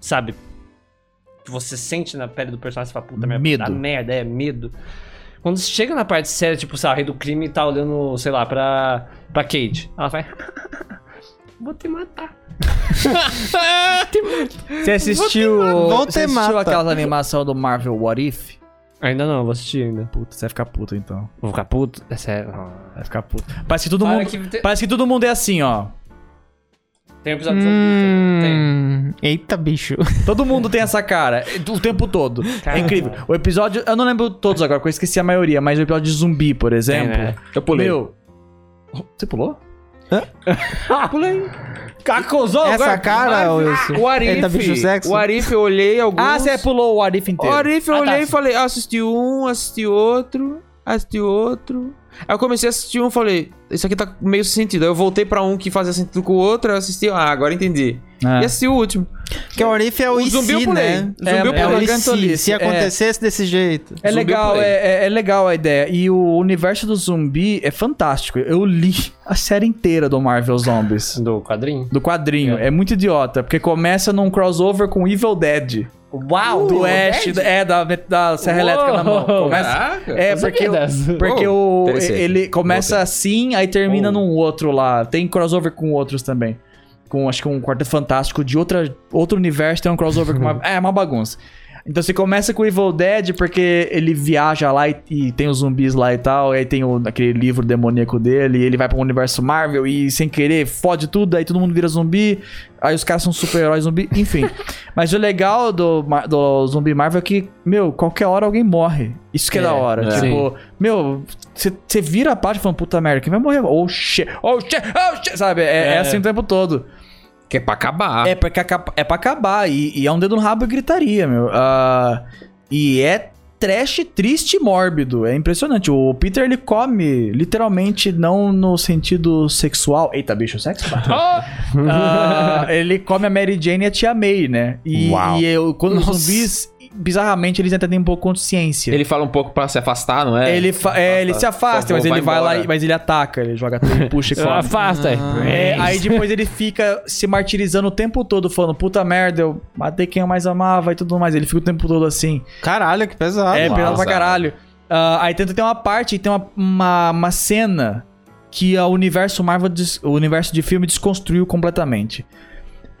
sabe, que você sente na pele do personagem, você fala, puta merda,
Medo.
dá merda, é medo. Quando você chega na parte séria, tipo, sabe, o rei do crime tá olhando, sei lá, pra, pra Cade, ela vai, vou te matar.
Você assistiu,
Vou te
você assistiu
mata.
aquela animação do Marvel What If?
"Ah, Ainda não, vou assistir ainda.
Puta, você vai ficar puto então.
Vou ficar puto, é sério. não.
Vai ficar puto. Parece que todo
Para
mundo...
que te-
Parece que todo mundo é assim, ó.
Tem um episódio sobre isso, né?
Hum, eita, bicho.
Todo mundo tem essa cara o tempo todo.
Cara.
É incrível. O episódio, eu não lembro todos agora, porque eu esqueci a maioria, mas o episódio de zumbi, por exemplo.
né?
Eu pulei.
Meu. Você pulou? Hã? pulei. Cacozou
Essa cara, Wilson.
O Arif.
Eita, bicho sexy.
O Arif, eu olhei alguns.
Ah, você pulou o Arif
O
inteiro.
Arif, eu
Ah, tá.
olhei e falei, ah, assisti um, assisti outro, assisti outro. Aí eu comecei a assistir um e falei, isso aqui tá meio sem sentido. Aí eu voltei pra um que fazia sentido com o outro, aí eu assisti, ah, agora entendi.
Ah.
E assisti o último.
Que o Orif é o,
O
IC,
zumbi eu pulei.
né?
O zumbi eu
É,
pulei.
o
Eu
IC.
canto
Se
é.
acontecesse desse jeito.
É
Zumbi eu
legal,
pulei.
é, é- é legal a ideia. E o universo do zumbi é fantástico. Eu li a série inteira do Marvel Zombies.
Do quadrinho?
Do quadrinho. É. muito idiota, porque começa num crossover com Evil Dead.
Uau!
do Ash, é, da, da Serra
Uou!
Elétrica na mão. Começa,
Caraca.
é,
sabia
porque, o-
dessa.
porque
Oh,
o,
interessante. Oh.
ele começa assim, aí termina num outro lá. Tem crossover com outros também. Com, acho que um Quarteto Fantástico de outra, outro universo tem um crossover com uma... É, é uma bagunça. Então você começa com o Evil Dead porque ele viaja lá e, e tem os zumbis lá e tal, e aí tem o- aquele livro demoníaco dele, e ele vai para o universo Marvel e sem querer fode tudo, aí todo mundo vira zumbi, aí os caras são super-heróis zumbi, enfim. Mas o legal do, Mar- do zumbi Marvel é que, meu, qualquer hora alguém morre. Isso que é, da hora. Tipo, meu, você vira a página falando, puta merda, quem vai morrer? Oh shit, oh shit, oh shit, sabe? É, é assim o tempo todo.
Que é pra acabar.
É, porque acaba- é pra acabar. E, e é um dedo no rabo e gritaria, meu. Ah, e é trash, triste e mórbido. É impressionante. O Peter, ele come, literalmente, não no sentido sexual. Eita, bicho, sexo? Ah, ele come a Mary Jane e a Tia May, né? E, e eu, quando os zumbis bizarramente, eles ainda têm um pouco consciência.
Ele fala um pouco pra se afastar, não é?
Ele, fa- é, ele se afasta,
Pô,
mas
vai
ele vai lá,
embora.
e- mas ele ataca, ele joga tudo, puxa e
Tipo,
come.
Afasta aí.
É, Então, aí depois ele fica se martirizando o tempo todo, falando, puta merda, eu matei quem eu mais amava e tudo mais. Ele fica o tempo todo assim.
Caralho, que
Ah,
pesado.
é, pesado pra
azar.
caralho. Ah, aí tenta ter uma parte, tem uma, uma, uma cena que a universo Marvel, des- o universo de filme desconstruiu completamente.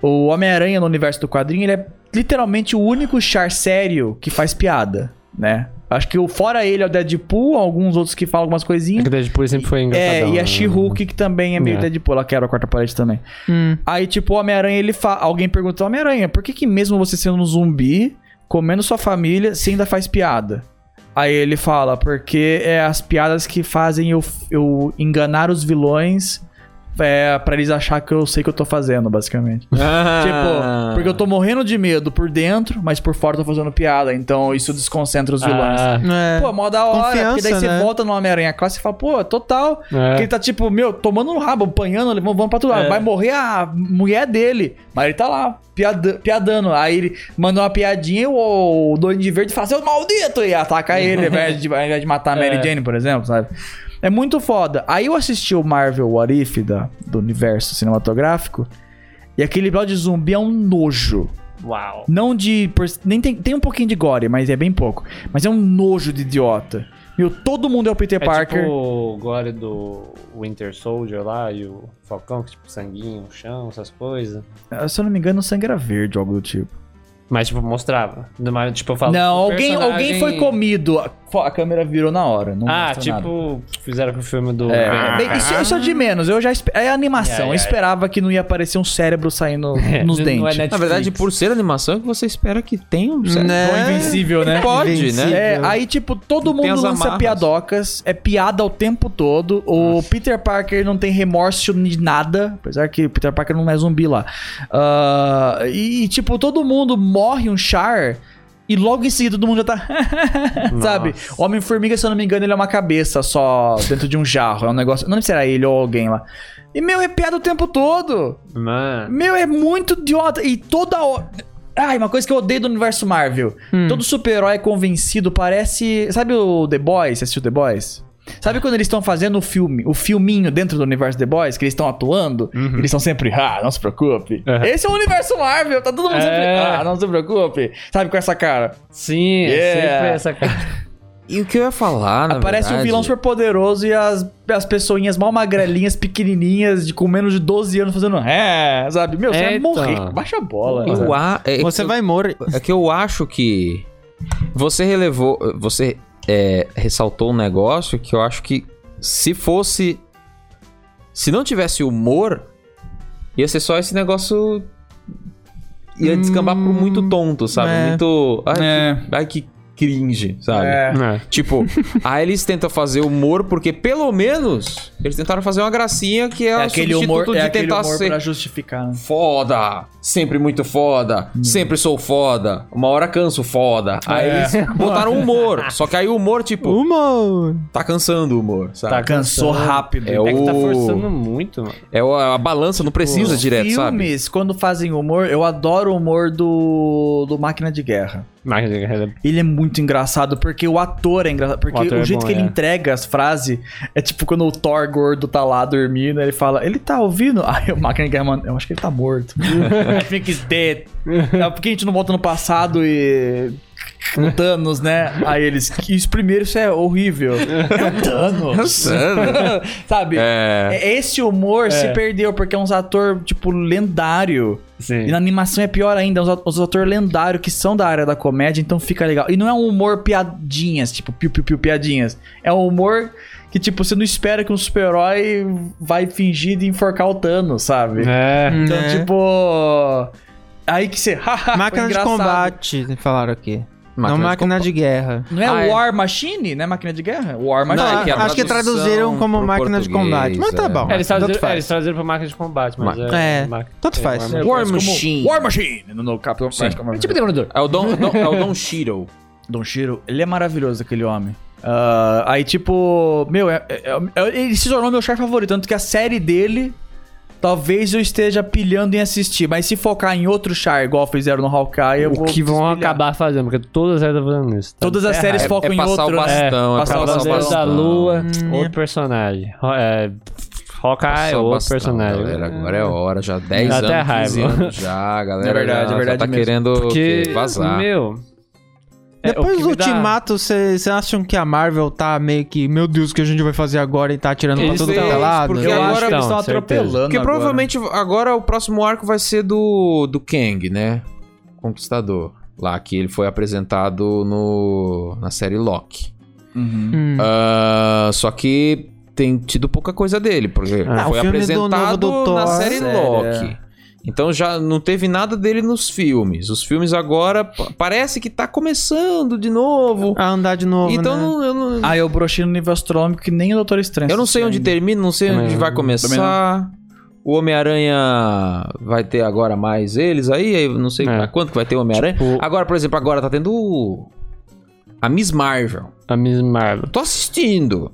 O Homem-Aranha no universo do quadrinho, ele é literalmente o único char sério que faz piada, né? Acho que o fora ele é o Deadpool, alguns outros que falam algumas coisinhas.
que o Deadpool sempre foi
É,
engraçadão.
e a
né?
She-Hulk, que também é meio
É.
Deadpool, ela quebra a quarta parede também.
Hum.
Aí, tipo, o Homem-Aranha, ele fala. Alguém pergunta, Homem-Aranha, por que, que mesmo você sendo um zumbi, comendo sua família, você ainda faz piada? Aí ele fala, porque é as piadas que fazem eu, eu enganar os vilões é, pra eles achar que eu sei o que eu tô fazendo, basicamente.
Ah.
Ah.
Tipo, porque eu tô morrendo de medo por dentro, mas por fora eu tô fazendo piada, então isso desconcentra os vilões.
Ah,
É.
Pô, mó da hora, porque daí
Confiança,
você
né?
volta no Homem-Aranha clássico e fala, pô, total.
É.
Que ele tá tipo, meu, tomando um rabo, apanhando, levando vamos pra tudo. lado. Vai morrer a mulher dele. Mas ele tá lá, piada- piadando. Aí ele manda uma piadinha e o, o Duende Verde fala, seu maldito! E ataca ele, ao invés de, ao invés de matar a Mary Jane, por exemplo, sabe? É muito foda. Aí eu assisti o Marvel What If da, do universo cinematográfico. E aquele episódio de zumbi é um nojo.
Uau.
Não de. por- Nem tem, tem um pouquinho de gore, mas é bem pouco. Mas é um nojo de idiota. Meu, todo mundo é o Peter
É
Parker.
tipo o gore do Winter Soldier lá e o Falcão, que tipo sanguinho, chão, essas coisas.
Ah, Se eu não me engano, o sangue era verde ou algo do tipo.
Mas tipo, mostrava. Mas, tipo, eu falo,
não,
o
alguém, alguém
personagem-
foi comido. A, a câmera virou na hora. Não
Ah,
mostra nada.
tipo, fizeram com o filme do...
É, bem, isso, isso é de menos. Eu já espe- É animação.
Yeah,
eu
yeah,
esperava que não ia aparecer um cérebro saindo nos
não é
dentes.
Netflix.
Na verdade, por ser animação, é que você espera que tenha um certo-
Né?
Ou
Invencível,
né? Pode, né?
É, aí, tipo, todo
Tem
mundo
as
lança
amarras.
piadocas, é piada o tempo todo. O Peter Parker não tem remorso de nada, apesar que o Peter Parker não é zumbi lá. Ah, e, tipo, todo mundo morre um char. E logo em seguida todo mundo já tá. sabe? Homem-Formiga, se eu não me engano, ele é uma cabeça só dentro de um jarro. É um negócio. Não sei se era ele ou alguém lá. E, meu, é piada o tempo todo.
Mano.
Meu, é muito idiota. E toda hora. Ai, uma coisa que eu odeio do universo Marvel. Todo super-herói convencido parece. Sabe o The Boys? Você assistiu The Boys? Sabe quando eles estão fazendo o filme, o filminho dentro do universo The Boys, que eles estão atuando? Eles estão sempre, ah, não se preocupe. Esse é o universo Marvel, tá todo mundo sempre,
É.
ah, não se preocupe. Sabe, com essa cara.
Sim,
Yeah.
é sempre essa cara.
E o que eu ia falar, na
Parece um
verdade-
vilão super poderoso e as, as pessoinhas mal magrelinhas, pequenininhas, de, com menos de 12 anos, fazendo, é, sabe? Meu, você vai
Eita.
morrer, baixa a bola. sabe?
Eu, a- é,
Você
que-
vai morrer.
É que eu acho que você relevou, você é, ressaltou um negócio que eu acho que se fosse, se não tivesse humor, ia ser só esse negócio ia descambar por muito tonto, sabe?
é.
Muito, ai,
É.
que, ai, que cringe, sabe?
É.
Tipo, aí eles tentam fazer humor porque pelo menos eles tentaram fazer uma gracinha que é,
É
o
aquele
substituto
humor,
de
é aquele
tentar
humor
ser
pra justificar. né?
foda, sempre muito foda, sempre sou foda, uma hora canso foda. Aí
Hum. É.
eles botaram humor, só que aí o humor, tipo,
Uma.
tá cansando o humor,
Tá.
sabe?
Cansou rápido.
É o-
É que tá forçando muito, mano.
É o- a balança, não precisa direto,
Filmes,
sabe?
quando fazem humor, eu adoro o humor do, do Máquina de Guerra.
Mas é
Ele é muito engraçado porque o ator é engraçado. Porque
ator
o,
é
jeito
bom,
que ele
é.
entrega as frases é tipo quando o Thor gordo tá lá dormindo, ele fala, ele tá ouvindo? Aí o Máquina de Guerra, mano, eu acho que ele tá morto. I think he's dead. É porque a gente não volta no passado e. O Thanos, né? Aí eles. Isso primeiro, isso é horrível. É o Thanos. Sabe?
É.
É, Esse humor se perdeu, porque é uns ator, tipo, lendário.
Sim.
E na animação é pior ainda, é uns at- uns ator lendário que são da área da comédia, então fica legal. E não é um humor piadinhas, tipo, piu, piu, piu, piadinhas. É um humor que, tipo, você não espera que um super-herói vai fingir de enforcar o Thanos, sabe?
É.
Então,
Né?
tipo... Aí que você... haha,
Máquina
foi
de
engraçado.
combate, falaram aqui. não
de
máquina de guerra.
Não é
Ah, é.
War Machine, né? Máquina de guerra? War
Não,
Machine.
é que a
acho que
tradução
traduziram como
pro
máquina de
português,
combate. Mas tá
é.
bom.
É, eles,
tanto
traduziram, é,
faz.
eles traduziram pra máquina de combate, mas
Ma-
é.
É,
máquina-
tanto
é,
faz.
War-
War
Como
Machine.
War Machine, no, no Capitão Flash. como-
Tipo Demolidor.
É o Don, Don- é o Don Shiro.
Don Shiro, ele é maravilhoso, aquele homem. Ah, é, aí, tipo, meu, é- é- é- ele se tornou meu char favorito. Tanto que a série dele talvez eu esteja pilhando em assistir. Mas se focar em outro char, igual fizeram no Hawkeye, eu
O
vou
que vão
despilhar.
acabar fazendo, porque todas elas estão fazendo isso. Tá?
Todas as séries focam
é
em
passar
outro,
o
né?
bastão, é
passar o
passar o
bastão.
Cavaleiros da
bastão.
Lua, outro personagem. Ro- É, Hawkeye,
Só
outro
bastão,
personagem.
galera, agora é hora, já 10
Dá
anos,
até
15
raiva.
anos já, a galera.
É verdade,
já-
é verdade
já Tá
mesmo.
querendo
Porque,
o quê? vazar.
meu... é, o
Depois
que
do
me dá-
Ultimato, vocês acham que a Marvel tá meio que, meu Deus, o que a gente vai fazer agora e tá atirando pra
Eles
todo
fez,
quanto é lado?
porque
né?
Eu
agora
acho que eles
estão,
estão
certeza.
atropelando
Porque
agora.
provavelmente agora o próximo arco vai ser do, do Kang, né? Conquistador. Lá que ele foi apresentado no, na série Loki.
Uhum.
Hum.
Ah, só que tem tido pouca coisa dele, porque
Ah, o
foi
filme do
apresentado
novo do Thor.
na série
Série,
Loki.
é.
Então já não teve nada dele nos filmes. Os filmes agora pa- parece que tá começando de novo.
A andar de novo,
então
né?
não- eu não,
Ah, eu brochei no nível astronômico que nem o Doutor Estranho.
eu não sei onde
ainda.
termina, não sei
Ah, Também
onde
não.
vai começar. O Homem-Aranha vai ter agora mais eles aí, aí eu não sei
É.
pra quanto que vai ter o Homem-Aranha.
Tipo-
Agora, por exemplo, agora tá tendo o- a Miss Marvel.
A Miss Marvel.
Tô assistindo.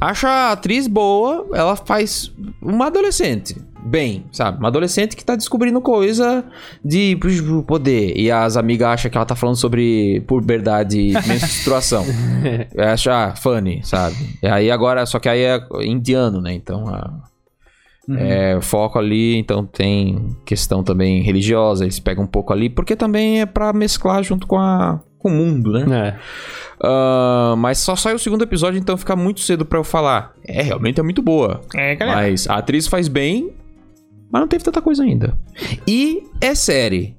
Acho a atriz boa, ela faz uma adolescente. Bem, sabe? Uma adolescente que tá descobrindo coisa de poder. E as amigas acham que ela tá falando sobre puberdade e menstruação. Acha ah, funny, sabe? E aí agora, só que aí é indiano, né? Então, ah, é, o foco ali, então tem questão também religiosa, eles pegam um pouco ali, porque também é pra mesclar junto com, a, com o mundo, né?
É.
Ah, mas só saiu o segundo episódio, então fica muito cedo pra eu falar. É, realmente é muito boa.
É, galera.
Mas a atriz faz bem, mas não teve tanta coisa ainda. E é série.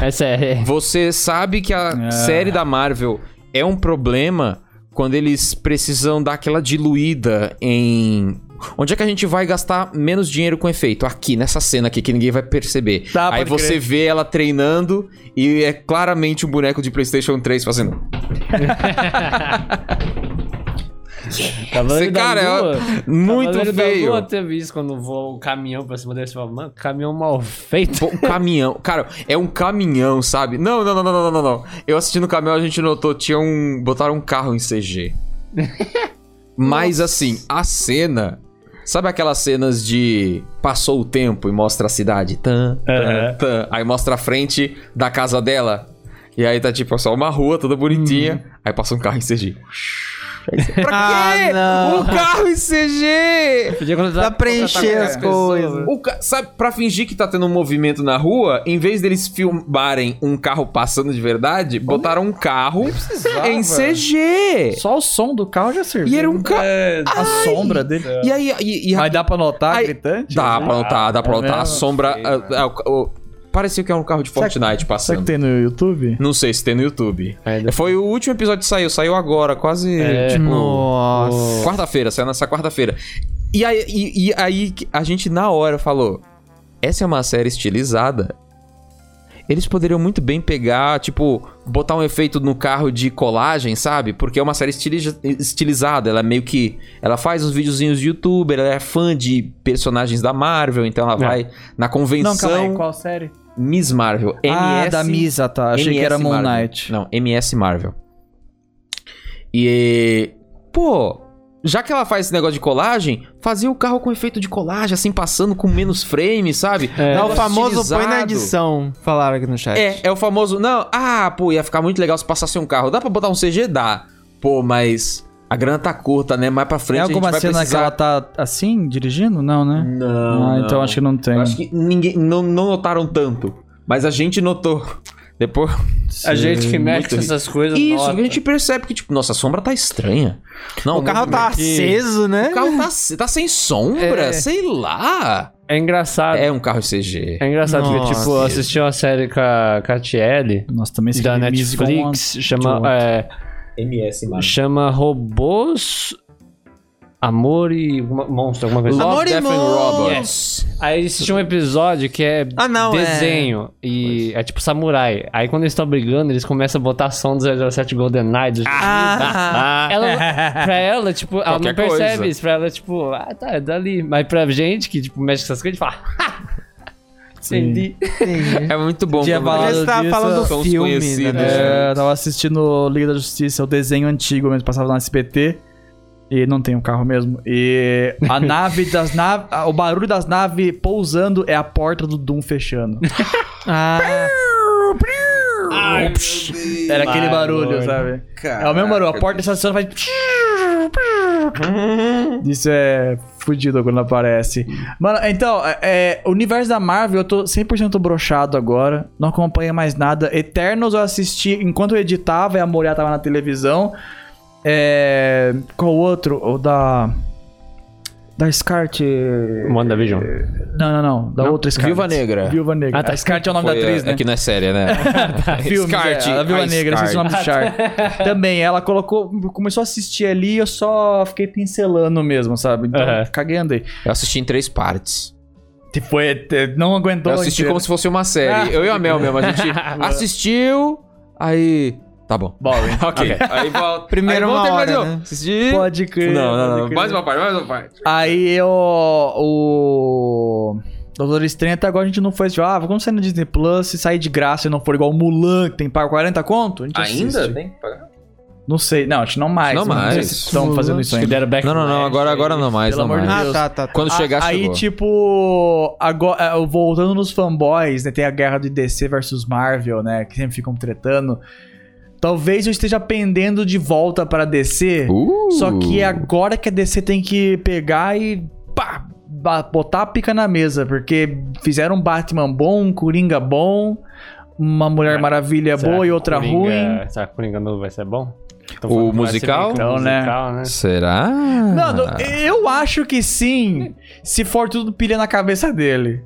Essa é...
Você sabe que a
Ah.
É.
série da Marvel é um problema quando eles precisam dar aquela diluída em. Onde é que a gente vai gastar menos dinheiro com efeito? Aqui, nessa cena aqui, que ninguém vai perceber.
Tá,
Aí
pode
você
crer.
vê ela treinando e é claramente um boneco de PlayStation 3 fazendo.
Cavaleiro
Você, cara,
da Lua.
Tá
é muito
Cavaleiro
feio.
Da Lua teve isso quando voa o caminhão pra cima dele. Você fala, mano, caminhão mal feito.
Pô, um caminhão. Cara, é um caminhão, sabe? Não, não, não, não, não, não, não. Eu assistindo o caminhão, a gente notou, tinha um. Botaram um carro em CG. Mas assim, a cena. Sabe aquelas cenas de passou o tempo e mostra a cidade? Tan, tan, tan. Aí mostra a frente da casa dela. E aí tá tipo só uma rua toda bonitinha. Aí passa um carro em CG.
Hum. Ah, não.
Um carro em CG!
Podia contratar-
Pra preencher
contratar
as
qualquer pessoa,
coisas.
velho.
É. O ca- Sabe, pra fingir que tá tendo um movimento na rua, em vez deles filmarem um carro passando de verdade, botaram um carro em CG.
Só o som do carro já serviu.
E era um carro.
A sombra dele.
E aí. E, e a...
Mas dá pra notar
Ai,
gritante?
Dá pra notar, dá pra
é
notar. A
mesmo?
sombra. a- a- o- parecia que era um carro de Fortnite
Será que
passando.
tem no YouTube?
Não sei se tem no YouTube.
É, dá-
Foi o último episódio que saiu, saiu agora, quase.
É,
tipo,
Nossa.
Quarta-feira, saiu nessa quarta-feira. E aí, e- e aí que a gente na hora falou: essa é uma série estilizada. Eles poderiam muito bem pegar, tipo, botar um efeito no carro de colagem, sabe? Porque é uma série estiliza- estilizada. Ela é meio que. Ela faz uns videozinhos de youtuber, ela é fã de personagens da Marvel, então ela
É.
vai na
Não, calma aí,
convenção
qual série?
Miss Marvel.
ah,
MS
da Misa, tá. Achei que
MS
era Moon
Marvel.
Knight.
Não, MS Marvel. E. Pô, já que ela faz esse negócio de colagem, fazia o carro com efeito de colagem, assim, passando com menos frame, sabe?
É.
É, o
Negócio
famoso põe na
estilizado.
edição, falaram aqui no chat.
É, é o famoso. Não, ah, pô, ia ficar muito legal se passasse um carro. Dá pra botar um CG? Dá. Pô, mas. A grana tá curta, né? Mais pra frente
Tem
a gente
alguma
vai
cena
precisar...
que ela tá assim, dirigindo? Não, né?
Não.
ah, então
não.
acho que não tem.
Eu acho que ninguém. Não, não notaram tanto. Mas a gente notou. Depois.
A gente que mexe com
muito
essas coisas.
Isso,
nota.
a gente percebe que, tipo, nossa, a sombra tá estranha. Não,
O carro tá
que-
aceso, né?
O carro tá, se- tá sem sombra,
É.
sei lá.
É engraçado. É,
É um carro CG.
engraçado, porque,
Nossa.
tipo, eu assisti uma série com a, com a Tiele,
Nossa, também
da
escrevi Miss com uma-
Netflix,
com
chama,
a-
é,
MS, mano.
chama Robôs, Amor e alguma- Monstro, alguma coisa.
Love,
Amor e
Death and
Monstros.
Robots.
Aí existe um episódio que é
Ah, não, é-
desenho e é tipo samurai. Aí quando eles estão brigando, eles começam a botar som do 007 GoldenEye. Do
Ah,
ela, pra ela, tipo, ela não
Qualquer
percebe
coisa.
isso. Pra ela, tipo, ah, tá, é dali. Mas pra gente que, tipo, mexe com essas coisas, a gente fala, ha! Entendi.
entendi.
É muito bom.
Tinha
quando-
falado
Mas tá
disso,
falando
são
do
os
filme,
conhecidos,
né?
É, eu tava assistindo Liga da Justiça, o desenho antigo mesmo, passava no SBT. E não tem um carro mesmo. E a nave das naves. O barulho das naves pousando é a porta do Doom fechando.
Ah,
Era aquele barulho, sabe? É o mesmo barulho. A porta estaciona faz. Isso é fudido quando aparece. Mano, então, é, é, o universo da Marvel, eu tô 100% brochado agora. Não acompanho mais nada. Eternos eu assisti enquanto eu editava e a mulher tava na televisão. É. Qual outro? O da. Da Scarlet.
Manda Vision.
Não, não, não. Da outra Scarlet.
Viúva Negra.
Viúva Negra. Ah, tá. Scarlet é o nome da
Foi,
atriz,
é,
né?
é que não é séria, né?
filmes,
Scarlet,
é, a Viúva
a
Negra, esqueci o nome do Char. Também, ela colocou, começou a assistir ali e eu só fiquei pincelando mesmo, sabe? Então,
Aham.
caguei e andei.
Eu assisti em três partes.
Tipo, é- é- não aguentou.
Eu assisti
inteiro.
como se fosse uma série. Eu e a Mel mesmo, a gente assistiu, aí... Tá bom.
Boring.
Ok. Aí volta.
Primeiro
aí
uma
volta e vai
hora,
de novo.
né?
Assistir.
Pode crer.
Não, não, não.
pode crer.
Mais uma parte, mais uma parte.
Aí eu. O. Doutor Estranho até agora a gente não foi tipo, ah, vamos sair no Disney Plus, se sair de graça e não for igual o Mulan, que tem que pagar 40 conto, a gente assiste.
Tem que pagar.
Não sei, não, acho que não mais.
Não mais.
Estão fazendo isso ainda.
Deram back
Não, não, não. Agora, agora não mais,
Pelo
não
amor de
mais.
Deus.
tá, tá, tá.
Quando chegar,
A- Ah, aí,
chegou.
tipo, agora, eh, voltando nos fanboys, né? Tem a guerra de DC versus Marvel, né? Que sempre ficam tretando. Talvez eu esteja pendendo de volta pra DC.
Uh.
Só que é agora que a DC tem que pegar e pá, ba- botar a pica na mesa. Porque fizeram um Batman bom, um Coringa bom, uma Mulher
é
Maravilha boa e outra ruim.
Será que o Coringa novo vai ser bom? Tão
O
falando que vai ser
musical?
meio que um
Então, né?
musical, né?
Será?
Não, não,
Ah.
eu acho que sim, se for tudo pilha na cabeça dele.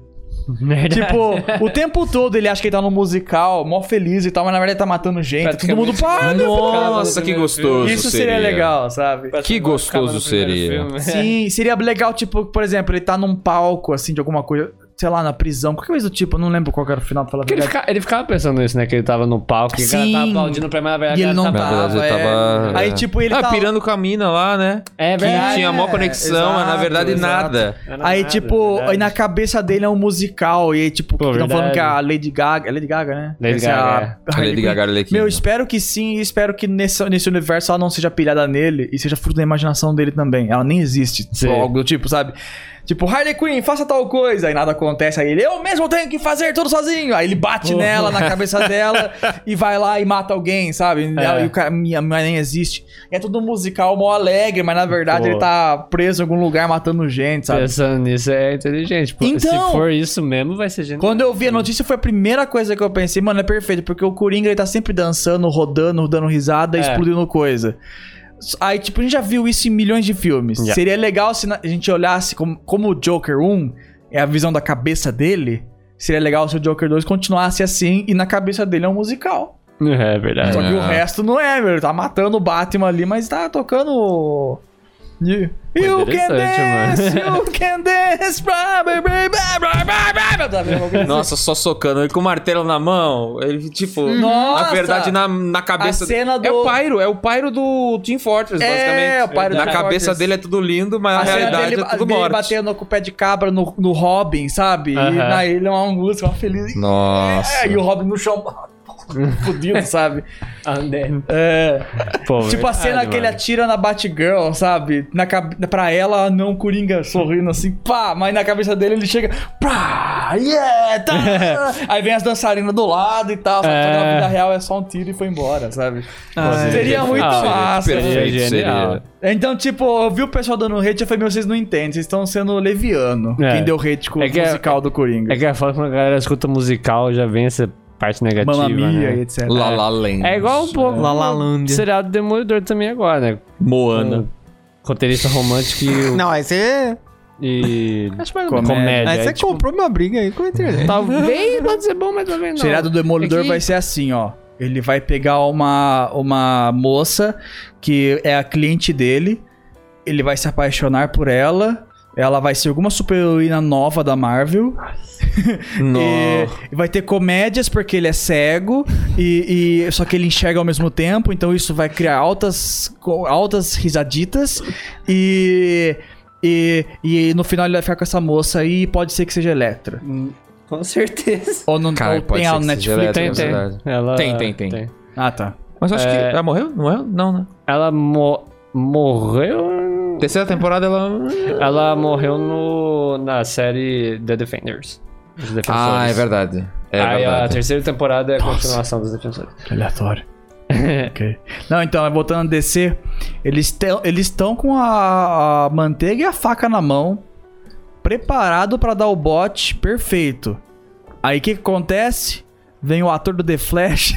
Tipo, o tempo todo ele acha que ele tá no musical, mó feliz e tal, mas na verdade ele tá matando gente. Todo mundo para!
Nossa, que gostoso
Isso seria legal, sabe?
Que gostoso seria.
É.
Sim, seria legal, tipo, por exemplo, ele tá num palco, assim, de alguma coisa, sei lá, na prisão, qualquer coisa do tipo, eu não lembro qual que era o final pra falar a
Porque ele,
verdade.
fica- ele ficava pensando nisso, né? Que ele tava no palco, que o cara tava
Sim.
aplaudindo pra mim, na verdade,
E ele
o
não
cara
Na
tava.
verdade, ele
é.
tava-
Aí, tipo, ele
ah,
tá.
pirando com a mina lá, né?
É
Que
verdade.
tinha mó conexão, mas na
exato,
verdade
exato.
nada.
Era
Aí,
nada,
tipo,
verdade.
aí na cabeça dele é um musical, e aí, tipo,
Pô,
estão falando
verdade.
que a Lady Gaga. É Lady Gaga, né?
Lady
Essa é
Gaga,
a-
Lady Gaga, Arlequina.
né?
Meu, espero que sim, e espero que nesse, nesse universo ela não seja pilhada nele e seja fruto da imaginação dele também. Ela nem existe,
Sim.
ou algo do tipo, sabe? Tipo, Harley Quinn, faça tal coisa, aí nada acontece, aí ele, eu mesmo tenho que fazer tudo sozinho. Aí ele bate
Porra.
nela, na cabeça dela, e vai lá e mata alguém, sabe?
É.
E ela- E o cara, minha mãe nem existe. É tudo musical, mó alegre, mas na verdade
Pô.
ele tá preso em algum lugar matando gente, sabe?
Pensando nisso é inteligente. Pô,
Então-
se for isso mesmo, vai ser genial.
Quando eu vi a notícia, foi a primeira coisa que eu pensei, mano, é perfeito, porque o Coringa ele tá sempre dançando, rodando, dando risada,
É.
explodindo coisa. Aí, tipo, a gente já viu isso em milhões de filmes.
Já.
Seria legal se na- a gente olhasse como, como o Joker 1 é a visão da cabeça dele. Seria legal se o Joker 2 continuasse assim e na cabeça dele é um musical.
É verdade.
Só que o
É.
resto não é, velho. Tá matando o Batman ali, mas tá tocando. You, you can
interessante,
dance, you can dance, blah, blah, blah, blah, blah, blah, blah, blah, blah.
Nossa, só socando. Ele com o martelo na mão. Ele, tipo,
Uhum. Nossa!
na verdade, na, na cabeça.
A cena
É
do-
o Pyro, é o Pyro do Team Fortress,
É, o
basicamente.
Pyro do
na
Team
cabeça
Fortress.
dele é tudo lindo, mas na
a cena
realidade
dele,
é tudo
dele
morte.
batendo com o pé de cabra no, no Robin, sabe? E
Aham.
na ele é uma angústia, uma feliz.
Nossa.
É, e o Robin no chão. Fudido, sabe?
Undead.
É.
Pô,
tipo a
verdade,
cena que ele
mano.
atira na Batgirl, sabe? Na, cabe- pra ela, não coringa sorrindo assim, pá. Mas na cabeça dele ele chega, pá, yeah, tá. Aí vem as dançarinas do lado e tal. Só que
É.
na vida real é só um tiro e foi embora, sabe?
Ah,
Seria muito
Ah, seria
massa.
perfeito.
Seria
Seria-
é genial.
Então, tipo, eu vi o pessoal dando hate, eu falei, meu, vocês não entendem, vocês estão sendo leviano.
É.
Quem deu hate com
É
o
que é-
musical do Coringa.
É que a foda quando a galera escuta musical já vem essa parte negativa.
Mamma Mia e
né?
etc.
La La Land.
É igual um pouco.
La La Land.
o seriado Demolidor também agora, né?
Moana.
Roteirista romântico e.
Não, aí você.
e
menos.
comédia.
Aí você
É, tipo, Uhum.
comprou uma briga aí com a internet.
talvez pode ser bom, mas talvez
O
não.
seriado do Demolidor
É que-
vai ser assim, ó. Ele vai pegar uma, uma moça que é a cliente dele, ele vai se apaixonar por ela, ela vai ser alguma super-heroína nova da Marvel,
Nossa.
E, e vai ter comédias porque ele é cego e, e- só que ele enxerga ao mesmo tempo, então isso vai criar altas co- altas risaditas e e, e no final ele vai ficar com essa moça aí e pode ser que seja Electra.
Hum, Com certeza.
Ou não
Cara,
ou
pode
tem
ser
a
que seja
Netflix.
Electra.
Tem, tem.
é verdade.
Ela-
Tem, tem, tem.
Ah, tá.
Mas eu acho
É.
que. Ela morreu? Não é? Não, né?
Ela mo- morreu.
Terceira temporada ela.
Ela morreu no, na série The Defenders. Os Defensores.
Ah, é verdade. É
Aí a
verdade.
terceira temporada é a continuação dos Defensores.
Aleatório. ok. Não, então, voltando a descer, eles estão eles tão com a, a manteiga e a faca na mão, preparado pra dar o bote perfeito. Aí o que, que acontece? Vem o ator do The Flash.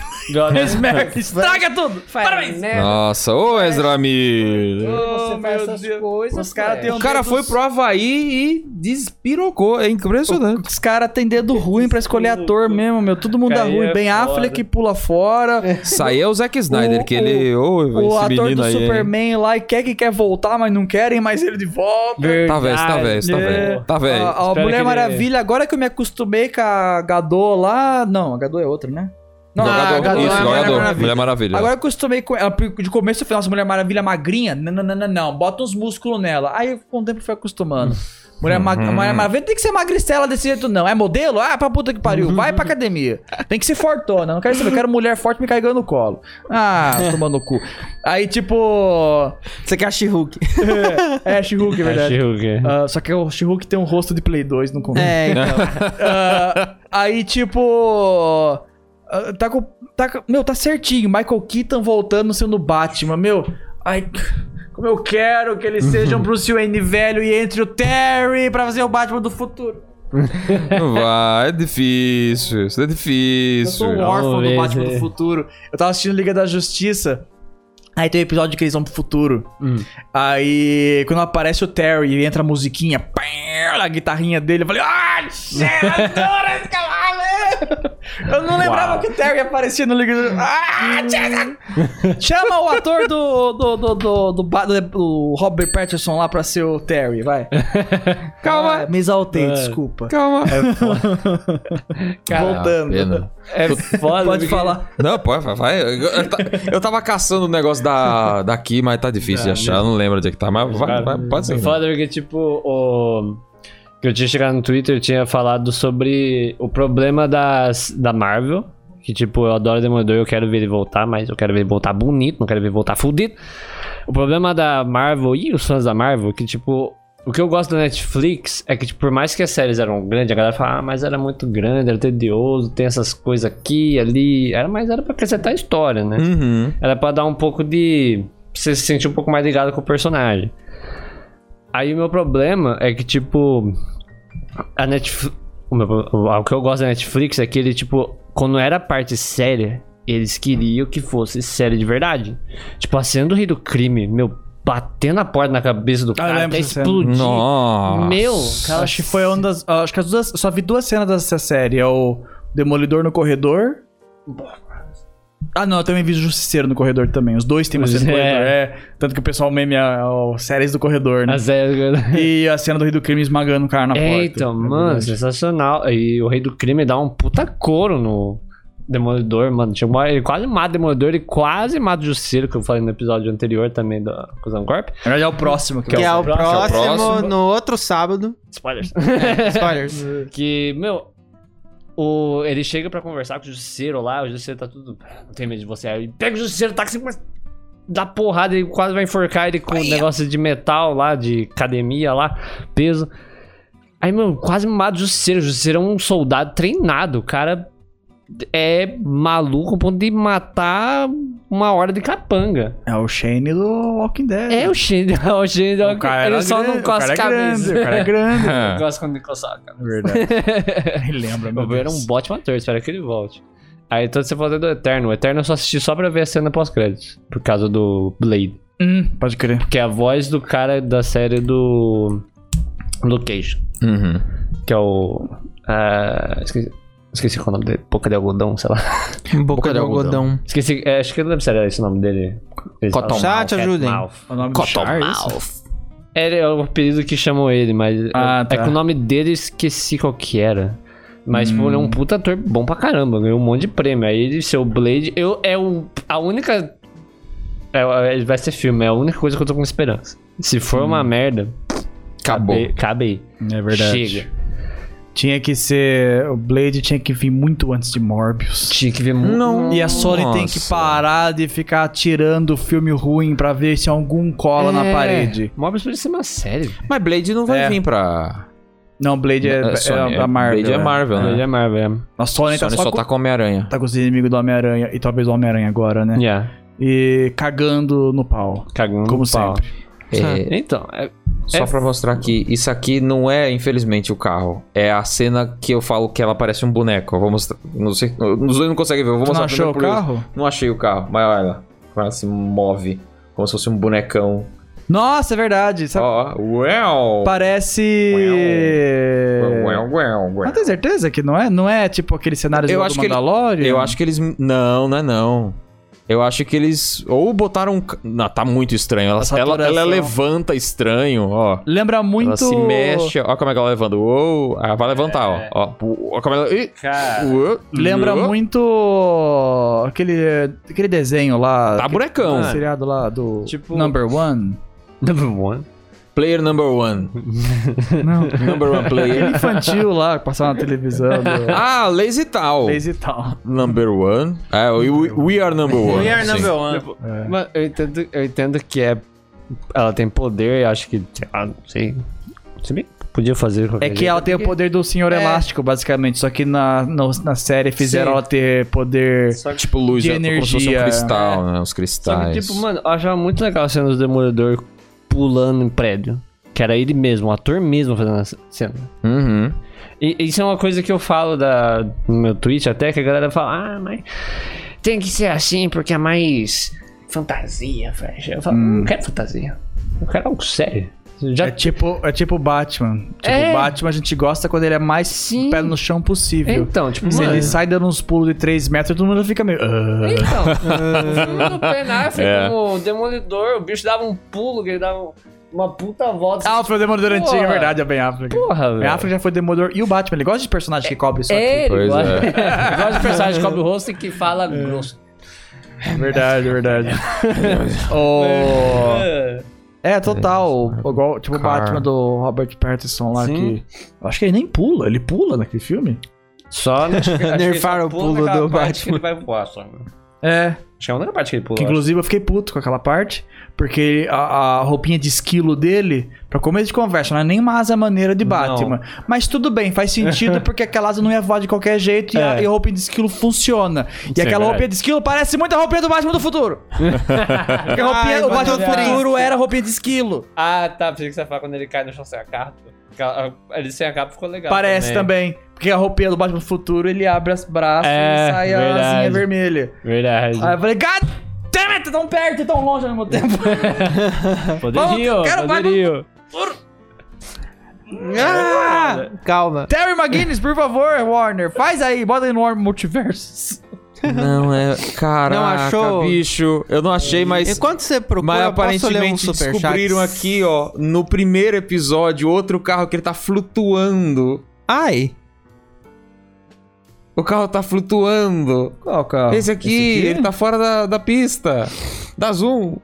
é
Estraga tudo! Parabéns!
Nossa, ô Ezra Miller.
Você faz essas coisas, os caras têm um
O cara foi pro Havaí e despirocou. É impressionante.
Os caras têm dedo ruim pra escolher ator mesmo, meu. Todo mundo dá
Aí
ruim.
é
ben
foda.
Affleck que pula fora.
Isso aí é o Zack Snyder,
O-
que ele. Ô,
O
esse
ator
menino
do
aí. hein?
Superman lá e quer que quer voltar, mas não querem mais ele de volta.
Tá velho, tá velho, tá velho. Tá velho.
A, a
Espero que
Mulher
ele-
Maravilha, agora que eu me acostumei com a Gadot lá. Não, a Gadot é outra, né? Não,
Jogador,
a Gadot
isso,
é a Mulher
jogador.
Maravilha.
Mulher Maravilha.
Agora que eu acostumei com ela, porque de começo eu falei, nossa, Mulher Maravilha magrinha? Não, não, não, não, não. Bota uns músculos nela. Aí com o tempo eu fui acostumando. Mulher, ma- Mulher Maravilha tem que ser magricela desse jeito, não. É modelo? Ah, pra puta que pariu. Vai pra academia. Tem que ser fortona. Não quero saber. Eu quero mulher forte me carregando no colo. Ah, tomando o cu. Aí, tipo.
Você quer a She-Hulk?
É, é She-Hulk, é verdade.
Hulk.
Ah, só que o She-Hulk tem um rosto de Play 2, não combina.
É, então.
Ah, aí, tipo. ah, Tá com, tá, com- meu, tá certinho. Michael Keaton voltando sendo Batman, meu. Ai. Como eu quero que eles sejam Bruce Wayne velho e entre o Terry pra fazer o Batman do futuro.
Não vai, é difícil. Isso é
Eu sou
difícil.
um órfão do
Vamos ver
Batman
se-
do futuro. Eu tava assistindo Liga da Justiça. Aí tem um episódio que eles vão pro futuro. Aí, quando aparece o Terry e entra a musiquinha, pá, a guitarrinha dele, eu falei, ai, cheiro, adoro esse cavalo! Eu não lembrava que o Terry aparecia no Liga da Ah, Jesus! Chama o ator do, do, do, do, do, ba- do- do Robert Patterson lá pra ser o Terry, vai. Calma. me exaltei, desculpa.
Calma.
É, Voltando.
Pena.
É foda.
Pode
porque-
falar.
Não, pô, vai, vai. Eu, eu ta- eu tava caçando o negócio da, daqui, mas tá difícil de achar. Eu não lembro onde é que tá, mas vai, vai, pode
É
ser.
foda porque, tipo, o... que eu tinha chegado no Twitter, eu tinha falado sobre o problema das, da Marvel. Que, tipo, eu adoro Demolidor, eu quero ver ele voltar, mas eu quero ver ele voltar bonito, não quero ver ele voltar fudido. O problema da Marvel e os fãs da Marvel, que, tipo, o que eu gosto da Netflix é que, tipo, por mais que as séries eram grandes, a galera fala, ah, mas era muito grande, era tedioso, tem essas coisas aqui, ali. Era, mas era pra acrescentar história, né?
Uhum.
Era pra dar um pouco de. Pra você se sentir um pouco mais ligado com o personagem. Aí o meu problema é que, tipo. A Netflix. O, meu pro- o- o que eu gosto da Netflix é que ele, tipo, quando era parte séria, eles queriam que fosse séria de verdade. Tipo, a cena do rei do crime, meu, batendo a porta na cabeça do cara
Ah, lembro
até
dessa cena.
explodir.
Nossa.
Meu, cara,
Acho que foi um uma das. ah, Acho que as duas. Só vi duas cenas dessa série. É o Demolidor no corredor. Ah, não, eu também vi o Justiceiro no corredor também. Os dois têm uma cena no
É.
corredor. É. Tanto que o pessoal meme a, a- séries do corredor, né?
a série-
E a cena do Rei do Crime esmagando o cara na porta.
É, então, mano, sensacional. E o Rei do Crime dá um puta couro no Demolidor, mano. Tinha uma- Ele quase mata o Demolidor, ele quase mata o Justiceiro, que eu falei no episódio anterior também da Cusão Corp.
Na verdade é o próximo que,
que é
é
o próximo,
próximo.
no outro sábado.
Spoilers.
Spoilers.
que, meu, o... ele chega pra conversar com o Justiceiro lá, o Justiceiro tá tudo... Não tem medo de você. Aí ele pega o Justiceiro, tá com mas dá porrada, ele quase vai enforcar ele com um negócio de metal lá, de academia lá, peso. Aí, mano, quase me mata o Justiceiro. O Justiceiro é um soldado treinado. O cara é maluco ao ponto de matar uma hora de capanga.
o. É o Shane do Walking Dead.
É o Shane, o Shane,
O cara
ele
era
só
grande,
não coça
o
a
cara é
cabeça.
Grande, o cara é grande. É
Ah.
Gosta quando ele coça a cabeça.
Verdade. Ele lembra, meu
Meu era
Deus.
um ótimo ator, espero que ele volte. Aí então você falou do Eterno. O Eterno eu só assisti só pra ver a cena pós-créditos. Por causa do Blade.
Hum, pode crer.
Que é a voz do cara da série do. Luke Cage.
Uhum.
Que é o. ah, esqueci, esqueci qual é o nome dele. Boca de algodão, sei lá.
Boca de algodão.
Esqueci. é, acho que eu não lembro se era esse o nome dele. Eles
Cotton
falam
Chat,
Cat
ajudem.
Mouth.
O nome do
é
Char, é isso?
Ele é o apelido que chamam ele, mas.
Ah,
É
tá.
que o nome dele eu esqueci qual que era. Mas, tipo, ele é
Hum.
um puta ator bom pra caramba. Ganhou um monte de prêmio. Aí ele, seu Blade. Eu, é o, a única. É, ele vai ser filme, é a única coisa que eu tô com
Hum.
esperança. Se for uma merda,
Acabou.
cabe, cabe aí.
É verdade.
Chega.
Tinha que ser. O Blade tinha que vir muito antes de Morbius.
Tinha que ver muito.
Não.
E a Sony tem que
Nossa.
parar de ficar tirando filme ruim pra ver se algum cola na
É.
parede.
Morbius podia ser uma série.
Mas Blade não vai
É.
vir pra.
Não, Blade é,
É,
é,
Sony,
da
é,
Marvel.
Blade é Marvel, né?
Ele é Marvel.
A Sony,
Sony
tá só,
só
com,
tá com Homem-Aranha.
tá com os inimigos do Homem-Aranha e talvez do Homem-Aranha agora, né?
é. Yeah.
E cagando no pau.
Cagando
Como
no pau.
sempre.
É,
Então, é-
Só
É.
pra mostrar que isso aqui não é, infelizmente, o carro. É a cena que eu falo que ela parece um boneco. Eu vou mostrar. Não sei, os dois não conseguem ver. Eu vou
Tu não
mostrar
achou o
primeiro pro Will.
carro?
Não achei o carro, mas olha lá. Como ela se move. Como se fosse um bonecão.
Nossa, é verdade. Sabe?
Ó, ó. Uau!
Parece. É.
Uau, uau,
Mas
uau.
tem certeza que não é? Não é tipo aquele cenário
Eu
do
acho que ele-
Mandalorian?
Eu acho que eles. Não, não é não. Eu acho que eles. Ou botaram. um ca- Não, tá muito estranho. Ela,
A
ela,
saturação.
ela levanta estranho, ó.
Lembra muito.
Ela se mexe, ó como é que ela levanta. Uou, ah, vai levantar, ó. ó. Pu- ó como ela... Ih,
Ah.
uou,
Lembra
uou.
muito. Aquele, aquele desenho lá.
Tá
aquele
bonecão.
seriado lá do.
Tipo-
Number One.
Number one.
Player number one.
Não.
Number one player.
Aquele infantil lá que passava na televisão. do-
ah, Lazy Tal.
Lazy Town.
Number one. É, we, we- we are number one.
We are
sim.
number one.
Mas eu entendo, eu entendo que é. Ela tem poder e acho que. Sei lá, não sei. Se bem que podia fazer. de qualquer
É que
jeito.
ela tem o poder do Senhor Elástico, basicamente. Só que na, no- na série fizeram
é. Sim.
ela ter poder.
Tipo luz,
De
é como se fosse um
energia.
cristal, né? Os
Só que,
cristais.
tipo, mano, eu achava muito legal a cena do Demolidor pulando em prédio. Que era ele mesmo, o ator mesmo fazendo essa cena.
Uhum.
E e isso é uma coisa que eu falo da, no meu tweet até, que a galera fala, ah, mas tem que ser assim porque é mais fantasia, velho. Eu falo, "Hum, não quero fantasia. Eu quero algo sério. Já
Hum. É tipo, é tipo Batman. Tipo,
É.
Batman a gente gosta quando ele é mais
Sim.
pé no chão possível.
Então, tipo,
Se
mano,
ele sai dando uns pulos de 3 metros, todo mundo fica meio. "Ah".
Então, o filme do Ben Affleck,
É.
o Demolidor, o bicho dava um pulo, que ele dava uma puta volta.
Ah, foi o Demolidor
Porra.
antigo, é verdade, é Ben Affleck.
porra,
Ben Affleck já foi Demolidor e o Batman. Ele gosta de personagem que cobre isso
É, ele
Pois
gosta, ele gosta de personagem que cobre o rosto e que fala
É.
grosso.
aqui. É Verdade, verdade. oh. É, total. Igual, tipo o
Car.
Batman do Robert Pattinson lá
Sim.
que. Eu acho que ele nem pula, ele pula naquele filme.
Só
Nerfaram o pulo do Batman.
Ele vai voar só.
É.
né? Acho que é a única parte que ele pula.
Que, inclusive eu fiquei puto com aquela parte, porque a, a roupinha de esquilo dele, pra começo de conversa, não é nem uma asa maneira de Batman. Mas tudo bem, faz sentido, porque aquela asa não ia voar de qualquer jeito e, a,
É.
e a roupinha de esquilo funciona. E aquela
verdade.
roupinha de esquilo parece muito a roupinha do Batman do futuro. porque a roupinha,
Ai,
o Batman do
Batman triste.
futuro era a roupinha de esquilo.
Ah, tá. Pensei que você ia falar quando ele cai no chão sem a capa. Porque a- a- Ele sem a capa ficou legal.
parece também. Porque a roupinha do Batman do futuro, ele abre as braços
É,
e sai
verdade.
a asinha vermelha.
Verdade.
Aí eu falei, God damn it, tão perto e tão longe ao mesmo tempo.
Poderio,
Vamos, quero mais
poderio.
né?
Ah, calma.
Terry McGuinness, por favor, Warner, faz aí, bota aí no Warner Multiverses.
Não, é. Caraca,
Não achou?
bicho. Eu não achei, mas.
Enquanto você procura,
Mas
eu posso ler um
aparentemente
superchat?
descobriram aqui, ó, no primeiro episódio, outro carro que ele tá flutuando.
Ai.
O carro tá flutuando.
Qual carro?
Esse aqui, ele tá fora da, da pista. Da Zoom.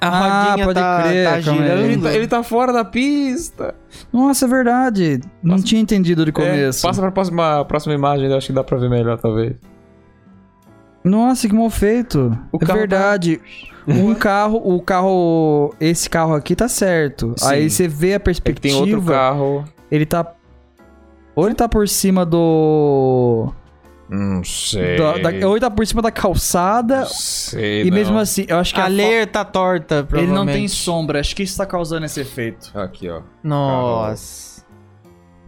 A
Ah,
rodinha
pode
tá,
crer,
tá
calma aí.
Ele
girando.
tá, ele tá fora da pista.
Nossa, é verdade. Não tinha entendido de
É, passa pra próxima, próxima imagem, eu acho que dá pra ver melhor, talvez.
Nossa, que mal feito. É
O carro tá-
Um carro, o carro, esse carro aqui tá certo.
Sim.
você vê a
É que tem outro carro.
Ele tá ou ele tá por cima do
Não sei.
da- da- ou ele tá por cima da calçada
É. Não sei,
e
não.
mesmo assim, eu acho que
A
a fo-
ler tá torta,
ele
provavelmente.
não tem sombra, acho que isso tá causando esse efeito.
Aqui, ó.
Nossa.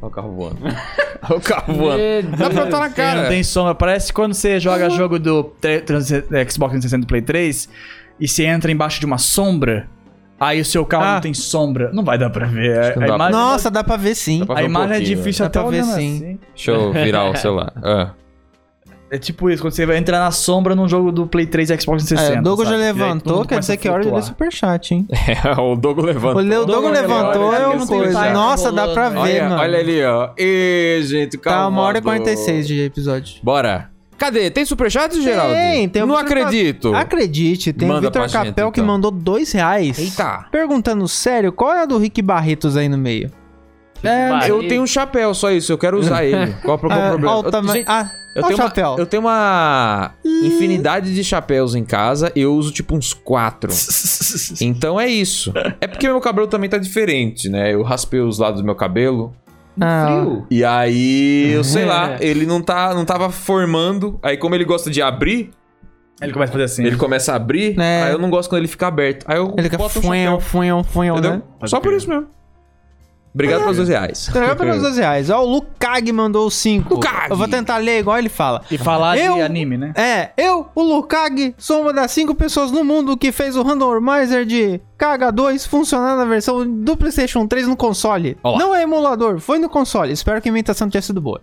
Olha o carro voando. Olha o carro voando.
Tá
Dá pra botar na
Ele
cara.
não tem sombra. Parece quando você joga
Uhum.
jogo do tre- trans- é, Xbox 360 e Play 3 e você entra embaixo de uma sombra, aí o seu carro
Ah.
não tem sombra. Não vai dar pra ver. é, A,
que não
a
dá
imagem,
Nossa, dá pra ver sim.
Dá pra
a
ver um
imagem é
pouquinho,
difícil
velho.
até
Dá pra ver,
olhar
sim.
assim.
velho. Deixa eu virar o celular. Ah.
É tipo isso, quando você vai entrar na sombra num jogo do Play 3 e Xbox
Tá
360.
É, o Douglas já
sabe? E aí todo
levantou,
mundo
quer
começa
dizer
a
que é hora de ler
flutuar.
superchat, hein?
É, o Dogo
O
levanta.
Leo Douglas levantou, é
olha,
uma
esqueci de
coisa.
timer
Nossa, dá pra ver,
rolando,
assim, Olha,
mano.
olha ali, ó. E, gente, calma.
Tá uma hora e
do-
46 de episódio.
Bora. Cadê? Tem superchat, Geraldo?
tem o
Não
Vitor Cap-
acredito.
Acredite, tem o
Manda pra
Vitor
gente,
Capel que
então.
mandou dois reais.
Eita.
Perguntando sério, qual é a do Rick Barretos aí no meio?
Vai.
Eu tenho um chapéu, só isso. Eu quero usar ele. Qual, qual o
Ah,
problema?
olha o tama-
Gente,
ah,
eu
olha
tenho,
o chapéu.
Uma, eu tenho uma infinidade de chapéus em casa. Eu uso tipo uns quatro. Então é isso. É porque meu cabelo também tá diferente, né? Eu raspei os lados do meu cabelo.
Ah,
E aí, eu sei lá, ele não, tá, não tava formando. Aí, como ele gosta de abrir,
Ele começa a fazer assim.
ele começa a abrir.
É.
Aí eu não gosto quando ele fica aberto. Aí eu
Ele fica
boto um
funhão,
chapéu.
funhão, funhão,
Entendeu?
né? é
Só por isso mesmo. Obrigado pelos dois reais.
Entregou pelos 12 reais. Ó, o Lucag mandou 5.
Lucag!
Eu vou tentar ler igual ele fala.
E falar
Eu-
de anime, né?
É, eu, o Lucag, sou uma das cinco pessoas no mundo que fez o randomizer de KH2 funcionar na versão do PlayStation 3 no console.
Ó lá.
Não é emulador, foi no console. Espero que a imitação tenha sido boa.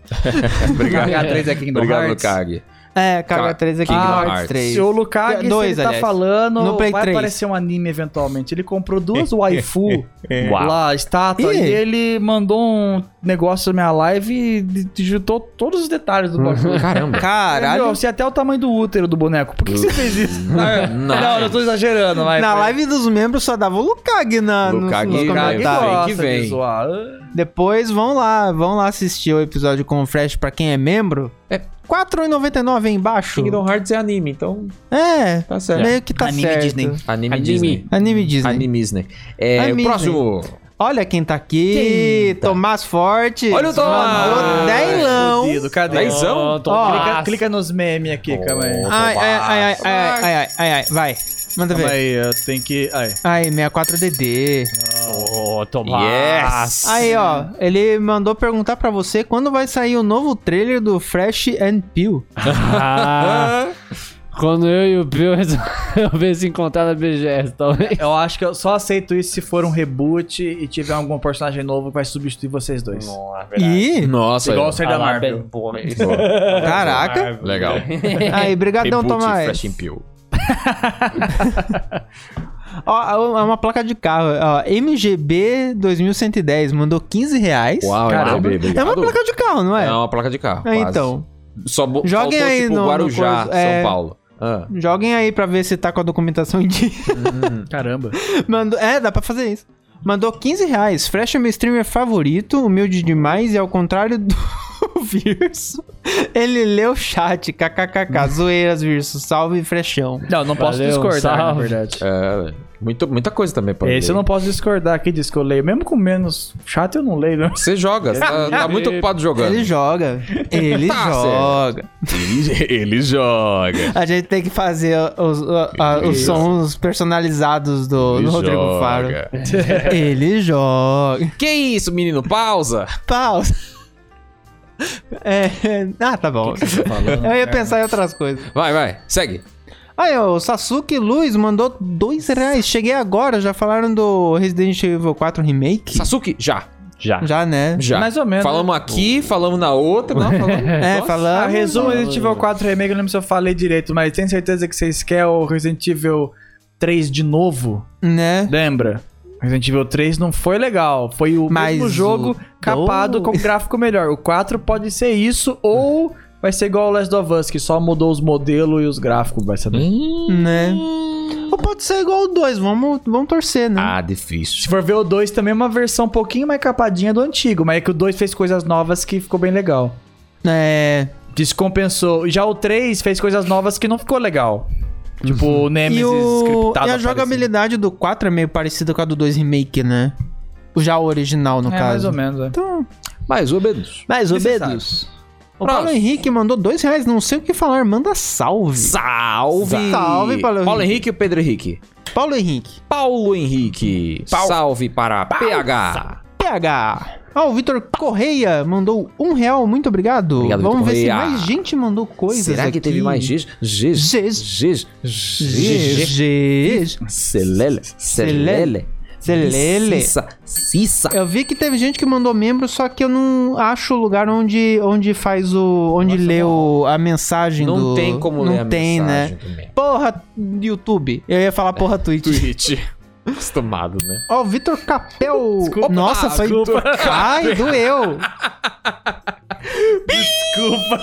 Obrigado.
H3 é Kingdom
Obrigado,
Hearts.
Kag.
É, KH3 aqui,
Kingdom
ah,
Hearts.
3.
Se o Lukag
Dois,
dois, ele tá
aliás.
falando,
No Play
vai
3.
aparecer um anime eventualmente. Ele comprou duas waifu lá, a estátua,
Ih.
e ele mandou um negócio na minha live e digitou todos os detalhes do bagulho.
Caramba.
Caralho,
Caralho.
você é até o tamanho do útero do boneco. Por que, que você fez isso?
É.
Não, é
eu tô exagerando, mas.
Na live dos membros só dava o Lucag na, nos-
Lucag,
nos
Lucag,
comentários.
tá,
gosta
que vem.
de zoar.
Depois vão lá, vão lá assistir o episódio com o Fresh pra quem é membro. É R$ 4,99 aí embaixo.
Kingdom Hearts é anime, então
É,
tá certo.
meio que tá
Anime
certo.
Disney.
Anime,
Anime.
Disney.
Anime Disney.
Anime Disney. É,
Anime
o próximo.
Olha quem tá aqui, Tomás Forte.
Olha o Tomás!
Mandou Deilão.
Fudido, cadê?
Dezão?
Tô
Ó,
Clica,
clássico.
clica nos memes aqui, calma aí.
Ai, ai, ai, ai, ai, ai, ai, ai, ai, vai. Manda
Calma
ver.
aí, eu tenho que. Aí.
Ai, 64DD.
Ô, Tomás.
Yes!
Aí, ó, ele mandou perguntar pra você quando vai sair o novo trailer do Fresh and Peel.
Ah, quando eu e o Bill resolvemos se encontrar na BGS, talvez.
Eu acho que eu só aceito isso se for um reboot e tiver algum personagem novo que vai substituir vocês dois.
Ih,
Nossa,
Igual o ser da
Ah lá,
Marvel.
bad boy.
tá
caraca.
legal.
Aí, brigadão,
Reboot
Tomás.
Fresh and Peel.
Ó, é uma placa de carro, ó, MGB 2110, mandou 15 reais.
Uau,
Caramba.
MDB,
É
obrigado.
uma placa de carro, não é?
É uma placa de carro.
É,
quase.
então.
Só bo-
Joguem
faltou,
aí
tipo,
no- no
Guarujá,
coisa-
São
é.
Paulo. Ah.
Joguem aí pra ver se tá com a documentação em dia.
Caramba.
Mandou, é, dá pra fazer isso. Mandou 15 reais. Fresh é meu streamer favorito, humilde demais e ao contrário do Virso, ele leu o chat. KKKK. Zoeiras, Virso. Salve, Freshão.
Não, não posso
Valeu,
discordar, na
salve.
verdade.
É, muito, muita coisa também pra
Esse eu
ler.
não posso discordar aqui disso que eu leio. Mesmo com menos chato, eu não leio, né?
Você joga, você tá, tá muito ocupado jogando.
Ele joga. Ele
Tá
joga.
Ele- ele joga.
A gente tem que fazer os, a- a- os
Isso.
sons personalizados do,
Ele
do Rodrigo Faro.
joga.
Ele joga.
Que isso, menino? Pausa!
Pausa. É, ah, tá bom. Eu ia pensar em outras coisas.
Vai, vai, segue.
Aí, ó, o Sasuke Luiz mandou dois reais. Cheguei agora, já falaram do Resident Evil 4 Remake?
Sasuke, já.
Já.
Já, né?
Já.
Mais ou menos,
Falamos aqui, falamos na outra. Não, falamos.
É,
Ah,
Nossa.
falando.
resumo Resident Evil 4 Remake, eu não lembro se eu falei direito, mas tem certeza que vocês querem o Resident Evil 3 de novo?
Né?
Lembra? Resident Evil 3 não foi legal. Foi o
Mas
mesmo
o
jogo capado com gráfico melhor. O 4 pode ser isso ou vai ser igual o Last of Us, que só mudou os modelos e os gráficos, vai saber.
Né? Ou pode ser igual o 2, vamos, vamos torcer, né?
Ah, difícil.
Se for ver o 2 também é uma versão um pouquinho mais capadinha do antigo, mas é que o 2 fez coisas novas que ficou bem legal.
Ah.
É.
Descompensou. Já o 3 fez coisas novas que não ficou legal. Tipo, o Nemesis
Uhum. E, o...
scriptado
e a
aparecendo.
jogabilidade do 4 é meio parecida com a do 2 Remake, né? O já original, no
É,
caso.
mais ou menos. É.
Então,
Mais ou menos.
mais ou
Necessário.
menos. O Paulo Henrique mandou dois reais, não sei o que falar, manda salve.
Salve!
Salve, Paulo
Paulo
Henrique.
Henrique ou Pedro Henrique?
Paulo Henrique.
Paulo Henrique. Salve para PH.
PH. Ó, Ah, o Vitor Correia mandou um real, muito obrigado.
Obrigado,
Vamos
Vitor
ver se
Correia.
mais gente mandou coisas
Será que
aqui.
teve mais giz? Giz.
Giz.
Giz. Giz.
GG.
Celele. Celele.
Celele.
Cissa. Cissa.
Eu vi que teve gente que mandou membro, só que eu não acho o lugar onde, onde faz o. onde lê o, a mensagem do.
Não tem como
não
ler a
tem,
mensagem
né?
também.
Porra, YouTube. Eu ia falar porra, Twitch.
Twitch. Acostumado, né?
Ó, o Vitor Capel.
Desculpa, Ah,
Nossa, foi.
desculpa.
Ai, doeu.
Desculpa.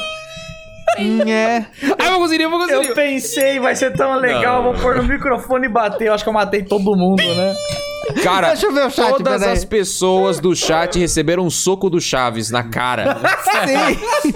Hum, é.
Ah, eu conseguiria, eu conseguir.
Eu pensei, vai ser tão legal, eu vou pôr no microfone e bater. Eu acho que eu matei todo mundo, né?
Cara,
Deixa eu tipo, né? ver o chat,
todas
peraí.
as pessoas do chat receberam um soco do Chaves na cara.
Sim.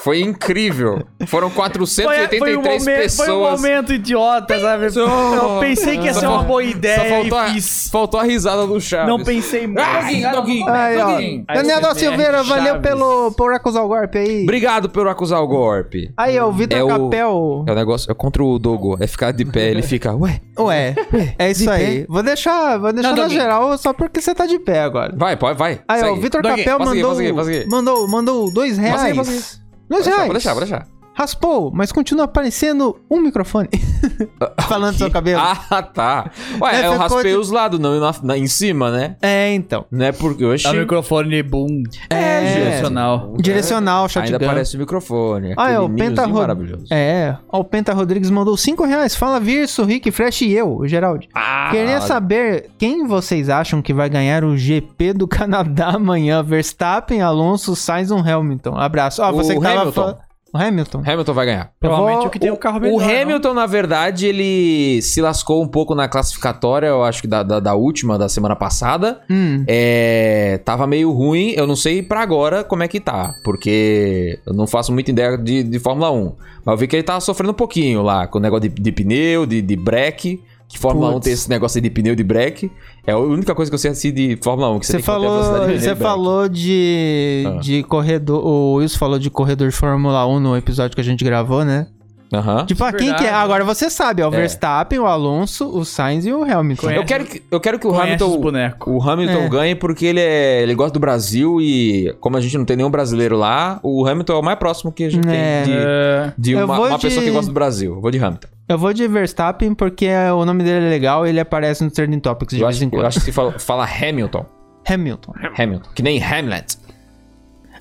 Foi incrível. Foram 483
foi um momento,
pessoas.
Foi um momento idiota, sabe? Eu pensei que ia ser uma boa
Só
ideia
faltou,
e
a,
fiz.
faltou a risada do Chaves.
Não pensei muito.
Ah, Doguinho, Doguinho.
Aí,
Doguinho.
ó. Daniel da
SMR
Silveira, valeu
Chaves.
pelo, por acusar o golpe aí.
Obrigado por acusar o golpe.
Aí, ó, o Vitor
É o-
Capel.
É o negócio, é contra o Dogo. É ficar de pé, ele fica, ué.
Ué, é isso aí. Vou deixar, vou deixar
Não,
na
Doguinho.
geral só porque você tá de pé agora.
Vai, pode, vai.
Aí, ó, o
segue.
Vitor
Doguinho,
Capel
passa aqui,
mandou, um
passa aqui, passa aqui.
mandou, mandou dois reais.
aqui, passa
Dois
Pode deixar, pode
reais.
deixar, pode deixar.
Raspou, mas continua aparecendo um microfone. Falando do seu cabelo.
Ah, tá. Ué,
Né,
eu
ficou
raspei
de-
os lados, não na- na- em cima, né?
É, então.
Não é porque eu
Tá
achei.
microfone boom.
É.
É, direcional.
Direcional, chat
Ainda aparece o microfone.
Ah, é, o
aquele
Penta,
ninhozinho
Ro-
maravilhoso.
é, ó, o Penta Rodrigues mandou 5 reais. Fala, Virso, Rick, Fresh e eu, o Geraldi.
Ah,
Queria saber quem vocês acham que vai ganhar o GP do Canadá amanhã. Verstappen, Alonso, Sainz ou Hamilton? Abraço. Ó,
O
você que tava
Hamilton.
fa- O Hamilton.
Hamilton vai ganhar.
Provavelmente
vou-
o que tem o carro melhor.
O
não?
Hamilton, na verdade, ele se lascou um pouco na classificatória, eu acho que da, da, da última, da semana passada.
Hum.
É, tava meio ruim, eu não sei pra agora como é que tá, porque eu não faço muita ideia de, de Fórmula 1. Mas eu vi que ele tava sofrendo um pouquinho lá, com o negócio de, de pneu, de, de breque. Que Fórmula 1
Putz.
tem esse negócio aí de pneu de breque. É a única coisa que eu sei assim de Fórmula 1, que você,
Você
tem que manter a velocidade
falou,
de pneu
você
e breque.
falou de,
Ah.
de corredor. O Wilson falou de corredor de Fórmula 1 no episódio que a gente gravou, né?
Aham.
Tipo, ah, quem
Verdade.
que é? Agora você sabe, ó. O Verstappen, o Alonso, o Sainz e o Hamilton.
Conhece-
Eu quero que, eu quero que o
Conhece os
Hamilton
bonecos.
O Hamilton
É.
ganha porque ele, é, ele gosta do Brasil e, como a gente não tem nenhum brasileiro lá, o Hamilton é o mais próximo que a gente
É.
tem de,
É.
de
Eu
uma,
vou
uma
de-
pessoa que gosta do Brasil. Eu vou de Hamilton.
Eu vou de Verstappen porque o nome dele é legal e ele aparece no Trending Topics de
Eu
vez
acho,
em
eu
quando.
acho que se fala, fala Hamilton.
Hamilton.
Hamilton. Que nem Hamlet.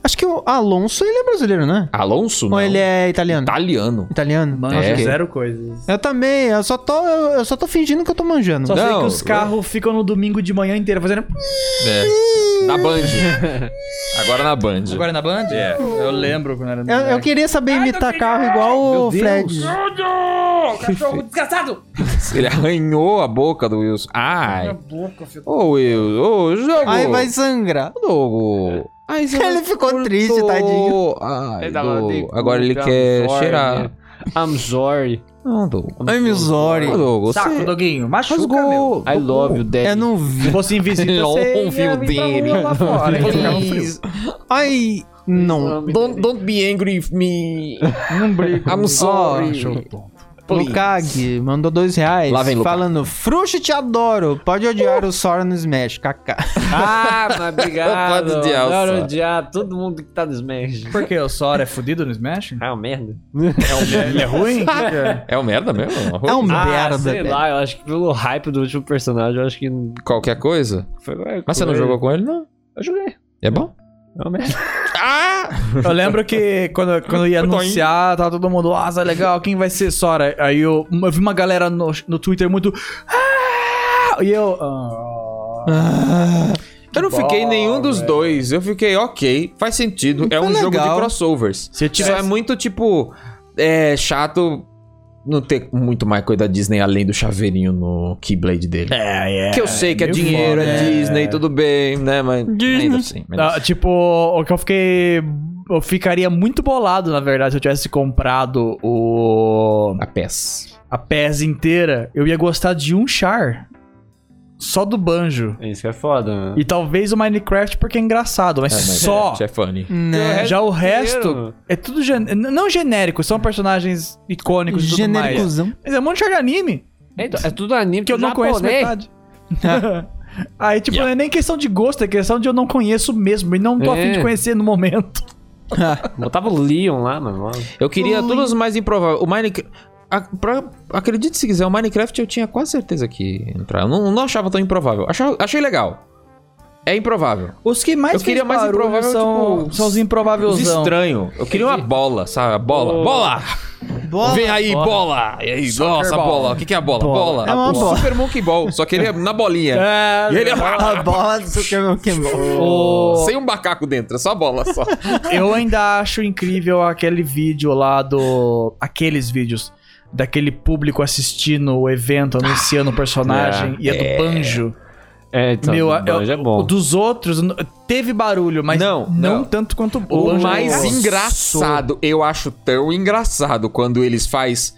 Acho que o Alonso, ele é brasileiro, né?
Alonso?
Ou
não.
ele é italiano?
Italiano.
Italiano?
Manja
Acho que é.
zero coisas.
Eu também, eu só tô, eu, eu só tô fingindo que eu tô manjando.
Só sei
Não,
que os
eu-
carros ficam no domingo de manhã inteira fazendo. É.
Na Band. Agora na Band.
Agora na Band? É. Eu lembro quando era.
Eu, eu queria saber imitar carro igual o Fred.
Ele arranhou a boca do Wilson. Ai. Ô, Wilson. Ô, jogo.
Aí vai sangrar. É.
Dogo. Ai, você
Ele
não
ficou
curtou.
triste, tadinho.
Ai,
Ele tava
Dogo.
de
Agora ele
culpa,
quer
I'm sorry,
cheirar.
né? I'm sorry.
Não, Dogo.
I'm sorry.
Ô, Dogo, você
Saco, Doguinho.
faz
Machuca, meu.
gol.
I love you, Daddy.
Eu não
Se
vi.
fosse invisível, você
Ouve
ia
o
vir pra rua
dele.
lá fora, ia ficar um frio.
Ai, não.
Don't, don't be angry with me.
Não briga.
I'm sorry. Please.
Lucag mandou dois reais.
Lá vem Lucag.
falando, frouxo te adoro. Pode odiar o Sora no Smash, kkk.
Ah, mas obrigado.
Pode odiar,
Adoro
Sora.
odiar todo mundo que tá no Smash.
Porque o Sora é fudido no Smash?
Ah, merda.
Ele é ruim?
É o merda mesmo?
É um
Ah,
merda,
sei
velho.
lá, eu acho que pelo hype do último personagem, eu acho que
Qualquer coisa.
foi...
Mas você não jogou com ele, não?
Eu joguei.
É bom?
É uma merda.
Ah!
Eu lembro que quando, quando eu ia anunciar, tava todo mundo, ah, tá legal, quem vai ser Sora? Aí eu, eu vi uma galera no, no Twitter muito. "Ah!" E eu. "Ah."
Eu não fiquei
bom,
nenhum dos dois. Eu fiquei, ok, faz sentido. É um
Foi
jogo de
legal.
crossovers.
Se eu
Isso é
tivesse.
muito, tipo, é chato não ter muito mais coisa da Disney além do chaveirinho no Keyblade dele.
É, é.
que eu sei que é
meio
dinheiro,
foda,
é
né?
Disney, tudo bem, né? Mas ainda assim. ainda
Ah, tipo, o que eu fiquei. Eu ficaria muito bolado, na verdade, se eu tivesse comprado o.
assim. A peça.
a PES inteira. Eu ia gostar de um char. Só do banjo.
Isso que é foda, mano.
E talvez o Minecraft porque é engraçado, mas,
É, mas
só.
É, é funny.
Né?
Já o resto
Dinheiro.
é tudo gen- não genérico, são personagens icônicos e tudo mais.
Genericuzão.
Mas é um monte de char de anime
Então, é tudo anime
que eu não
japonês.
conheço metade. Aí, tipo, não é nem questão de gosto, é questão de eu não conheço mesmo e não tô afim de
É.
conhecer no momento.
Botava o Leon lá, mano.
Eu queria todos os mais improváveis. O Minecraft. a- pra- Acredite se quiser, o Minecraft eu tinha quase certeza que ia entrar. Eu não, não achava tão improvável. Achava- achei legal. É improvável.
Os que mais
Eu queria
fez
mais
barulho
improvável,
são,
tipo,
são os
Os
improváveis.
estranho. Eu queria uma bola, sabe? A Bola.
Oh.
Bola!
Bola.
Vem aí, bola! E aí, nossa,
ball.
bola. O que, que é a bola?
Bola.
Bola.
É uma
O
bola.
Super Monkey Ball. Só que ele é na bolinha.
É,
E ele é...
A bola do Superman
o-
Sem um macaco dentro, é só bola só.
Eu ainda acho incrível aquele vídeo lá do. Aqueles vídeos.
Ah,
Daquele público assistindo o evento, anunciando o personagem. e é do banjo.
É, então,
Meu,
o Banjo
eu-
é bom.
Dos outros, n- teve barulho, mas
Não,
não,
não.
tanto quanto
O
Banjo.
mais engraçado, eu acho tão engraçado quando eles faz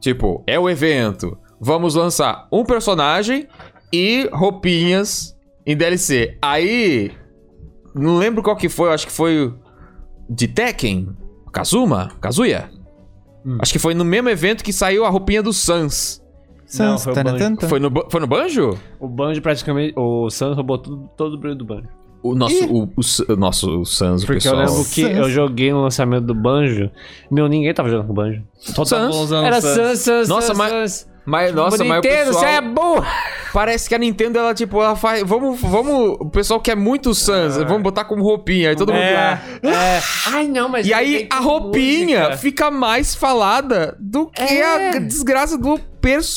tipo, é o evento, vamos lançar um personagem e roupinhas em DLC. Aí não lembro qual que foi, eu acho que foi o de Tekken, Kazuma, Kazuya. Acho que foi no mesmo evento que saiu a roupinha do Sans.
Não, foi o
Tana,
Banjo.
tanta.
Foi no Ba- foi no Banjo?
O Banjo praticamente. O Sans roubou tudo, todo o brilho do Banjo.
O nosso o, o S- o nosso o Sans, o
Porque
pessoal.
eu lembro que
Sans.
eu joguei um lançamento do Banjo. Meu, ninguém tava jogando com o Banjo.
Só tá
Sans.
bonzão,
Era
Sans.
Sans, Sans,
Nossa,
Sans,
mas-
Sans.
Mas nossa, mas o
Nintendo,
pessoal
você é burro!
Parece que a Nintendo, ela, tipo, ela faz. Vamos, vamos. O pessoal quer muito o Sans, vamos botar como roupinha. Aí todo mundo
É,
lá.
Ai, não, mas.
E
ele
aí
vem com
É. a roupinha
música.
fica mais falada do que a desgraça do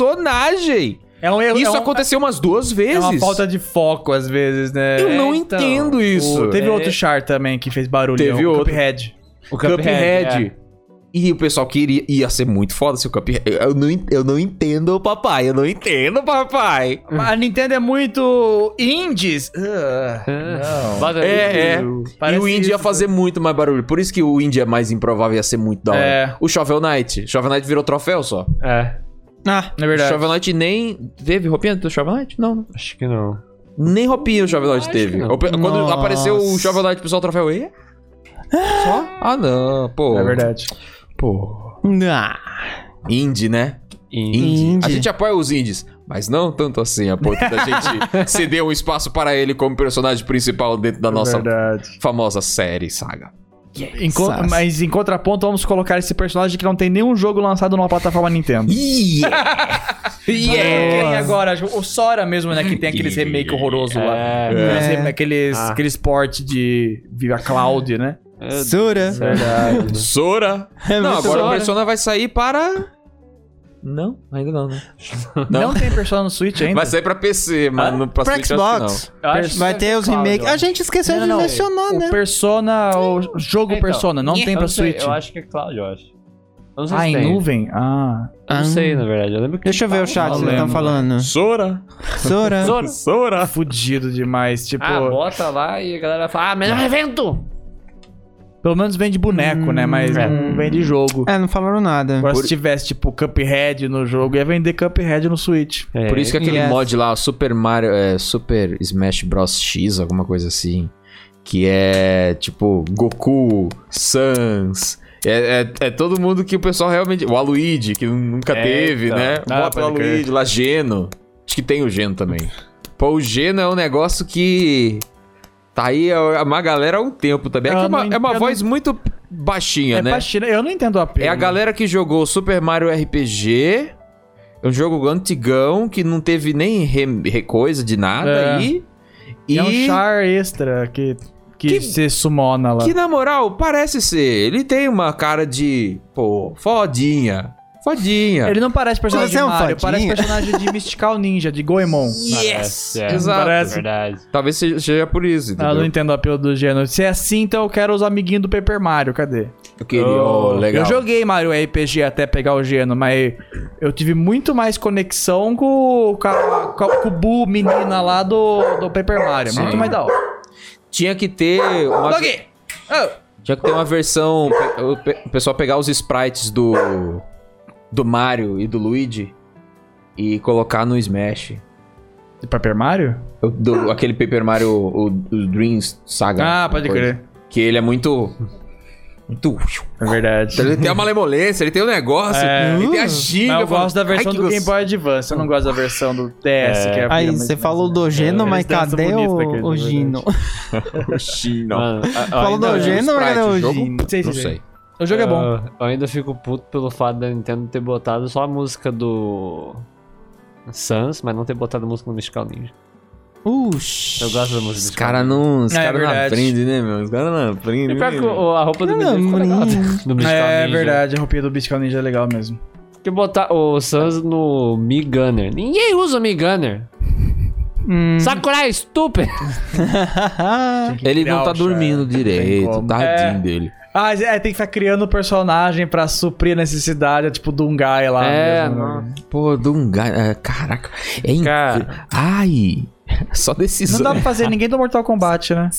personagem.
É um erro.
Isso
é um-
aconteceu umas duas
É
vezes.
uma falta de foco, às vezes, né?
Eu não
É, então.
entendo isso. É.
O- teve outro char também que fez barulho. é
Teve
o
outro.
Cuphead.
O
Cuphead.
Cuphead. é.
E o pessoal queria. Ia ser muito foda se o Cuphead. Eu, eu não, en- eu não entendo, papai. Eu não entendo, papai.
A Nintendo é muito indies. Ah, não.
Bota aí.
É, é.
Parece
e o Indy ia
isso, né?
fazer muito mais barulho. Por isso que o Indy é mais improvável ia ser muito da hora.
É.
O Shovel Knight. Shovel Knight virou troféu só.
É.
Ah,
Na verdade.
Shovel Knight nem teve roupinha do Shovel Knight? Não. né?
Acho que não.
Nem roupinha o Shovel Knight teve.
não.
O pe- Quando
Nossa.
apareceu o Shovel Knight, o pessoal troféu E? Só? Ah, não. Pô.
É verdade.
Pô.
ah,
Indie, né?
E...
Indie.
Indie.
A gente apoia os indies, mas não tanto assim a ponto da gente ceder um espaço para ele como personagem principal dentro da nossa
É Verdade.
famosa série saga.
Em con-
Sass.
mas em contraponto, vamos colocar esse personagem que não tem nenhum jogo lançado numa plataforma Nintendo.
Yeah!
Yeah! Quem agora? O Sora mesmo, né? Que tem aqueles remake horroroso lá.
É.
Aqueles,
É.
rem- aqueles,
Ah.
aqueles porte de Viva Cloud, né?
Sura.
Verdade.
Sora!
É
não,
muito
agora o
Sora.
Persona vai sair para. Não, ainda não, né?
Não, tem Persona no Switch ainda?
Vai sair pra PC, mas não pra
Pra
Switch eu acho que não.
Xbox.
é
Vai ter os remakes. A gente esqueceu
Não,
de
não,
mencionar,
o
né?
Persona, o jogo
Então,
Persona, não tem
Eu
pra
não sei,
Switch.
Eu acho que é Cláudio, eu acho. Eu não sei
Ah,
se
em
tem.
nuvem? Ah.
Eu Não sei, né? na verdade. Eu lembro que
Deixa eu ver o chat,
não
eles estão
lembro.
falando.
Sora!
Sora.
Zoro.
Sora!
Fudido demais. Tipo,
Ah, bota lá e a galera fala, ah, melhor evento!
pelo menos vende boneco, né? Mas
é.
não vende jogo.
Hum, É, não falaram nada.
Agora, se tivesse, tipo, Cuphead no jogo, ia vender Cuphead no Switch.
É,
Por isso que aquele
Yes.
mod lá, Super Mario, é, Super Smash Bros X, alguma coisa assim, que é tipo Goku, Sans, é, é- é todo mundo que o pessoal realmente, o Aluigi, que nunca
É,
teve,
então.
né?
Ah,
Bota o
pode crer.
Aluigi lá, Geno, acho que tem o Geno também. Pô, o Geno é um negócio que tá aí a, a uma galera há um tempo também, é,
Eu
que é uma,
não
é uma
entendo-
voz muito baixinha,
É
né?
pra China, eu não entendo o apelo.
É a galera que jogou Super Mario RPG. É um jogo antigão que não teve nem re- re- coisa de nada
É.
aí. E,
E é um char extra que, que,
Que-
se sumona lá.
que, na moral, parece ser. Ele tem uma cara de. Pô, fodinha. Fodinha.
Ele não parece personagem
Você
de
é um
Mario, parece
fadinha?
personagem de Mystical Ninja, de Goemon. Ah,
Yes!
É,
Exato.
Parece. Verdade.
Talvez seja, seja por isso,
Ah,
entendeu?
não entendo o apelo do gênero. Se é assim, então eu quero os amiguinhos do Paper Mario, cadê?
Eu queria. Oh,
Oh,
legal.
Eu joguei Mario RPG até pegar o Geno, mas eu tive muito mais conexão com, o- com, a- com a- com o Bu, menina lá do, do Paper Mario.
Sim.
Muito mais da hora.
Tinha que ter uma.
Loguei! Oh,
Tinha que ter uma versão. pe- O pe- o pessoal pegar os sprites do. Do Mario e do Luigi e colocar no Smash.
de Paper Mario?
Eu dou aquele Paper Mario, o, o Dreams Saga.
Ah, pode
coisa.
crer.
Que ele é muito. Muito.
É verdade.
Ele tem a malemolência, ele tem o negócio,
É.
ele tem a
Mas
giga.
eu
falo,
gosto da versão
"Ai, que
do Game
gostoso."
Boy Advance, eu não gosto da versão do DS, que é a
Aí,
mais-
você falou do
É,
Geno,
eles
mas
dançam
cadê
bonito daquele,
o,
na
o Gino?
Não.
Mano,
Falou do Geno, mas cadê o
Sprite, jogo?
Gino?
Sei, sei,
Não
sei.
sei.
O jogo é bom.
Ah, Eu ainda fico puto pelo fato da Nintendo ter botado só a música do. Sans, mas não ter botado a música do Mystical Ninja.
Uxi.
Eu gosto da música do
Os
Mystical
caras não, os
É
cara não
verdade.
aprendem, né, meu? Os caras não aprendem.
Ninja. E É pior
né,
que
meu?
o- a roupa do
Não,
Mystical ficou legal.
menino.
Do Mystical
É
Ninja.
verdade, a roupinha do Biscal Ninja é legal mesmo.
Porque botar o Sans no Mi Gunner. Ninguém usa o Mi Gunner. é
Hum.
Sakurai, estúpido!
É.
Ah,
Ele não tá
Criar o
dormindo direito,
como.
tadinho
É.
dele.
Ah, é, tem que ficar criando personagem pra suprir a necessidade, é tipo Dungai lá
É,
mesmo. né?
não.
um Pô, Dunga. é, Caraca. É incrível.
Cara.
Ai. Só
Não
decisão.
dá pra fazer ninguém do Mortal Kombat, né?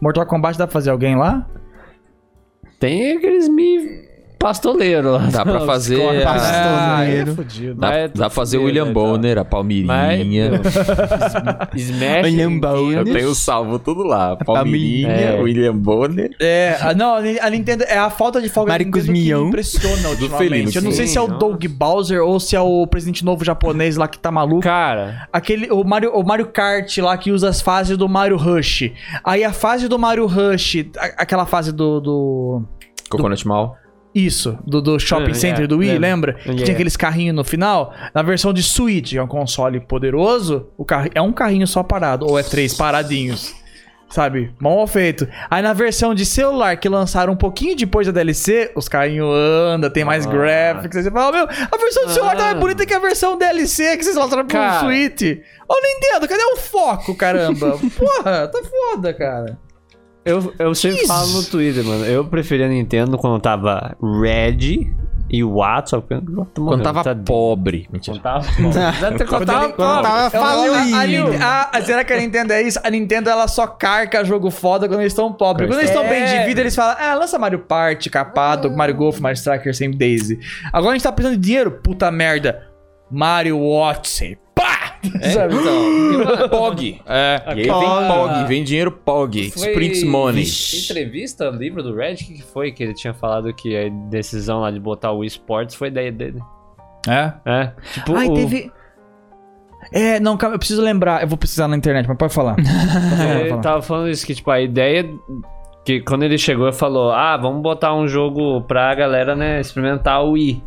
Mortal Kombat dá pra fazer alguém lá?
Tem aqueles mi pastoleiro lá.
Dá pra fazer.
É.
Corta.
a-
Pastoleiro.
fudido.
Dá,
Mas-
dá pra fazer o
é,
William
Mas-
Bonner, a Palmeirinha.
Smash.
William Bonner.
Eu tenho salvo tudo lá. Palmeirinha,
Palmeirinha.
William Bonner.
É, a- não, a Ni- a Nintendo é a falta de folga da
Maricos
Nintendo que
Mion.
me impressiona ultimamente.
Felino,
Eu não sei
sim.
se é o
Nossa.
Doug Bowser ou se é o presidente novo japonês lá que tá maluco.
Cara,
Aquele, o, Mario, o Mario Kart lá que usa as fases do Mario Rush. Aí a fase do Mario Rush, a- aquela fase do- do
Coconut Mal.
Isso, do, do Shopping
Ah,
Center
yeah,
do Wii,
lembro.
lembra? Que
Yeah.
tinha aqueles carrinhos no final. Na versão de Switch, que é um console poderoso, o carri- é um carrinho só parado, ou é três paradinhos. Sabe? Mal feito. Aí na versão de celular que lançaram um pouquinho depois da DLC, os carrinhos andam, tem mais graphics. Aí você fala, meu, a versão de celular tá mais
Ah.
bonita que a versão DLC que vocês lançaram pro
Cara.
Switch. Ô, Nintendo, cadê o foco, caramba? Porra, tá foda, cara.
eu, eu sempre
Isso.
falo no Twitter, mano. Eu preferia a Nintendo quando tava Red e o Watt, só que
Quando tava pobre. Mentira.
Tá Quando tava. Exato, Quando tava.
Quando tava
A- a
falindo.
Nin- a- será que a Nintendo é isso? A Nintendo ela só carca jogo foda quando eles estão pobres. Quando eles estão bem de vida, eles falam: ah, lança Mario Party, capado, Mario Golf, Mario Striker, sem Daisy. Agora a gente tá precisando de dinheiro, puta merda. Mario Odyssey. Pá! Sabe, então?
Pog. É. E aí vem Pog. Vem dinheiro Pog.
Foi-
Sprint Money.
Entrevista, livro do Red, o que que foi que ele tinha falado que a decisão lá de botar o esportes foi ideia dele?
É?
É. Tipo,
Ai,
o-
teve. É, não, calma, eu preciso lembrar. Eu vou precisar na internet, mas pode falar.
É, Ele tava falando isso, que tipo, a ideia. Que quando ele chegou, ele falou: Ah, vamos botar um jogo pra galera, né, experimentar o Wii.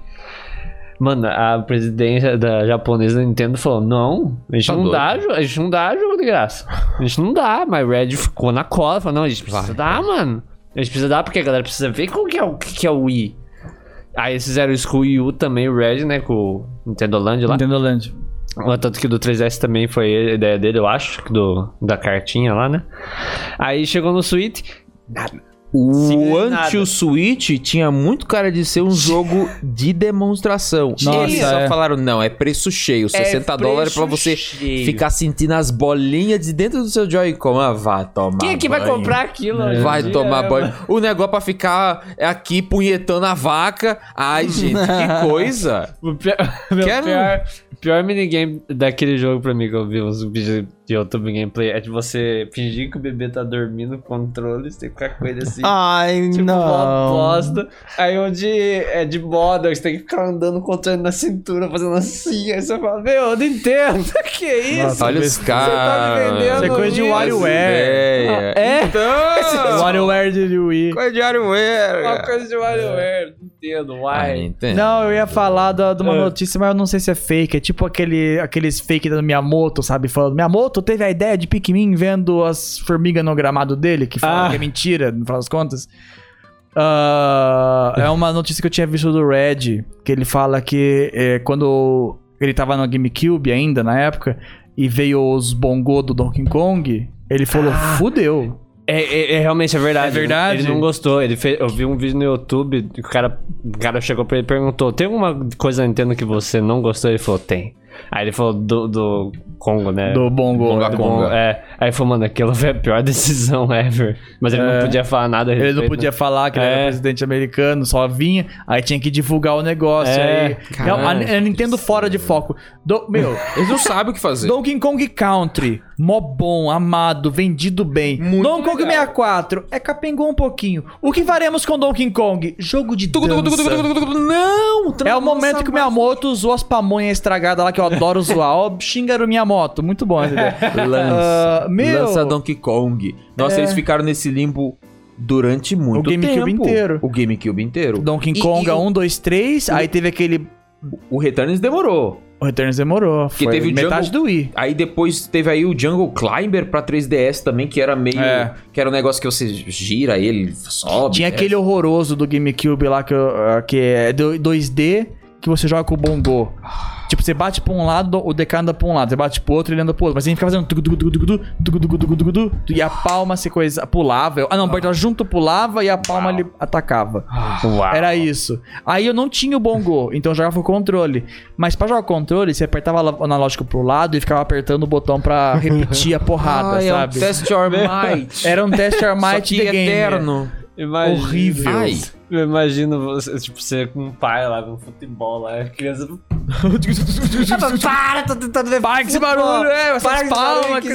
Mano, a presidência da japonesa da Nintendo falou: Não, a gente,
Tá
não
doido.
dá, jo- a gente não dá jogo de graça. A gente não dá, mas Red ficou na cola. Falou: Não, a gente precisa dar, mano. A gente precisa dar porque a galera precisa ver como que é o que, que é o Wii. Aí eles fizeram isso com o Wii U também, o Red, né, com o Nintendo Land lá.
Nintendo Land.
Ah, Tanto que do 3DS também foi a ideia dele, eu acho, que do, da cartinha lá, né? Aí chegou no Switch. Sim,
O
nada.
Antio Switch tinha muito cara de ser um jogo de demonstração.
Nossa,
Eles só
é.
falaram, não, é preço cheio, 60 dólares pra você ficar sentindo as bolinhas de dentro do seu Joy-Con. Ah, vai tomar
Quem é que vai
banho. É.
comprar aquilo? hoje em
Vai
dia? né?
tomar banho. O negócio pra ficar aqui punhetando a vaca. Ai, gente, que coisa.
O pior, meu
Quero-
pior, pior minigame daquele jogo pra mim que eu vi uns vídeos de YouTube gameplay é de você fingir que o bebê tá dormindo com o controle, você tem que ficar com ele assim.
Ai,
Tipo, uma
Ah, não.
bosta. Aí onde é de moda, você tem que ficar andando com o controle na cintura, fazendo assim. Aí você fala, meu, eu não entendo. que isso?
Olha os caras.
tá vendendo Isso é coisa de isso.
WarioWare.
É.
É?
Então,
WarioWare de Wii.
coisa de WarioWare.
Uma
cara.
coisa de WarioWare, não entendo,
Ah,
why?
entendo.
Não, eu ia falar da- de uma
É.
notícia, mas eu não sei se é fake. É tipo aquele, aqueles fake da Miyamoto, sabe? Falando, Miyamoto teve a ideia de Pikmin vendo as formigas no gramado dele, que fala
Ah.
que é mentira, no final das contas. Ah, é uma notícia que eu tinha visto do Red, que ele fala que é, quando ele tava no GameCube ainda, na época, e veio os bongô do Donkey Kong, ele falou,
Ah.
fudeu.
É, é- é realmente é verdade.
É verdade?
Ele não gostou. Ele fez, eu vi um vídeo no YouTube que o cara, o cara chegou pra ele e perguntou: tem alguma coisa da Nintendo que você não gostou? Ele falou, tem. Aí ele falou do, do Congo, né?
Do bongô.
Bonga
Do
Congo.
Congo, É. Aí ele falou, mano, aquilo foi a pior decisão ever. Mas ele
É.
não podia falar nada. a
Ele não
respeito,
podia falar que ele era
É.
presidente americano, só vinha, aí tinha que divulgar o negócio.
É,
aí- Não, a, a Nintendo fora de foco. Do- meu,
Eles não sabem o que fazer.
Donkey Kong Country, mó bom, amado, vendido bem. Donkey Kong 64, é capengou um pouquinho. O que faremos com Donkey Kong? Jogo de dança.
Não!
É o momento que o Miyamoto usou as pamonhas estragadas lá, que eu adoro zoar. Ó, xingaram Miyamoto, muito bom. essa ideia.
Lança.
Ah, meu.
Lança Donkey Kong. Nossa,
É.
eles ficaram nesse limbo durante muito
O
tempo.
GameCube inteiro.
O GameCube inteiro.
Donkey
E-
Kong é
e
1, 2, 3, aí teve aquele...
O Returns demorou.
O Returns demorou,
Porque
foi
teve o
metade
Jungle-
do Wii.
Aí depois teve aí o Jungle Climber pra 3DS também, que era meio...
É.
Que era um negócio que você gira ele, sobe.
Tinha
desce.
aquele eh, é horroroso do GameCube lá que, eu- ah, que é do- 2D que você joga com o bongo. Tipo, você bate pra um lado, o DK anda pra um lado. Você bate pro outro, ele anda pro outro. Mas você fica fazendo tugu, tugu, tugu, tugu, tugu, tugu, tugu, tugu, tugu, E a palma se coisa... Pulava. Ah, não. Ela junto pulava e a palma ele atacava.
Ah.
Ah,
Era isso. Aí eu não tinha o bongo, então eu jogava com o controle. Mas pra jogar com o controle, você apertava o analógico pro lado e ficava apertando o botão pra repetir a porrada,
Ai, é um
Ah, sabe?
test your might.
Era um teste
Só
Armite
que é
de game.
eterno. né?
Imagina.
Horrível.
Ai.
Eu imagino você, tipo, você com um pai lá, com futebol lá, a criança.
Para, tô tentando ver. Para que esse barulho, é, essas palmas. que-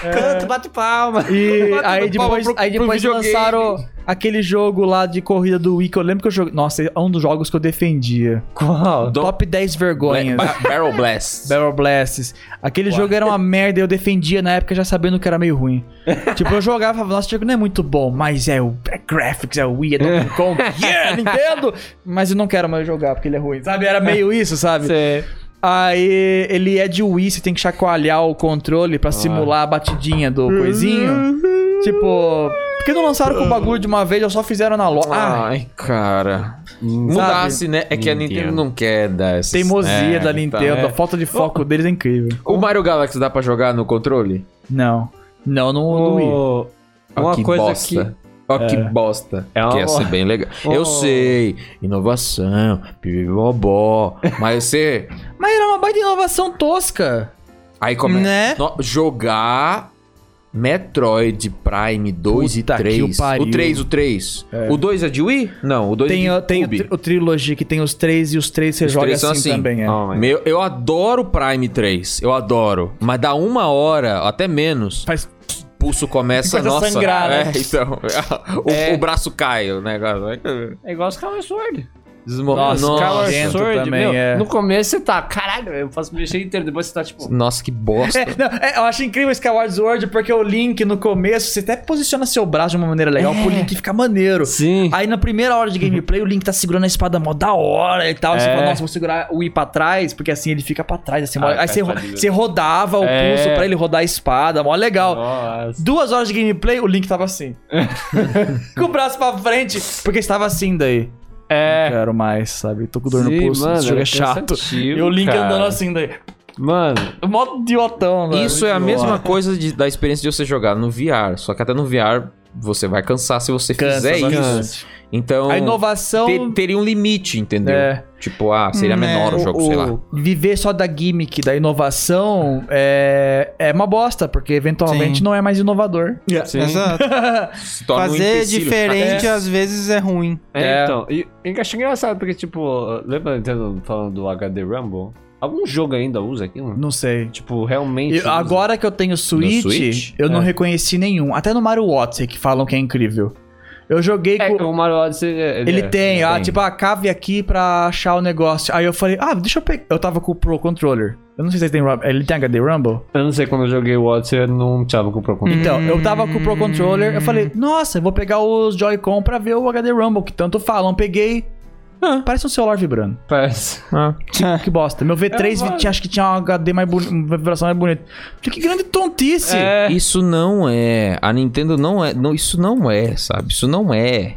Canto, bate palma.
E
Bota
aí
no pau
depois,
pro-
aí
pro
depois
videogame.
lançaram aquele jogo lá de corrida do Wii que eu lembro que eu joguei. Nossa, é um dos jogos que eu defendia.
Qual?
Top 10 vergonhas.
Barrel Blast.
Barrel Blasts. Aquele jogo era uma merda e eu defendia na época já sabendo que era meio ruim. tipo, eu jogava e falava, nossa, esse jogo não é muito bom, mas é o é graphics, é o Wii, é Donkey Kong, yeah, Nintendo! Mas eu não quero mais jogar porque ele é ruim, sabe? Era meio isso, sabe?
Você-
Aí ele é de Wii, você tem que chacoalhar o controle pra simular a batidinha do coisinho. tipo, por que não lançaram com o bagulho de uma vez, ou só fizeram na loja? Ah,
Ai, cara. Mudasse, né? É que a Nintendo não quer dar essa. tá,
teimosia
É,
da Nintendo, a falta de foco deles é incrível.
O Mario Galaxy dá pra jogar no controle?
Não. Não, não no Wii.
Oh.
Ô,
Ó,
Uma
que
coisa
bosta. Ó, que bosta.
É uma
Que ia ser
boa.
bem legal.
Oh.
Eu sei, inovação, bibibobó, mas você.
Mas era uma baita inovação tosca.
Aí começa.
Né?
No- jogar Metroid Prime 2
Puta
e
que
3.
o pariu.
O 3, o 3. O 2 é de Wii? Não, o 2
Tem,
é
o-
de
tem o,
Cube.
tri- o Trilogy que tem os três e os três você
Os
joga
três
assim,
são Ah.
também, é.
Meu, eu adoro o Prime 3. Eu adoro. Mas dá uma hora, até menos.
Faz-
O pulso começa,
Começa a
nossa.
sangrar, né?
é, então. o,
É.
o braço cai, o negócio.
É igual os Skyward Sword.
Desmo...
Nossa,
Skyward
nojento
Sword,
também,
é meu,
é.
no começo você tá, caralho, eu faço mexer inteiro, depois você tá tipo...
Nossa, que bosta.
É, não, é, eu acho incrível o Skyward Sword porque o Link no começo, você até posiciona seu braço de uma maneira legal
É.
pro Link ficar maneiro.
Sim.
Aí na primeira hora de gameplay, o Link tá segurando a espada mó da hora e tal. Aí Você fala, nossa, vou segurar o I pra trás, porque assim ele fica pra trás. Assim, mó- aí você, ro- você rodava o
É.
pulso pra ele rodar a espada, mó legal.
Nossa.
Duas horas de gameplay, o Link tava assim. com o braço pra frente, porque estava assim daí.
É...
Quero mais, sabe? Tô com dor no
Sim,
pulso, esse jogo
era
é chato.
cansativo,
E o Link
cara.
andando assim daí.
Mano,
Mó idiotão, velho.
Isso é a
Idiota.
mesma coisa de- da experiência de você jogar no VR. Só que até no VR você vai cansar se você
Cansa
fizer é isso.
bastante.
Então.
A inovação.
te- teria um limite, entendeu?
É.
Tipo, ah, seria
Hum,
menor o
é,
jogo, sei lá.
Viver só da gimmick, da inovação, é, é uma bosta, porque eventualmente
Sim.
não é mais inovador.
Exato.
Se torna um
Fazer
empecilho.
diferente às vezes é ruim.
é,
É.
então, e, e eu achei engraçado, porque tipo, lembra a Nintendo falando do HD Rumble? Algum jogo ainda usa aquilo?
Não sei.
Tipo, realmente...
Eu-
usa?
agora que eu tenho Switch,
Switch?
eu não reconheci nenhum. Até no Mario Odyssey, que falam que é incrível. Eu joguei
É,
com.
o Mario Odyssey... é,
Ele, tem, ah,
tem.
tipo, ah, cave aqui pra achar o negócio. Aí eu falei, ah, deixa eu pegar. Eu tava com o Pro Controller. Eu não sei se ele tem, Rumble- ele tem HD Rumble.
Eu não sei quando eu joguei o Odyssey, eu não tava com o Pro Controller.
Então, eu tava com o Pro Controller. Eu falei, nossa, eu vou pegar os Joy-Con pra ver o HD Rumble, que tanto falam. Peguei. Parece um celular vibrando.
Parece.
Que bosta. Meu V3 vi- tinha- acho que tinha um HD mais bonito, uma vibração mais bonita. Que grande tontice.
É.
Isso não é. A Nintendo não é. Não, isso não é, sabe? Isso não é.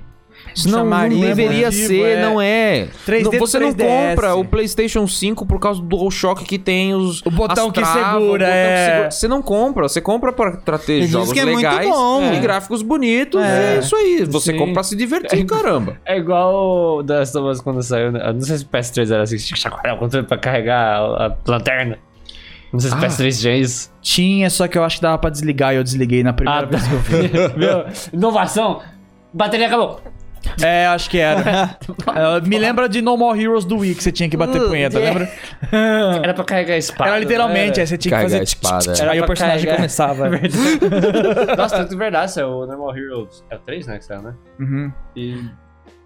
Isso não, não
Chamaria
deveria
motivo,
ser,
é.
não é.
3D
Não, você
do
não
3DS.
compra o PlayStation 5 por causa do DualShock que tem os.
O botão
as
que
travas,
segura,
o botão que
é.
Você não compra. Você compra pra, pra ter
Eles
jogos
dizem que é muito
legais
bom.
e
É.
gráficos bonitos.
É.
É, isso aí. Você
Sim.
compra pra se divertir, caramba.
É igual o The Last of Us quando saiu. né? Eu não sei se o PS3 era assim, tinha que chacoalhar o controle pra carregar a, a lanterna. Não sei se o
Ah.
PS3 tinha isso.
Tinha, só que eu acho que dava pra desligar e eu desliguei na primeira
Ah, tá.
vez.
Meu, inovação. Bateria acabou.
É, acho que era. É, me lembra de No More Heroes do Wii, que você tinha que bater punheta,
é.
lembra?
Era pra carregar a espada.
Ah. Era literalmente, aí
né?
você tinha que
Carregar
fazer...
a espada.
Aí o
Era pra É
personagem
carregar.
começava.
Nossa, tanto que verdade, isso é o Normal Heroes. É o 3, né? Que saiu, né?
Uhum.
E.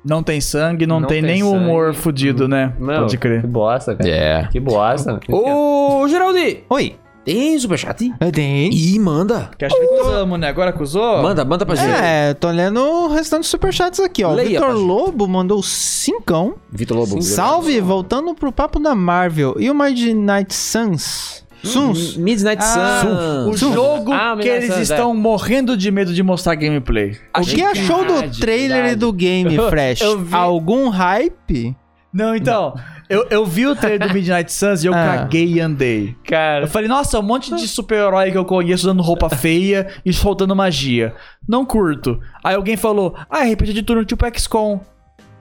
Não tem sangue, não,
Não
tem,
tem
nem o
sangue.
humor fudido, né?
Não,
Pode
Que
crer. Oh!
bosta, cara.
É.
Que bosta.
Ô, Geraldi!
Oi.
Tem superchat?
Tem.
Ih, manda.
Que acho que acusamos, né? Agora acusou?
Manda, manda pra gente.
É, tô lendo o restante dos superchats aqui, ó. O
Leia,
Vitor
Pajé.
Lobo mandou cincão.
Vitor Lobo.
Salve, voltando pro papo da Marvel. E o Midnight Suns?
Hum,
Suns?
Midnight
Ah,
Sun.
o jogo
Ah,
que eles
Minas Sans, é.
estão morrendo de medo de mostrar gameplay.
O que achou do
verdade,
trailer e
verdade.
do game, Fresh?
Eu vi.
Algum hype?
Não, então, Eu, eu vi o trailer do Midnight Suns e eu
Ah.
caguei e andei. Eu
Cara,
falei, nossa, um monte de super-herói que eu conheço usando roupa feia e soltando magia. Não curto. Aí alguém falou, ah, repetido de turno tipo XCOM.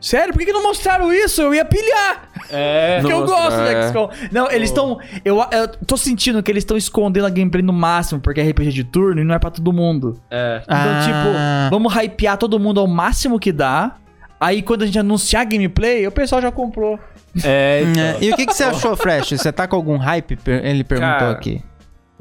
Sério? Por que, que não mostraram isso? Eu ia pilhar!
é.
Porque
Não
eu
mostraram,
gosto
é.
do XCOM. Não, eles estão. Eu, eu tô sentindo que eles estão escondendo a gameplay no máximo, porque é RPG de turno e não é pra todo mundo.
É.
Então,
Ah.
tipo, vamos hypear todo mundo ao máximo que dá. Aí quando a gente anunciar a gameplay, o pessoal já comprou.
É,
É, E o que, que você achou, Fresh? Você tá com algum hype? Per- Ele perguntou
Cara,
aqui.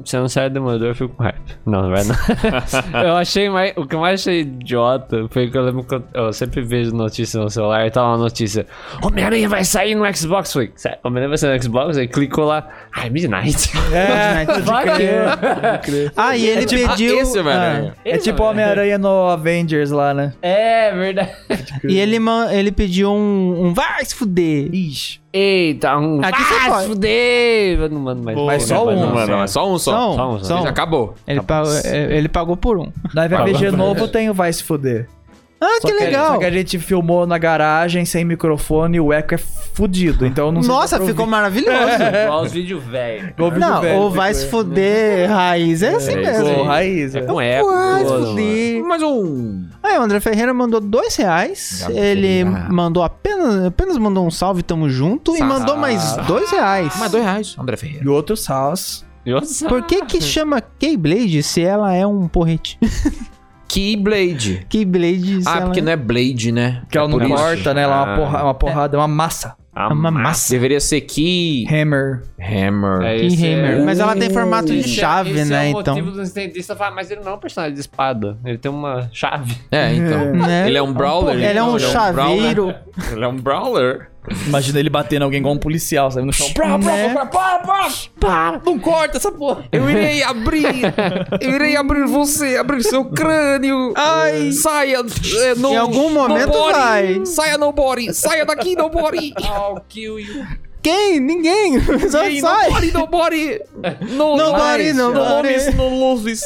Se eu não sair do Demolidor, eu fico com hype. Não, não vai não. eu achei mais. O que eu mais achei idiota foi que eu lembro que eu, eu sempre vejo notícia no celular e tá lá uma notícia. Homem-Aranha vai sair no Xbox. Foi. "Sério? Homem-Aranha vai sair no Xbox? Aí clicou lá. Ai, Midnight.
Fortnite.
Vai que-
Ah, e ele pediu.
esse, velho.
É
Esse
tipo o Homem-Aranha no Avengers lá, né?
É verdade.
ah, e ele, man- ele pediu um, um. Vai se fuder!
Ixi.
Eita, um.
Aqui você
ah,
pode.
se fudeu. Eu Não mando mais.
Mas
Não,
só
não,
um,
não,
Mano,
não.
é só um só.
Só um,
Só um,
só
Já
um.
acabou.
Ele, pagou, é, ele pagou por um.
Na VPG novo tem o Vai Se Fuder.
Ah,
Só
que legal!
Só que a gente filmou na garagem, sem microfone, e o eco é fudido. Então não sei
Nossa, ficou maravilhoso!
Igual os vídeos velhos.
Não, ou vai se fuder, raiz. É assim mesmo.
Pô, raiz. né?
É
velho.
com eco.
Vai se
mano.
fuder.
Mais um.
Aí, o André Ferreira mandou dois reais. ele mandou apenas, apenas mandou um salve, tamo junto. E mandou mais dois reais.
Mais dois reais. André Ferreira.
E outro Saus.
Nossa.
Por que que chama Keyblade se ela é um porrete?
Keyblade.
Keyblade se
Ah,
ela
porque não é Blade, né?
Que ela não
por isso.
corta, né? Ela é uma,
Ah.
porra- uma porrada, é uma massa.
é uma massa.
Deveria ser Key...
Hammer.
Hammer.
É,
Key
esse é-
Hammer. Mas ela tem formato de
Esse é-
chave,
esse
né?
É o
então.
motivo do Nintendista falar, mas ele não é um personagem de espada. Ele tem uma chave.
É, então.
Né?
Ele é um brawler.
Ele é um
então. brawler.
chaveiro.
Ele é um brawler.
Imagina ele batendo alguém igual um policial, sabe? No chão. Pra,
né?
Não corta essa porra.
Eu irei abrir. Eu irei abrir você, abrir seu crânio. Ai. Saia. é, no,
Em algum momento
nobody.
vai.
Saia, nobody. Saia daqui, nobody.
I'll kill you.
Quem? Ninguém. Só sai.
Nobody, nobody. No,
Nobody, nobody.
no luzes.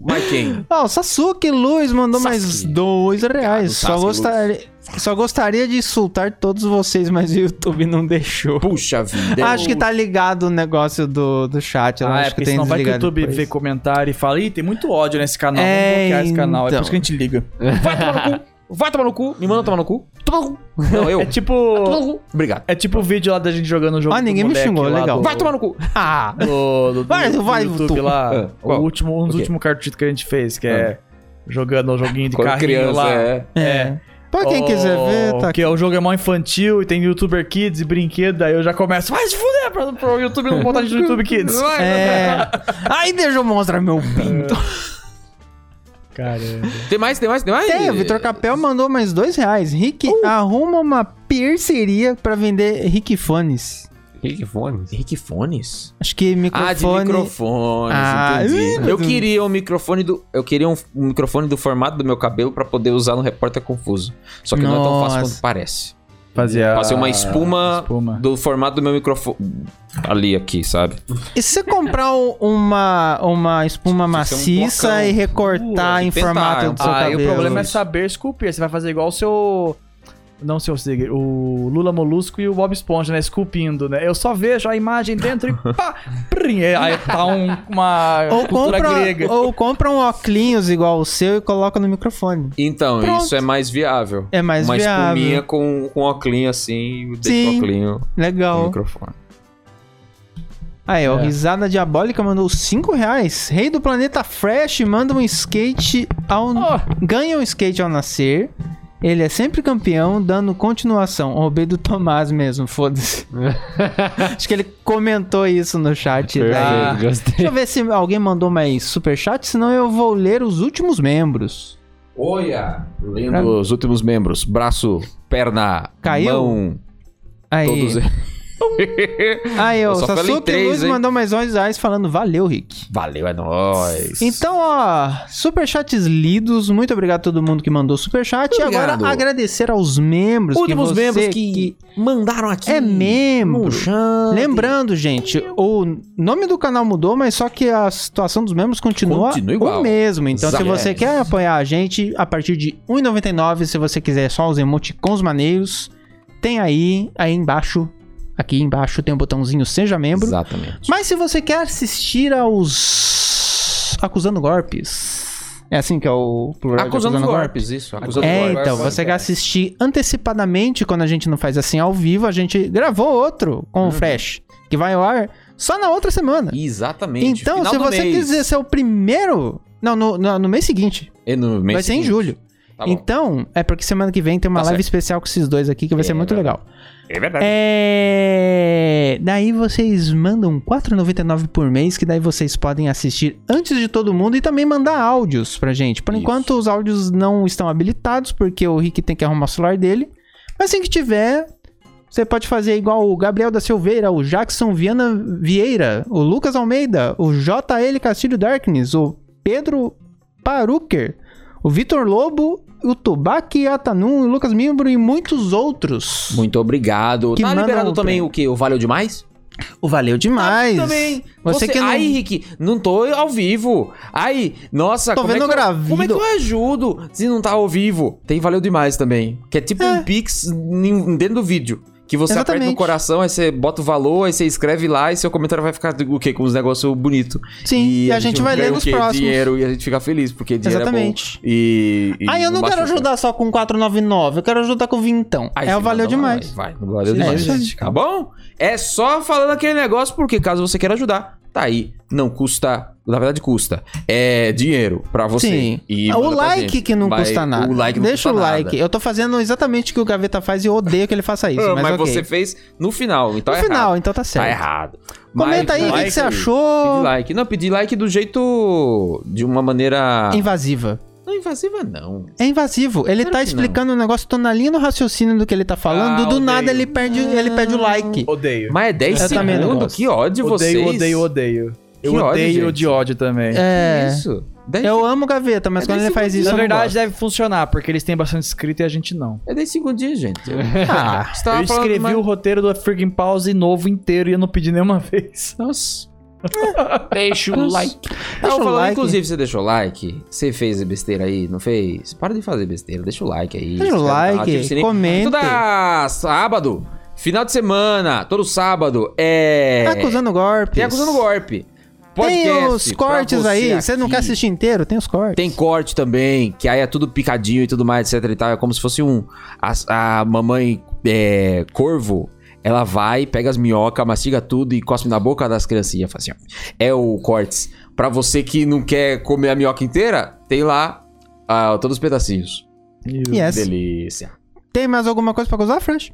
Mas quem?
Ó, o Sasuke Luiz mandou mais dois reais. Só
Sasuke
gostaria, só gostaria de insultar todos vocês, mas o YouTube não deixou.
Puxa vida.
Acho que tá ligado o negócio do, do chat. lá.
Ah, é
acho que
porque
tem
senão vai que o
desligado
YouTube
depois.
vê comentário e fala, ih, tem muito ódio nesse canal,
É,
vamos bloquear esse canal. É por
então.
isso que a gente liga.
Vai tomar no cu. Vai tomar no cu. Me manda tomar no cu. Toma no cu. Não, eu.
É tipo...
Obrigado.
É tipo o vídeo lá da gente jogando o jogo
Ah,
do
ninguém me
moleque
xingou,
lá
legal.
do-
Vai tomar no cu.
Ah,
do, do, do,
Vai,
do
vai,
YouTube
tu.
lá.
Ah, qual?
o último, um dos
O quê?
últimos cartuchos que a gente fez, que é jogando o joguinho de
Quando
carrinho
criança,
lá.
é.
é. Pra quem
Oh,
quiser ver, tá aqui.
Que o jogo é mó infantil e tem youtuber kids e brinquedo, aí eu já começo, vai se fuder pra, pro YouTube não botar a gente no YouTube kids.
É. Aí deixa eu mostrar meu pinto.
Caramba.
Tem mais, tem mais, tem mais?
Tem, o Vitor Capel mandou mais dois reais. Rick,
Uh.
arruma uma pierceria pra vender Rick Fones.
Que fone?
Rick Fones?
Acho que microfone.
Ah, de microfones,
Ah,
entendi.
ih,
eu
mas-
queria um microfone do. Eu queria um, um microfone do formato do meu cabelo pra poder usar no Repórter Confuso. Só que não é tão fácil
Nossa.
quanto parece.
Fazia.
Passei uma espuma,
espuma.
do formato do meu microfone. Ali aqui, sabe?
E se você comprar um- uma, uma espuma
Isso é um
maciça
blocão.
e
Pô,
recortar
tem
em
que
formato
tentar, Ah,
do seu
Aí
cabelo?
o problema é saber esculpir. Você vai fazer igual o seu. Não seu Sig, o Lula Molusco e o Bob Esponja, né? Esculpindo, né? Eu só vejo a imagem dentro e pá! prim, é- aí tá um- uma
Ou
cultura
compra,
grega.
ou compra um óculos igual o seu e coloca no microfone.
Então,
Pronto.
isso é mais viável.
É mais
uma espuminha
viável.
com, com óculinho assim, deixa o
Sim. Então.
óculinho no
Legal.
microfone.
Aí,
É.
ó, Risada Diabólica mandou 5 reais. Rei do Planeta Fresh manda um skate ao... Ganha um skate ao nascer. Ele é sempre campeão, dando continuação. Roubei do Tomás mesmo, foda-se. Acho que ele comentou isso no chat.
Perfeito,
Daí.
gostei.
Deixa eu ver se alguém mandou mais superchat, senão eu vou ler os últimos membros.
Olha! Lendo os últimos membros. Braço, perna,
Caiu?
mão,
Aí,
todos
aí
Eu
ó, o
só falei
Sasuke
três,
Luiz
hein?
mandou mais 11 reais falando valeu, Rick.
Valeu, é nóis.
Então, ó, superchats lidos. Muito obrigado a todo mundo que mandou superchat. E agora
Obrigado.
agradecer aos membros.
Últimos
que você
membros que, mandaram aqui.
É membro.
no chat.
Lembrando, gente, o nome do canal mudou, mas só que a situação dos membros continua,
Continua igual.
o mesmo. Então, se
Exato.
você
Yes.
quer apoiar a gente a partir de 1,99, se você quiser só os emoticons maneiros, tem aí, aí embaixo, Aqui embaixo tem um botãozinho Seja Membro.
Exatamente.
Mas se você quer assistir aos Acusando Golpes, é assim que é o plural de
tá Acusando os
Golpes.
golpes, isso. Acusando os
É,
golpes.
então, você quer assistir antecipadamente quando a gente não faz assim ao vivo, a gente gravou outro com
Uhum.
o Fresh, que vai ao ar só na outra semana.
Exatamente.
Então,
Final
se
do
você
mês.
quiser ser o primeiro. Não, no, no, no mês seguinte.
E É, no mês
vai ser em
seguinte.
julho.
Tá bom.
então, é porque semana que vem tem uma
Tá
live
certo.
especial com esses dois aqui que vai ser muito legal.
É verdade.
É. Daí vocês mandam 4,99 por mês, que daí vocês podem assistir antes de todo mundo e também mandar áudios pra gente. Por
Isso.
enquanto, os áudios não estão habilitados, porque o Rick tem que arrumar o celular dele. Mas assim que tiver, você pode fazer igual o Gabriel da Silveira, o Jackson Viana Vieira, o Lucas Almeida, o JL Castilho Darkness, o Pedro Paruker, o Vitor Lobo, o Tubaki Atanum, o Lucas Mimbro e muitos outros.
Muito obrigado.
Que
tá
manda
liberado
um
também o que? O Valeu Demais?
O valeu demais.
Ah, também.
Você, que não...
Ai, Henrique, não tô ao vivo. Ai, nossa,
Tô
como,
vendo
é que
gravido.
eu, como é que eu ajudo se não tá ao vivo? Tem Valeu Demais também. Que é tipo um pix em- dentro do vídeo. Que você aperta
Exatamente.
no coração, aí você bota o valor, aí você escreve lá e seu comentário vai ficar o quê? Com uns negócios bonitos.
Sim, e a gente vai
ganha
lendo
o
os
quê?
próximos.
é Dinheiro e a gente fica feliz, porque dinheiro
Exatamente.
é bom. E, e
Ai, eu não quero
baixa o-
ajudar só com 499, eu quero ajudar com vintão.
Aí
é
você
o valeu
manda lá,
demais.
Vai, vai, valeu
É
demais.
isso aí.
tá bom? É só falando aquele negócio, porque caso você queira ajudar, tá aí. Não custa. Na verdade, custa. É dinheiro pra você.
Sim. Ah,
E
o
manda pra
like
gente.
que não
Vai-
custa nada.
O like não
Deixa
custa
o like.
nada.
Eu tô fazendo exatamente o que o Gaveta faz e eu odeio que ele faça isso.
Ah,
mas
mas
ok.
você fez no final. Então
No
é
final,
errado.
então tá certo.
Tá errado.
Comenta
Mas
aí o que que,
like,
você
Pedir
achou.
like. Não, pedir like do jeito. De uma maneira.
Invasiva.
Não invasiva, não.
É invasivo. Ele
Claro
tá
que
explicando um negócio, tô na linha do raciocínio do que ele tá falando.
Ah,
do nada
odeio.
ele perde, ele perde o like.
Odeio.
Mas é 10
Eu também não
segundos.
gosto.
Que ódio
Odeio,
vocês.
odeio, odeio. Eu
Que ódio,
odeio
gente.
de ódio também.
É.
Isso. 10
Eu amo Gaveta, mas
É
quando ele
desse
faz isso.
Na
eu não
verdade,
gosto.
deve funcionar, porque eles têm bastante inscrito e a gente não.
É 10 segundinhos, gente. Eu,
Ah,
Você tava
eu
falando de
escrevi
uma-
o roteiro do Friggin' Pause novo inteiro e eu não pedi nenhuma vez.
Nossa.
Deixa o like.
Não,
Deixa o
falando,
like.
inclusive, você deixou o like? Você fez besteira aí, não fez? Para de fazer besteira, deixa o like aí.
Deixa o
inscreve no canal, ativa
like,
o sininho.
comenta.
Toda sábado, final de semana, todo sábado, é...
Tá acusando golpes.
Tem Acusando Golpe.
Tem
Podcast
os
pra
cortes
você
aí. Você não
aqui.
quer assistir inteiro? Tem os cortes.
Tem corte também, que aí é tudo picadinho e tudo mais, etc e tal. É como se fosse um... A, a mamãe é, corvo... Ela vai, pega as minhocas, mastiga tudo e cospe na boca das criancinhas. Fala assim, ó. É o cortes. Pra você que não quer comer a minhoca inteira, tem lá ah, todos os pedacinhos.
Yes.
Delícia.
Tem mais alguma coisa pra acusar, Fresh?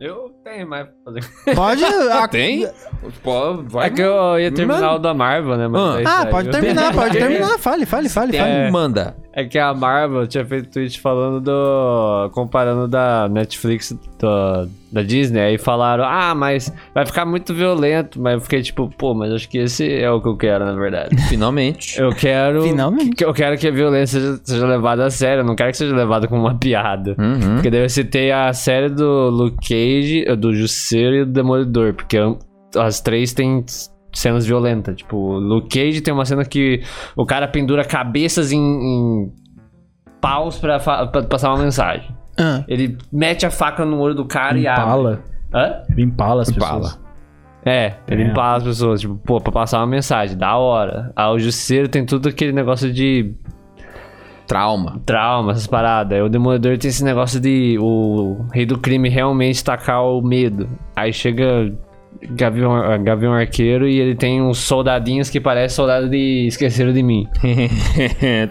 Eu tenho mais pra fazer.
Pode. ah, a-
Tem? Pô, vai
É que eu ia terminar
Mano.
o da Marvel, né? Mas
Ah.
aí
Ah,
saiu.
pode terminar, pode terminar. Fale, fale, fale,
Então
fale.
manda.
É que a Marvel tinha feito tweet falando do. comparando da Netflix do- da Disney. Aí falaram, ah, mas vai ficar muito violento. Mas eu fiquei tipo, pô, mas acho que esse é o que eu quero, na verdade.
Finalmente.
Eu quero.
Finalmente.
que- Eu quero que a violência seja, seja levada a sério. Eu não quero que seja levada como uma piada.
Uhum.
Porque daí eu citei a série do Luke Cage, eh, do Jusceiro e do Demolidor, porque as três têm cenas violentas. Tipo, o Luke Cage tem uma cena que o cara pendura cabeças em, em paus pra, fa- pra passar uma mensagem.
Ah,
Ele mete a faca no olho do cara e abre. Hã?
Ele empala as
Impala.
pessoas.
É, ele empala as pessoas, tipo, pô, pra passar uma mensagem, da hora. Aí o Jusceiro tem tudo aquele negócio de
Trauma.
trauma, essas paradas. Aí O Demolidor tem esse negócio de o rei do crime realmente tacar o medo. Aí chega Gavião, Gavião Arqueiro e ele tem uns soldadinhos que parecem soldado de Esqueceram de Mim.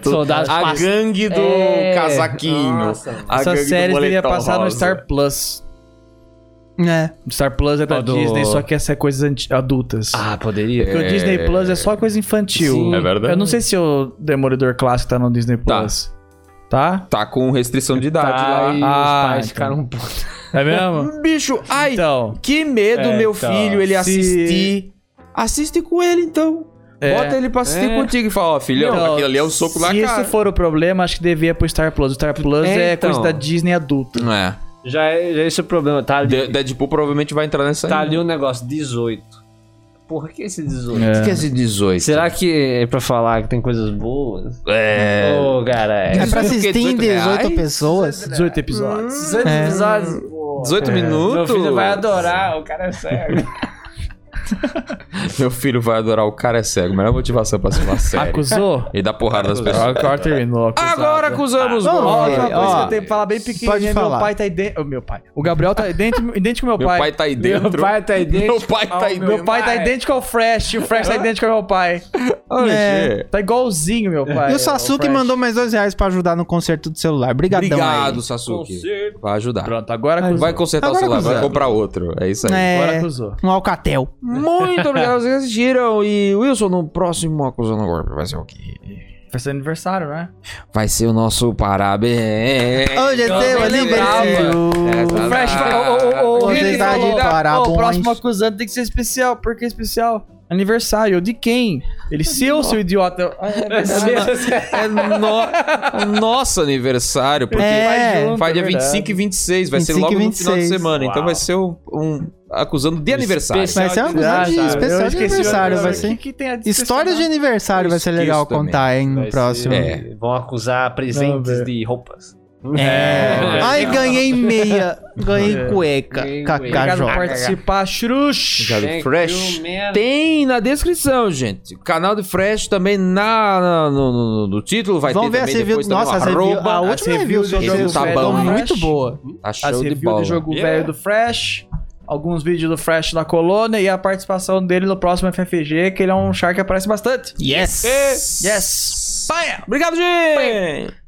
Soldados
a
pas-
gangue do
É.
casaquinho.
Nossa.
A
Essa
gangue do
série deveria
moletom
passar no
rosa.
Star Plus.
É.
Star Plus é da
Ah, do-
Disney, só que essa é coisas anti- adultas.
Ah, poderia.
Porque o Disney Plus é só coisa infantil.
Sim. É
verdade.
Eu não sei se o Demolidor Clássico tá no Disney
Tá.
Plus. Tá?
Tá com restrição de idade
Tá, e
lá.
Ah,
os pais
então.
ficaram um putos.
É mesmo?
Bicho, ai,
Então.
que medo,
É,
meu
então,
filho, ele
se-
assistir. Assiste com ele, então.
É.
Bota ele pra assistir
É.
contigo e fala, ó, filhão,
Então,
aquilo ali é um soco na
Se
cara.
isso for o problema, acho que devia pro Star Plus. O Star Plus é,
É, então.
coisa da Disney adulta.
Não é.
Já é, já é esse o problema. Tá ali,
De- Deadpool provavelmente vai entrar nessa
tá
aí.
ali um negócio 18. Porra, que esse 18?
O que é esse 18?
Será que é pra falar que tem coisas boas?
É.
Ô, cara.
É
É.
Isso
pra
é o quê?
assistir em
18
18
reais?
pessoas.
18 episódios.
18
É.
episódios. pô.
18
Meu
minutos.
filho vai adorar, o cara é cego.
Meu filho vai adorar. O cara é cego. Melhor motivação pra ser uma série.
Acusou?
E dar porrada nas pessoas.
Agora terminou. acusado.
Agora acusamos
Ah,
o
vamos
Ó,
Ei,
uma coisa
ó,
que eu tenho pra falar bem
pode
pequenininha, meu
falar.
pai tá idêntico. Meu pai. O Gabriel tá idêntico, idêntico ao meu,
Meu
pai.
pai tá aí dentro.
Meu pai tá aí dentro.
Meu pai tá aí
Meu, pai tá idêntico ao Fresh, o Fresh tá idêntico ao meu pai.
Oxê.
É.
Tá igualzinho, meu pai.
E o
ao
Sasuke
Fresh.
mandou mais dois reais pra ajudar no conserto do celular. Obrigadão
Obrigado, Sasuke. Vai ajudar.
Pronto, agora acusou.
Vai consertar
Agora
o celular, vai
acusado.
comprar outro. É isso aí.
aí.
Agora
É,
acusou.
um alcatel.
Muito obrigado a vocês que assistiram. E Wilson, no próximo Acusando Golpe vai ser o quê?
Vai ser aniversário, né?
Vai ser o nosso parabéns.
Hoje é seu aniversário.
Essa-
Fresh,
Ah,
o, o, o, o,
Vocês
Vini
tá de
falou,
parabéns.
"Ô, o próximo acusante tem que ser especial. Por que especial? Aniversário. Eu, De quem? Ele, seu, seu idiota. Eu, "Ah, é verdade."
É no- nosso aniversário, porque
É.
faz dia
É verdade.
25 e 26, vai ser
25 e
logo no final de
26.
semana. Então vai ser um, um acusando de aniversário.
Vai ser uma coisa de
aniversário.
especial
Ah, tá.
de
esqueci o
aniversário. Vai
aniversário.
ser.
Que que tem a
Histórias de aniversário vai ser
esqueço
legal
também.
contar, hein, no
Vai
próximo.
um-
É.
ser- um- Vão acusar presentes de roupas.
É. Ai, ganhei meia. Ganhei cueca.
Ganhei cueca.
Obrigado por
KKJ.
participar, Xrux.
Obrigado, Fresh. Tem na descrição, gente. O canal do Fresh também na, na- no, no- no- no título. Vai
Vamos
ter
ver as
também depois
reviews.
também
Nossa,
no
as review,
arroba.
a
as
última review
reviews
do
do
jogo
jogo
tá
velho do
muito
Fresh.
boa.
Tá
As
show de
reviews
bola.
do jogo velho do Fresh. Alguns vídeos do Fresh na colônia e a participação dele no próximo FFG, que ele é um char que aparece bastante.
Yes!
Yes.
Yes! Paia!
Obrigado, gente!